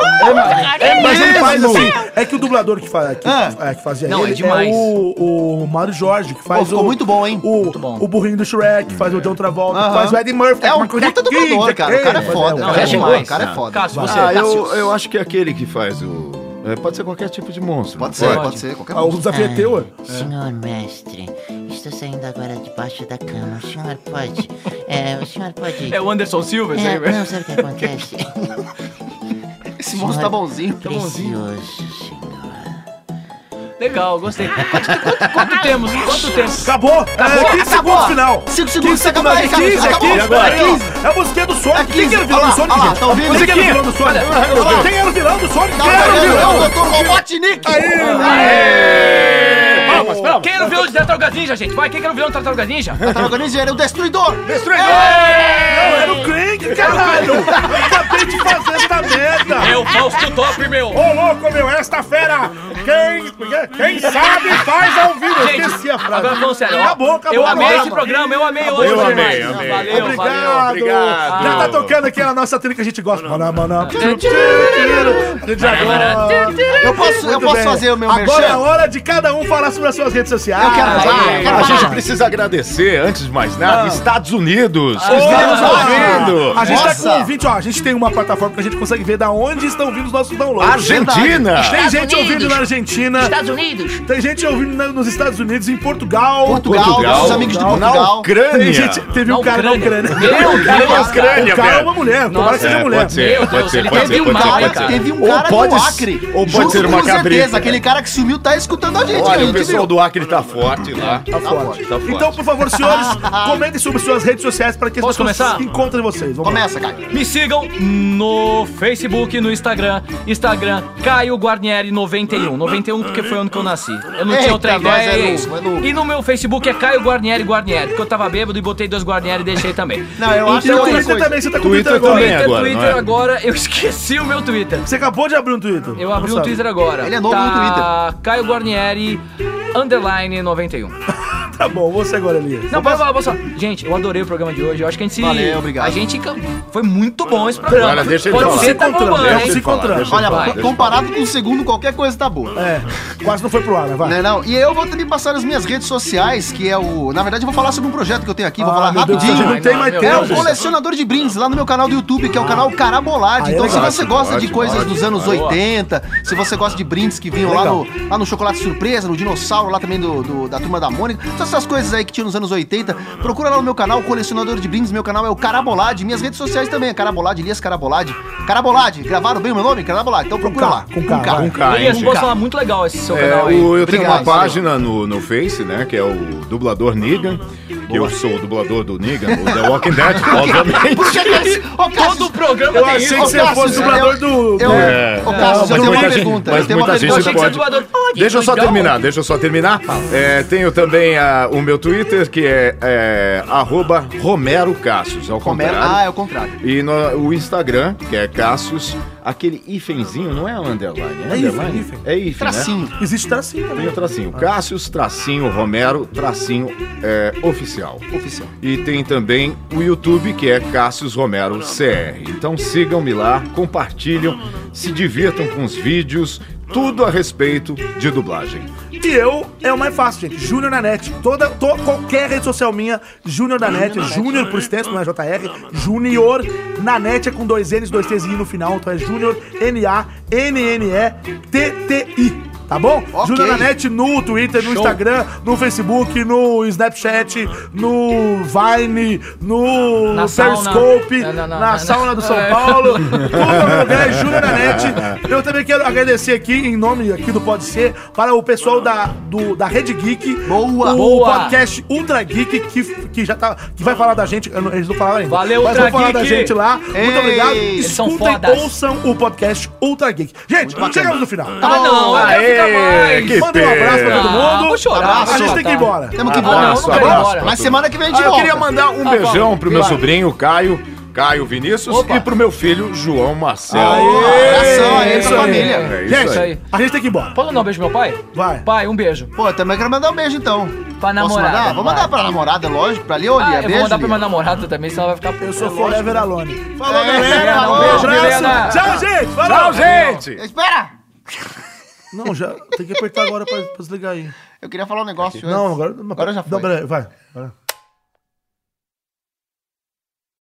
Speaker 1: É, mas ele faz assim. É que o dublador que, faz, que,
Speaker 2: Ah.
Speaker 1: é, que fazia
Speaker 4: Não, é
Speaker 1: ele
Speaker 4: demais.
Speaker 1: o, o Mário Jorge, que faz
Speaker 2: Pô, ficou
Speaker 1: o...
Speaker 2: muito bom, hein?
Speaker 1: O,
Speaker 4: bom.
Speaker 1: o burrinho do Shrek, que faz o John Travolta, que
Speaker 2: Aham.
Speaker 1: faz o Eddie Murphy.
Speaker 2: É
Speaker 1: uma
Speaker 2: um
Speaker 1: coisa
Speaker 2: puta
Speaker 1: aqui,
Speaker 2: dublador, cara. O cara é
Speaker 1: mas
Speaker 2: foda.
Speaker 4: Não,
Speaker 2: O cara é
Speaker 4: é
Speaker 2: bom,
Speaker 4: demais.
Speaker 2: o cara é
Speaker 4: Não.
Speaker 2: foda.
Speaker 4: Cássio, você.
Speaker 7: tá
Speaker 3: Ah, eu,
Speaker 4: Cássio.
Speaker 3: eu acho que é aquele que faz o. é, pode ser qualquer tipo de monstro.
Speaker 2: Pode ser, pode ser. Qualquer um.
Speaker 1: Ah, O desafio é teu, ué.
Speaker 10: Senhor mestre, estou saindo agora debaixo da cama. O senhor pode. É, o senhor pode.
Speaker 4: É o Anderson Silva, isso aí,
Speaker 10: É,
Speaker 4: velho.
Speaker 10: não sabe o que acontece.
Speaker 2: Esse monstro tá bonzinho.
Speaker 10: Precioso, senhor.
Speaker 4: Legal, gostei. Quanto, quanto- quanto temos? Quanto temos?
Speaker 1: Acabou! É 15 segundos final!
Speaker 2: 5 segundos, você acabou
Speaker 1: Mas é
Speaker 2: aí,
Speaker 1: 15, é
Speaker 2: cara.
Speaker 1: 15,
Speaker 2: Acabou.
Speaker 1: é 15. É a musiquinha do Sonic.
Speaker 2: É 15.
Speaker 1: Quem que era o vilão
Speaker 2: Olha
Speaker 1: do
Speaker 2: lá,
Speaker 1: Sonic,
Speaker 2: olha lá,
Speaker 1: gente?
Speaker 2: tá ouvindo?
Speaker 1: Quem que era o
Speaker 2: Olha,
Speaker 1: vilão do Sonic? Quem era o vilão do Sonic? Quem era o
Speaker 2: É o
Speaker 1: vilão?
Speaker 2: Dr. Robotnik!
Speaker 4: Palmas, palmas. Quem era o vilão de Tartarugas Ninja, gente? Vai, quem era o vilão de Tartarugas Ninja?
Speaker 2: Tartaruga Ninja era o Destruidor! É.
Speaker 1: Não, era o Krang, caralho! Acabei de fazer essa merda!
Speaker 4: É o Fausto Top, meu.
Speaker 1: Ô, louco, meu, esta fera! Quem, quem sabe faz ao vivo! Eu esqueci
Speaker 4: Gente,
Speaker 1: a frase.
Speaker 4: agora falando sério. ó.
Speaker 1: Acabou, acabou.
Speaker 4: Eu amei
Speaker 1: acabou.
Speaker 4: esse programa, eu amei hoje.
Speaker 3: Eu
Speaker 4: foi
Speaker 3: amei,
Speaker 4: demais.
Speaker 3: amei.
Speaker 4: Valeu,
Speaker 1: Obrigado.
Speaker 4: valeu.
Speaker 3: obrigado.
Speaker 1: Já tá tocando aqui a nossa trilha que a gente gosta. Maná, maná. A gente já gosta.
Speaker 2: Eu posso, eu
Speaker 1: Muito
Speaker 2: posso
Speaker 1: bem.
Speaker 2: fazer o meu
Speaker 1: Agora é a
Speaker 2: merchan?
Speaker 1: hora de cada um falar sobre as suas redes sociais.
Speaker 2: Eu quero falar, eu
Speaker 3: Ah, A
Speaker 2: quero
Speaker 3: gente
Speaker 2: falar.
Speaker 3: precisa agradecer, antes de mais nada, Estados Unidos!
Speaker 1: Estamos
Speaker 3: Estamos
Speaker 1: ouvindo.
Speaker 3: ouvindo!
Speaker 1: A gente tá com
Speaker 2: Nossa.
Speaker 1: 20, ó. A gente tem uma plataforma que a gente consegue ver da onde estão vindo os nossos downloads.
Speaker 3: Argentina!
Speaker 1: Tem gente
Speaker 7: Estados
Speaker 1: ouvindo
Speaker 7: Unidos.
Speaker 1: na Argentina,
Speaker 7: Estados Unidos.
Speaker 1: tem gente ouvindo na- nos Estados Unidos, em Portugal.
Speaker 2: Portugal, nossos amigos de
Speaker 3: Na
Speaker 2: Portugal.
Speaker 1: Tem
Speaker 3: Ucrânia!
Speaker 1: gente, teve um
Speaker 4: Na
Speaker 1: cara na
Speaker 4: Ucrânia.
Speaker 1: Ucrânia.
Speaker 4: Meu Deus,
Speaker 1: O cara é
Speaker 3: velho.
Speaker 1: uma mulher, tomara que
Speaker 3: É,
Speaker 1: seja mulher.
Speaker 3: Pode ser,
Speaker 4: Meu
Speaker 3: pode
Speaker 4: Deus,
Speaker 3: ser,
Speaker 4: ele
Speaker 3: pode
Speaker 4: teve
Speaker 3: ser,
Speaker 4: um
Speaker 3: pode
Speaker 4: cara
Speaker 3: ser,
Speaker 2: Cara,
Speaker 3: pode ser.
Speaker 2: teve um
Speaker 3: Ou
Speaker 2: cara
Speaker 3: pode
Speaker 2: do
Speaker 3: ser-
Speaker 2: Acre.
Speaker 3: ou pode
Speaker 2: Junto
Speaker 3: ser uma
Speaker 2: com certeza,
Speaker 3: cabrita.
Speaker 2: aquele cara que sumiu tá escutando a gente. cara, a
Speaker 3: Olha, o
Speaker 2: gente
Speaker 3: pessoal
Speaker 2: viu.
Speaker 3: do Acre tá forte lá.
Speaker 1: Tá forte.
Speaker 3: Tá forte.
Speaker 1: Então, por favor, senhores, comentem sobre suas redes sociais para que as
Speaker 4: Ah, Posso começar?
Speaker 1: encontrem vocês. Vamos lá.
Speaker 2: Começa, cara.
Speaker 4: Me sigam no Facebook, no Instagram. Instagram, Caio Guarnieri 91. 91 porque foi o ano que eu nasci. Eu não tinha
Speaker 2: Eita,
Speaker 4: outra
Speaker 2: nós
Speaker 4: ideia.
Speaker 2: é
Speaker 4: é
Speaker 2: novo,
Speaker 4: isso.
Speaker 2: é novo.
Speaker 4: E no meu Facebook é Caio Guarnieri Guarnieri, porque eu tava bêbado e botei dois Guarnieri e deixei também. Então,
Speaker 2: Não, eu acho é
Speaker 1: E o
Speaker 4: é
Speaker 2: outra
Speaker 1: Twitter
Speaker 2: coisa.
Speaker 1: também, você tá com o Twitter
Speaker 3: Twitter
Speaker 1: agora.
Speaker 3: também.
Speaker 4: Twitter,
Speaker 3: agora, não
Speaker 4: Twitter
Speaker 3: é?
Speaker 4: agora, eu esqueci o meu Twitter.
Speaker 1: Você acabou de abrir um Twitter.
Speaker 4: Eu abri
Speaker 1: Não
Speaker 4: um
Speaker 1: sabe.
Speaker 4: Twitter agora.
Speaker 2: Ele é novo
Speaker 4: tá
Speaker 2: no Twitter.
Speaker 4: Caio Guarnieri, underline 91.
Speaker 1: Tá bom, você agora, Elias.
Speaker 4: Não, pera, pera, pera, só. Gente, eu adorei o programa de hoje. Eu acho que a gente se.
Speaker 2: Valeu, obrigado.
Speaker 4: A gente. Foi muito bom esse programa.
Speaker 3: Agora deixa ele
Speaker 4: Pode
Speaker 3: falar.
Speaker 4: ser tá bombando,
Speaker 1: Deixa
Speaker 4: hein?
Speaker 1: ele falar,
Speaker 3: encontrando.
Speaker 1: deixa
Speaker 2: Olha,
Speaker 4: Vai.
Speaker 2: comparado com o segundo, qualquer coisa tá boa.
Speaker 1: É, quase não foi pro ar, né? Vai.
Speaker 2: Né, não? E eu vou também passar as minhas redes sociais, que é o. Na verdade, eu vou falar sobre um projeto que eu tenho aqui, vou
Speaker 1: Ah,
Speaker 2: falar
Speaker 1: meu Deus,
Speaker 2: rapidinho.
Speaker 1: não tem
Speaker 4: Ai,
Speaker 1: mais
Speaker 4: meu
Speaker 2: É
Speaker 1: tempo.
Speaker 2: o colecionador de brindes lá no meu canal do YouTube, que é o canal
Speaker 1: Ah,
Speaker 2: Carabolade.
Speaker 1: é
Speaker 2: Então, se
Speaker 1: legal,
Speaker 2: você gosta de
Speaker 3: ótimo,
Speaker 2: coisas dos
Speaker 3: ótimo.
Speaker 2: anos 80, se você gosta de brindes que vinham lá
Speaker 1: Legal.
Speaker 2: no, lá no Chocolate Surpresa, no Dinossauro, lá também do, do- da Turma da Mônica, todas essas coisas aí que tinha nos anos 80, procura lá no meu canal, colecionador de brindes. Meu canal é o Carabolade. Minhas redes sociais também é Carabolade, Elias Carabolade. Carabolade, gravaram bem o meu nome? Carabolade. Então, procura
Speaker 1: K,
Speaker 2: lá.
Speaker 1: com K, vai.
Speaker 3: Um cara, hein,
Speaker 4: Elias, um
Speaker 3: gente?
Speaker 4: post lá muito legal esse seu
Speaker 3: É,
Speaker 4: canal aí.
Speaker 3: o- eu tenho
Speaker 2: Obrigado,
Speaker 3: uma página no, no Face, né? Que é o dublador Negan. Eu sou o dublador do Negan, o The Walking Dead,
Speaker 2: Por que
Speaker 3: obviamente.
Speaker 2: que esse- Ô, Cassius,
Speaker 4: Todo o programa
Speaker 1: Eu
Speaker 4: tem isso.
Speaker 1: achei que
Speaker 2: Ô,
Speaker 1: você
Speaker 2: Cássio,
Speaker 1: fosse
Speaker 2: eu-
Speaker 1: dublador do.
Speaker 2: Eu,
Speaker 1: do-
Speaker 3: É.
Speaker 2: Ô, Cássio, eu
Speaker 3: Não, mas
Speaker 2: tenho uma
Speaker 3: muita gente-
Speaker 2: pergunta.
Speaker 3: mas
Speaker 2: eu tenho uma
Speaker 3: muita gente
Speaker 2: pergunta.
Speaker 4: achei que você é
Speaker 3: pode.
Speaker 4: doador.
Speaker 3: Deixa eu só terminar, deixa eu só terminar. É, tenho também ah, o meu Twitter, que é, é arroba Romero Cassius, ao
Speaker 2: Romero-
Speaker 3: contrário.
Speaker 2: Ah, é o contrário.
Speaker 3: E no- o Instagram, que é Cassius, aquele hífenzinho, não é underline, é,
Speaker 1: É hífen,
Speaker 3: underline?
Speaker 1: hífen.
Speaker 3: É hífen, né?
Speaker 2: Tracinho.
Speaker 1: Existe tracinho também.
Speaker 3: Tem o tracinho. Cassius, tracinho, Romero, tracinho é, oficial.
Speaker 2: Oficial.
Speaker 3: E tem também o YouTube, que é Cassius Romero CR. Então sigam-me lá, compartilham, se divirtam com os vídeos, tudo a respeito de dublagem.
Speaker 1: E eu é o mais fácil, gente. Júnior na net. Toda, to, qualquer rede social minha, Júnior na net. Júnior por extenso, não é JR. Júnior na net é com dois N's, dois T's e I no final. Então é Júnior N-A-N-N-E-T-T-I. Tá bom?
Speaker 2: Ok.
Speaker 1: Júnior na net no Twitter, no Instagram, no Facebook, no Snapchat, no Vine, no
Speaker 4: Na sauna.
Speaker 1: Periscope,
Speaker 4: Não, não, não,
Speaker 1: na
Speaker 4: não,
Speaker 1: sauna do
Speaker 4: não.
Speaker 1: São
Speaker 4: É.
Speaker 1: Paulo. Todo lugar é Júnior na net. Eu também quero agradecer aqui, em nome aqui do Pode Ser, para o pessoal da, do- da Rede Geek.
Speaker 2: Boa.
Speaker 1: o
Speaker 4: Boa.
Speaker 1: podcast Ultra Geek, que, que já tá. que vai falar da gente. eu não- Eles não falaram ainda.
Speaker 4: Valeu,
Speaker 1: mas
Speaker 4: Ultra
Speaker 1: vão falar da
Speaker 4: Geek.
Speaker 1: gente lá. Muito
Speaker 2: Ei,
Speaker 1: obrigado.
Speaker 2: eles
Speaker 4: são
Speaker 1: Escutem,
Speaker 4: fodas.
Speaker 1: ouçam o podcast Ultra Geek. Gente, chegamos no final.
Speaker 4: Ah, não, eu quero ficar mais.
Speaker 3: que
Speaker 1: Manda um abraço pra
Speaker 3: pena.
Speaker 1: todo mundo.
Speaker 4: Ah, vou chorar.
Speaker 1: a gente tem que ir embora.
Speaker 2: Temos que ir
Speaker 4: Ah,
Speaker 2: embora.
Speaker 4: não, não quero ir embora.
Speaker 2: Mas semana que vem a gente
Speaker 3: Ah, eu
Speaker 2: volta.
Speaker 3: queria mandar um beijão pro meu sobrinho, Caio. Caio Vinícius e pro meu filho João Marcelo.
Speaker 4: Aê! Abração aí pra
Speaker 3: Isso
Speaker 4: família.
Speaker 3: É isso
Speaker 4: Gente,
Speaker 3: aí.
Speaker 1: a gente tem que ir embora.
Speaker 4: Posso dar um beijo pro meu pai?
Speaker 1: Vai.
Speaker 4: Pai, um beijo.
Speaker 2: Pô, eu também quero mandar um beijo então.
Speaker 4: Pra namorada.
Speaker 2: mandar? Vou mandar pra namorada, lógico, pra Lia, ô, Lia,
Speaker 4: Ah, eu vou
Speaker 2: beijo,
Speaker 4: mandar pra
Speaker 2: Lia.
Speaker 4: minha namorada também, senão ela vai ficar... Eu
Speaker 1: sou forever alone.
Speaker 2: Falou,
Speaker 4: É,
Speaker 2: galera.
Speaker 4: Milena, um
Speaker 2: Um
Speaker 4: beijo,
Speaker 2: abraço.
Speaker 4: Milena.
Speaker 1: Tchau, gente.
Speaker 3: Tchau, gente.
Speaker 2: Espera!
Speaker 1: Não, já tem que apertar agora pra, pra desligar aí.
Speaker 2: Eu queria falar um negócio. antes.
Speaker 1: Não, agora,
Speaker 2: Agora já foi.
Speaker 1: Não, peraí, vai. vai.